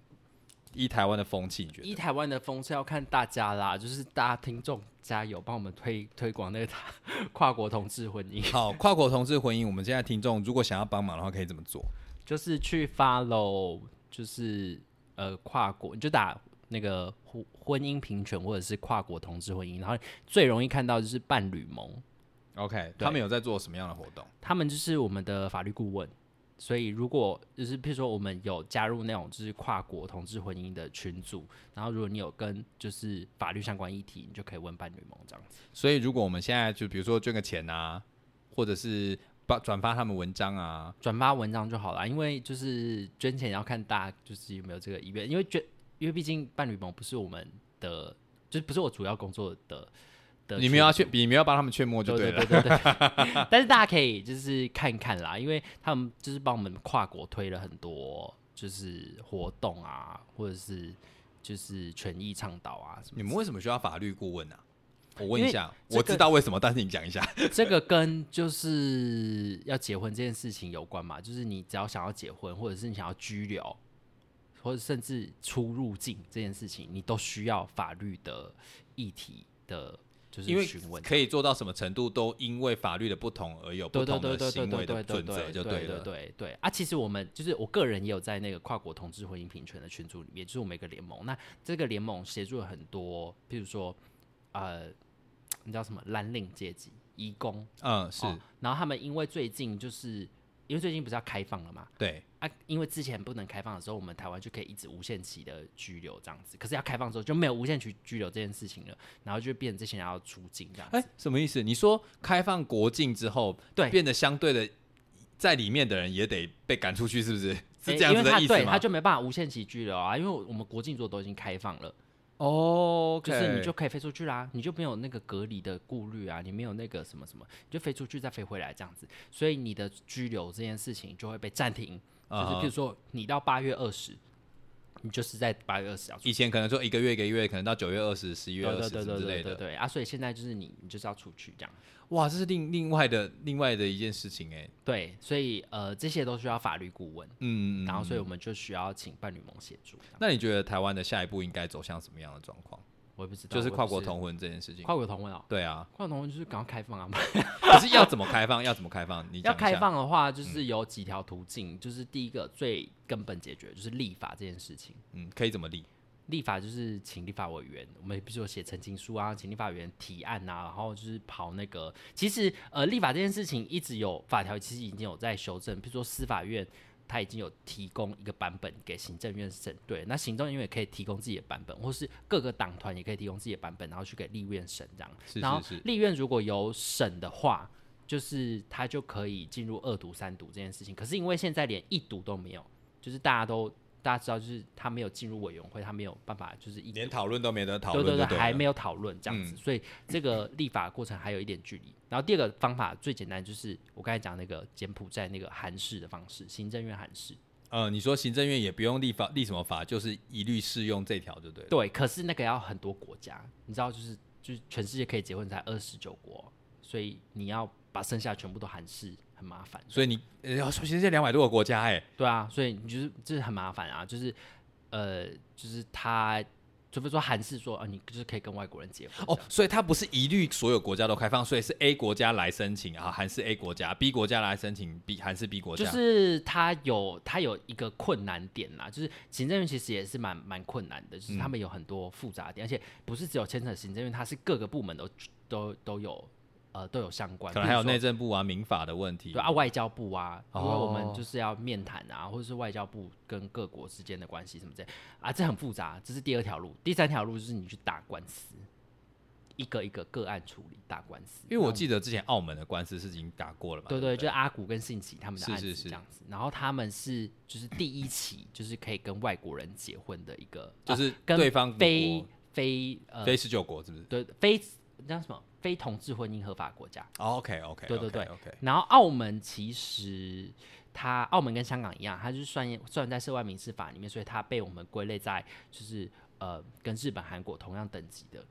Speaker 1: 依台湾的风气，你觉
Speaker 2: 依
Speaker 1: 得？
Speaker 2: 台湾的风是要看大家啦，就是大家听众加油，帮我们推推广那个跨国同志婚姻，
Speaker 1: 好，跨国同志婚姻，我们现在听众如果想要帮忙的话，可以怎么做？
Speaker 2: 就是去 follow，就是呃跨国，你就打那个婚婚姻平权或者是跨国同志婚姻，然后最容易看到就是伴侣盟，
Speaker 1: OK，
Speaker 2: 对
Speaker 1: 他们有在做什么样的活动？
Speaker 2: 他们就是我们的法律顾问。所以，如果就是譬如说，我们有加入那种就是跨国同志婚姻的群组，然后如果你有跟就是法律相关议题，你就可以问伴侣盟这样子。
Speaker 1: 所以，如果我们现在就比如说捐个钱啊，或者是把转发他们文章啊，
Speaker 2: 转发文章就好了，因为就是捐钱也要看大家就是有没有这个意愿，因为捐，因为毕竟伴侣盟不是我们的，就是不是我主要工作的的。
Speaker 1: 你们要劝，你们要帮他们劝募就
Speaker 2: 对
Speaker 1: 对
Speaker 2: 对
Speaker 1: 了。
Speaker 2: 对对对， 但是大家可以就是看看啦，因为他们就是帮我们跨国推了很多就是活动啊，或者是就是权益倡导啊什么
Speaker 1: 你们为什么需要法律顾问啊？我问一下，
Speaker 2: 因为这个
Speaker 1: 我知道为什么，但是你讲一下。
Speaker 2: 这个跟就是要结婚这件事情有关嘛，就是你只要想要结婚，或者是你想要居留，或者甚至出入境这件事情，你都需要法律的议题的，就是
Speaker 1: 因为
Speaker 2: 询 问。
Speaker 1: 可以做到什么程度，都因为法律的不同而有不
Speaker 2: 对对
Speaker 1: 同
Speaker 2: 对
Speaker 1: 的
Speaker 2: 对对
Speaker 1: 行为
Speaker 2: 对
Speaker 1: 的
Speaker 2: 对对
Speaker 1: 准
Speaker 2: 对
Speaker 1: 则，就
Speaker 2: 对对
Speaker 1: 了。
Speaker 2: 对对啊！其实我们就是我个人也有在那个跨国同志婚姻平权的群组里面，就是我们一个联盟。那这个联盟协助了很多，譬如说呃，你知道什么蓝领阶级、移工
Speaker 1: 嗯，是、
Speaker 2: 哦然后他们因为最近就是因为最近不是要开放了嘛，
Speaker 1: 对，
Speaker 2: 啊，因为之前不能开放的时候，我们台湾就可以一直无限期的拘留这样子。可是要开放之后就没有无限期拘留这件事情了，然后就变成这些人要出境这样子。
Speaker 1: 哎、什么意思？你说开放国境之后，
Speaker 2: 对
Speaker 1: 变得相对的，在里面的人也得被赶出去，是不是？是
Speaker 2: 诶
Speaker 1: 这样子
Speaker 2: 因为他
Speaker 1: 的意思
Speaker 2: 对，
Speaker 1: 吗
Speaker 2: 他？就没办法无限期拘留啊，因为我们国境座都已经开放了，
Speaker 1: 哦，OK、
Speaker 2: 就是你就可以飞出去啦，你就没有那个隔离的顾虑啊，你没有那个什么什么，你就飞出去再飞回来这样子，所以你的拘留这件事情就会被暂停，就是
Speaker 1: 嗯哼
Speaker 2: 譬如说你到八月二十，你就是在八月二十要出
Speaker 1: 以前可能说一个月一个月，可能到九月二十、十一月
Speaker 2: 对
Speaker 1: 二
Speaker 2: 对
Speaker 1: 十
Speaker 2: 对
Speaker 1: 之
Speaker 2: 对对
Speaker 1: 类
Speaker 2: 对
Speaker 1: 的。
Speaker 2: 对啊！所以现在就是你，你就是要出去这样。
Speaker 1: 哇，这是另另外的另外的一件事情哎、
Speaker 2: 对，所以呃，这些都需要法律顾问，
Speaker 1: 嗯，
Speaker 2: 然后所以我们就需要请伴侣盟协助。这样
Speaker 1: 那你觉得台湾的下一步应该走向什么样的状况？
Speaker 2: 我也不知道，
Speaker 1: 就是
Speaker 2: 我也
Speaker 1: 跨
Speaker 2: 不
Speaker 1: 国
Speaker 2: 是
Speaker 1: 同婚这件事情。
Speaker 2: 跨国同婚哦，
Speaker 1: 对啊，
Speaker 2: 跨国同婚就是赶快开放啊！
Speaker 1: 可是要怎么开放？要怎么开放？你讲
Speaker 2: 要
Speaker 1: 一
Speaker 2: 开
Speaker 1: 下，
Speaker 2: 放的话，就是有几条途径，就是第一个最根本解决就是立法这件事情。
Speaker 1: 嗯，可以怎么立？
Speaker 2: 立法就是请立法委员，我们比如说写陈情书啊，请立法委员提案啊，然后就是跑那个。其实呃，立法这件事情一直有法条，其实已经有在修正，比如说司法院。他已经有提供一个版本给行政院审，对，那行政院也可以提供自己的版本，或是各个党团也可以提供自己的版本，然后去给立院审这样。
Speaker 1: 是
Speaker 2: 然后
Speaker 1: 是是，
Speaker 2: 立院如果有审的话，就是他就可以进入二读、三读这件事情。可是因为现在连一读都没有，就是大家都大家知道，就是他没有进入委员会，他没有办法就是一
Speaker 1: 连讨论都没得讨
Speaker 2: 对
Speaker 1: 论，
Speaker 2: 对
Speaker 1: 对
Speaker 2: 对，还
Speaker 1: 了嗯
Speaker 2: 没有讨论这样子，所以这个立法过程还有一点距离。然后第二个方法最简单，就是我刚才讲那个柬埔寨那个韩式的方式，行政院韩式。
Speaker 1: 呃，你说行政院也不用立法立什么法，就是一律适用这条，对不对了？
Speaker 2: 对，可是那个要很多国家，你知道，就是就是全世界可以结婚才二十九国，所以你要把剩下全部都韩式，很麻烦。
Speaker 1: 所以你呃要说其实这两百多个国家、哎，
Speaker 2: 对啊，所以你就是就是很麻烦啊，就是呃，就是他除非说韩式说啊、呃你就是可以跟外国人结婚
Speaker 1: 哦，所以它不是一律所有国家都开放，所以是 A 国家来申请啊，韩是 A 国家，B 国家来申请，B 韩是 B 国
Speaker 2: 就
Speaker 1: 家，
Speaker 2: 是他有他有一个困难点啦，就是行政院其实也是蛮蛮困难的，就是他们有很多复杂点，而且不是只有牵扯行政院，它是各个部门都都都有呃都有相关，
Speaker 1: 可能还有
Speaker 2: 比如
Speaker 1: 内
Speaker 2: 说
Speaker 1: 政部啊、民法的问题。
Speaker 2: 对啊外交部啊，因为我们
Speaker 1: 哦
Speaker 2: 就是要面谈啊，或者是外交部跟各国之间的关系什么之类啊，这很复杂，这是第二条路，第三条路就是你去打官司，一个一个个案处理打官司，
Speaker 1: 因为我记得之前澳门的官司是已经打过了嘛，
Speaker 2: 嗯对
Speaker 1: 对
Speaker 2: 对，
Speaker 1: 不
Speaker 2: 就是阿古跟信奇他们的
Speaker 1: 是
Speaker 2: 案
Speaker 1: 是
Speaker 2: 子
Speaker 1: 是
Speaker 2: 这样子。然后他们是就是第一起，就是可以跟外国人结婚的一个，
Speaker 1: 就
Speaker 2: 啊
Speaker 1: 是
Speaker 2: 跟
Speaker 1: 对方
Speaker 2: 非
Speaker 1: 国
Speaker 2: 非呃
Speaker 1: 非十九国是不是、
Speaker 2: 对非那叫什么非同志婚姻合法国家。
Speaker 1: o k OK，
Speaker 2: 对对对
Speaker 1: o k
Speaker 2: 然后澳门其实它澳门跟香港一样，它就是算算在涉外民事法里面，所以它被我们归类在就是呃跟日本、韩国同样等级的。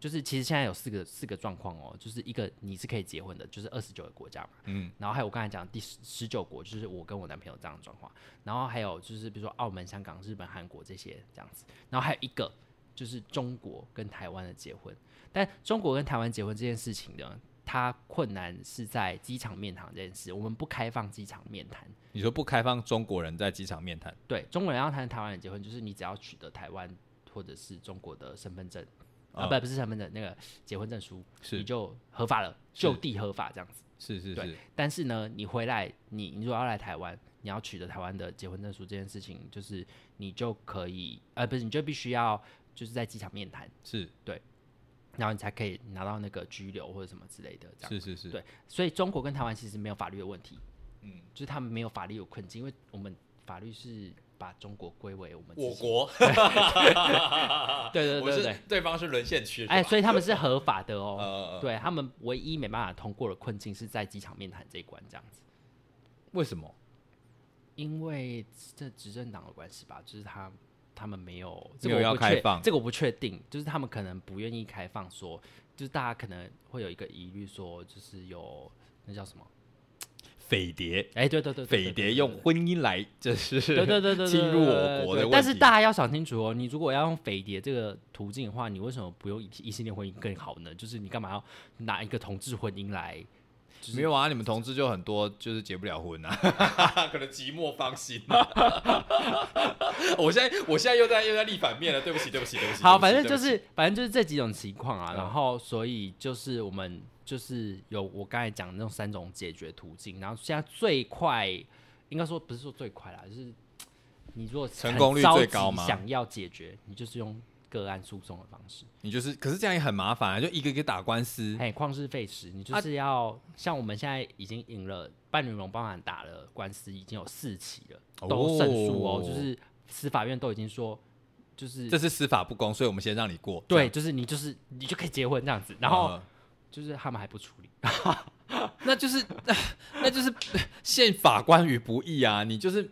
Speaker 2: 就是其实现在有四个四个状况哦，就是一个你是可以结婚的，就是二十九个国家嘛，
Speaker 1: 嗯，
Speaker 2: 然后还有我刚才讲的第十十九国，就是我跟我男朋友这样的状况，然后还有就是比如说澳门、香港、日本、韩国这些这样子，然后还有一个就是中国跟台湾的结婚，但中国跟台湾结婚这件事情呢，它困难是在机场面谈这件事，我们不开放机场面谈。
Speaker 1: 你说不开放中国人在机场面谈，
Speaker 2: 对，中国人要谈台湾人结婚，就是你只要取得台湾或者是中国的身份证。啊，不，不是身份证，那个结婚证书，
Speaker 1: 是
Speaker 2: 你就合法了，就地合法这样子。
Speaker 1: 是是
Speaker 2: 对
Speaker 1: 是，
Speaker 2: 但是呢，你回来，你你如果要来台湾，你要取得台湾的结婚证书这件事情，就是你就可以，呃，不是，你就必须要就是在机场面谈，
Speaker 1: 是
Speaker 2: 然后你才可以拿到那个居留或者什么之类的这样。
Speaker 1: 是是是，
Speaker 2: 对，所以中国跟台湾其实没有法律的问题，嗯，就是他们没有法律有困境，因为我们法律是把中国归为我们自己
Speaker 1: 我，国，
Speaker 2: 对对
Speaker 1: 我
Speaker 2: 对
Speaker 1: 是
Speaker 2: 对对，
Speaker 1: 对方是沦陷区，是
Speaker 2: 哎，
Speaker 1: 吧
Speaker 2: 所以他们是合法的哦，
Speaker 1: 呃，
Speaker 2: 对他们唯一没办法通过的困境是在机场面谈这一关这样子，
Speaker 1: 为什么？
Speaker 2: 因为这执政党的关系吧，就是他。他们没有，这
Speaker 1: 没
Speaker 2: 个
Speaker 1: 有要
Speaker 2: 我不
Speaker 1: 开
Speaker 2: 确
Speaker 1: 放
Speaker 2: 这个我不确定，就是他们可能不愿意开放说就是大家可能会有一个疑虑，说就是有那叫什么？
Speaker 1: 匪谍，
Speaker 2: 哎、对对对对对
Speaker 1: 匪
Speaker 2: 对
Speaker 1: 谍
Speaker 2: 对
Speaker 1: 用婚姻来，就是
Speaker 2: 对对对对对，
Speaker 1: 侵入我
Speaker 2: 对
Speaker 1: 国
Speaker 2: 对
Speaker 1: 的问题。
Speaker 2: 但是大家要想清楚哦，你如果要用匪谍这个途径的话，你为什么不用异异性恋婚姻更好呢？就是你干嘛要拿一个同志婚姻来
Speaker 1: 没有啊，你们同志就很多就是结不了婚 啊，可能寂寞芳心、啊。 我现在我现在又在又在立反面了，对不起对不起对不起。
Speaker 2: 好，
Speaker 1: 对
Speaker 2: 反
Speaker 1: 不
Speaker 2: 正
Speaker 1: 起
Speaker 2: 就
Speaker 1: 对
Speaker 2: 是反正就是这几种情况啊，
Speaker 1: 嗯
Speaker 2: 然后所以就是我们就是有我刚才讲的那种三种解决途径，然后现在最快应该说不是说最快啦，就是你如果
Speaker 1: 成
Speaker 2: 很
Speaker 1: 功率
Speaker 2: 着
Speaker 1: 最
Speaker 2: 急
Speaker 1: 高吗
Speaker 2: 想要解决，你就是用个案诉讼的方
Speaker 1: 不
Speaker 2: 式，
Speaker 1: 起你就是，可是这样也很麻烦啊，就一个一个打官司。
Speaker 2: 哎，旷世废弛，你
Speaker 1: 啊
Speaker 2: 就是要、像我们现在已经赢了伴侣盟帮忙打了官司，已经有四起了，都胜诉哦，
Speaker 1: 哦
Speaker 2: 就是司法院都已经说就是
Speaker 1: 这是司法不公，所以我们先让你过。
Speaker 2: 对，就是你就是你就可以结婚这样子，然后。就是他们还不处理，
Speaker 1: 嗯那就是 那就是陷法官于不义啊！你就是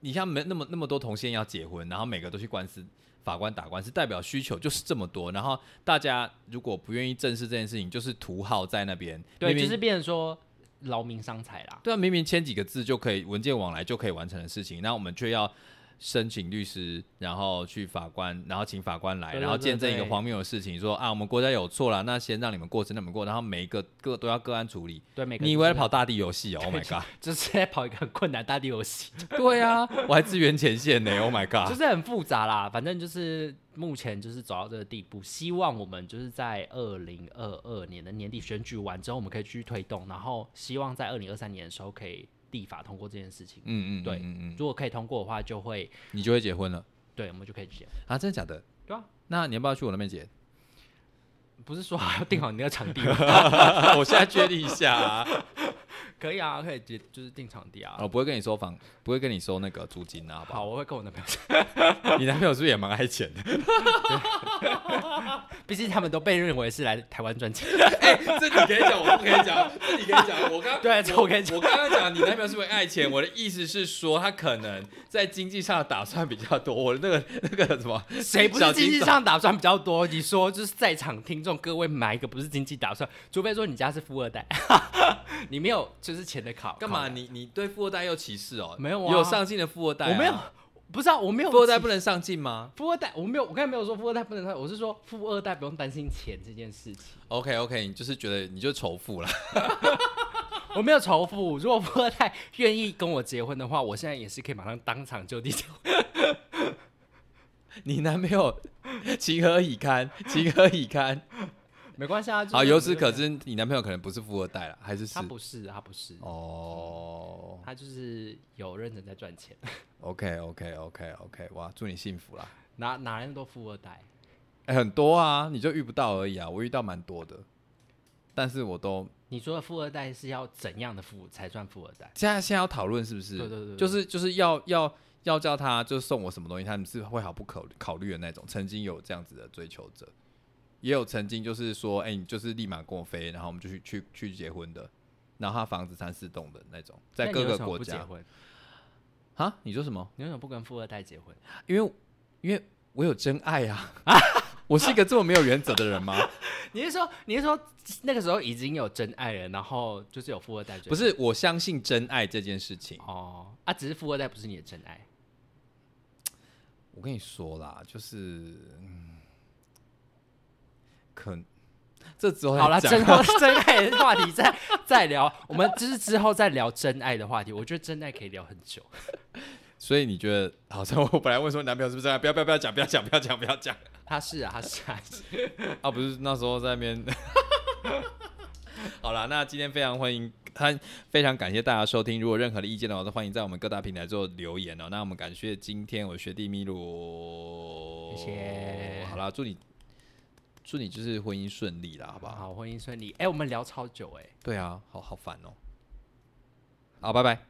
Speaker 1: 你像没那么那么多同性恋要结婚，然后每个都去官司，法官打官司，代表需求就是这么多。然后大家如果不愿意正视这件事情，就是土豪在那边，
Speaker 2: 对，
Speaker 1: 明明
Speaker 2: 就是变成说劳民伤财啦。
Speaker 1: 对啊，明明签几个字就可以，文件往来就可以完成的事情，那我们却要申请律师，然后去法官，然后请法官来，
Speaker 2: 对对
Speaker 1: 然后见证一
Speaker 2: 对
Speaker 1: 个荒谬的事情，说啊，我们国家有错了，那先让你们过，先让你们过，然后每一个个都要个案处理。
Speaker 2: 对，每个
Speaker 1: 你以
Speaker 2: 人
Speaker 1: 为
Speaker 2: 就
Speaker 1: 在
Speaker 2: 是
Speaker 1: 跑大地游戏哦？Oh my god！
Speaker 2: 就是在跑一个很困难大地游戏，
Speaker 1: 对啊，我还支援前线呢。Oh my
Speaker 2: 就
Speaker 1: god！
Speaker 2: 是很复杂啦。反正就是目前就是走到这个地步，希望我们就是在二零二二年的年底选举完之后，我们可以继续推动，然后希望在二零二三年的时候可以立法通过这件事情。
Speaker 1: 嗯嗯，
Speaker 2: 对
Speaker 1: 嗯嗯，
Speaker 2: 如果可以通过的话，就会
Speaker 1: 你就会结婚了
Speaker 2: 对我们就可以结。
Speaker 1: 啊？真的假的？
Speaker 2: 对啊，
Speaker 1: 那你要不要去我那边结？
Speaker 2: 不是说好要定好你那个场地吗？
Speaker 1: 我现在确定一下 啊！
Speaker 2: 可以啊，可以结，就是定场地啊。
Speaker 1: 我不会跟你收房，不会跟你收那个租金哦啊，好不好？
Speaker 2: 好，我会跟我男朋友讲，
Speaker 1: 你男朋友是不是也蛮爱钱的？
Speaker 2: 毕竟他们都被认为是来台湾赚钱。
Speaker 1: 哎、这你可以讲，我不可以讲，这你可以讲。我刚
Speaker 2: 对这我可以
Speaker 1: 我刚刚讲你男朋友是不是爱钱？我的意思是说，他可能在经济上的打算比较多。我的那个那个什么，
Speaker 2: 谁不
Speaker 1: 小
Speaker 2: 是经济
Speaker 1: 金
Speaker 2: 上打算比较多？你说就是在场听众各位买一个不是经济打算，除非说你家是富二代， 你没有就是钱的考
Speaker 1: 干嘛？
Speaker 2: 考量
Speaker 1: 你你对富二代又歧视哦？
Speaker 2: 没有啊
Speaker 1: 有上进的富二代、
Speaker 2: 我没有，，不是啊，我没有
Speaker 1: 富二代不能上进吗
Speaker 2: 富二代，我没有，我刚才没有说富二代不能上，我是说富二代不用担心钱这件事情，
Speaker 1: ？OK OK，你就是觉得你就仇富了。
Speaker 2: 我没有仇富。如果富二代愿意跟我结婚的话，我现在也是可以马上当场就地 结婚。
Speaker 1: 你男朋友 情何以堪？情何以堪？
Speaker 2: 没关系啊，就是
Speaker 1: 好，由此
Speaker 2: 我们就
Speaker 1: 可知，你男朋友可能不是富二代了，还是是
Speaker 2: 他不是，他不是，
Speaker 1: 哦。
Speaker 2: 他就是有认真在赚钱，
Speaker 1: OK OK OK OK，哇，祝你幸福啦！
Speaker 2: 哪哪来那么多富二代？
Speaker 1: 哎、很多啊，你就遇不到而已啊，我遇到蛮多的，但是我都
Speaker 2: 你说的富二代是要怎样的富才算富二代？
Speaker 1: 现在现在要讨论是不是？
Speaker 2: 对对对对
Speaker 1: 就是就是要要要叫他就是送我什么东西，他们是会毫不考考虑的那种。曾经有这样子的追求者，也有曾经就是说，哎、你就是立马跟我飞，然后我们就去去去结婚的，然后他房子三四栋的那种，在
Speaker 2: 那
Speaker 1: 各
Speaker 2: 你为
Speaker 1: 个
Speaker 2: 什么
Speaker 1: 国
Speaker 2: 不结
Speaker 1: 家
Speaker 2: 婚，
Speaker 1: 啊？你说什么？
Speaker 2: 你为什么不跟富二代结婚？
Speaker 1: 因为因为我有真爱啊！ 我是一个这么没有原则的人 吗？
Speaker 2: 你是说你是说那个时候已经有真爱了，然后就是有富二代追
Speaker 1: 不是，我相信真爱这件事情。
Speaker 2: 哦啊，只是富二代不是你的真爱，
Speaker 1: 我跟你说啦，就是，嗯、可这之后再
Speaker 2: 好啦，
Speaker 1: 讲
Speaker 2: 真后真爱的话题再再聊，我们就是之后再聊真爱的话题。我觉得真爱可以聊很久，
Speaker 1: 所以你觉得，好像我本来问说你男朋友是不是这样，不要不要不要讲，不要讲，不要讲，不要讲
Speaker 2: 他是啊，他是啊，
Speaker 1: 啊！不是那时候在那边。 好啦，那今天非常欢迎，很非常感谢大家收听。如果任何的意见的话，都欢迎在我们各大平台做留言哦。那我们感谢今天我学弟米鲁，
Speaker 2: 谢谢
Speaker 1: 好啦，祝你祝你就是婚姻顺利
Speaker 2: 啊
Speaker 1: 啦，好不好？
Speaker 2: 好，婚姻顺利。哎、我们聊超久哎、
Speaker 1: 对啊，好好烦哦。好，拜拜。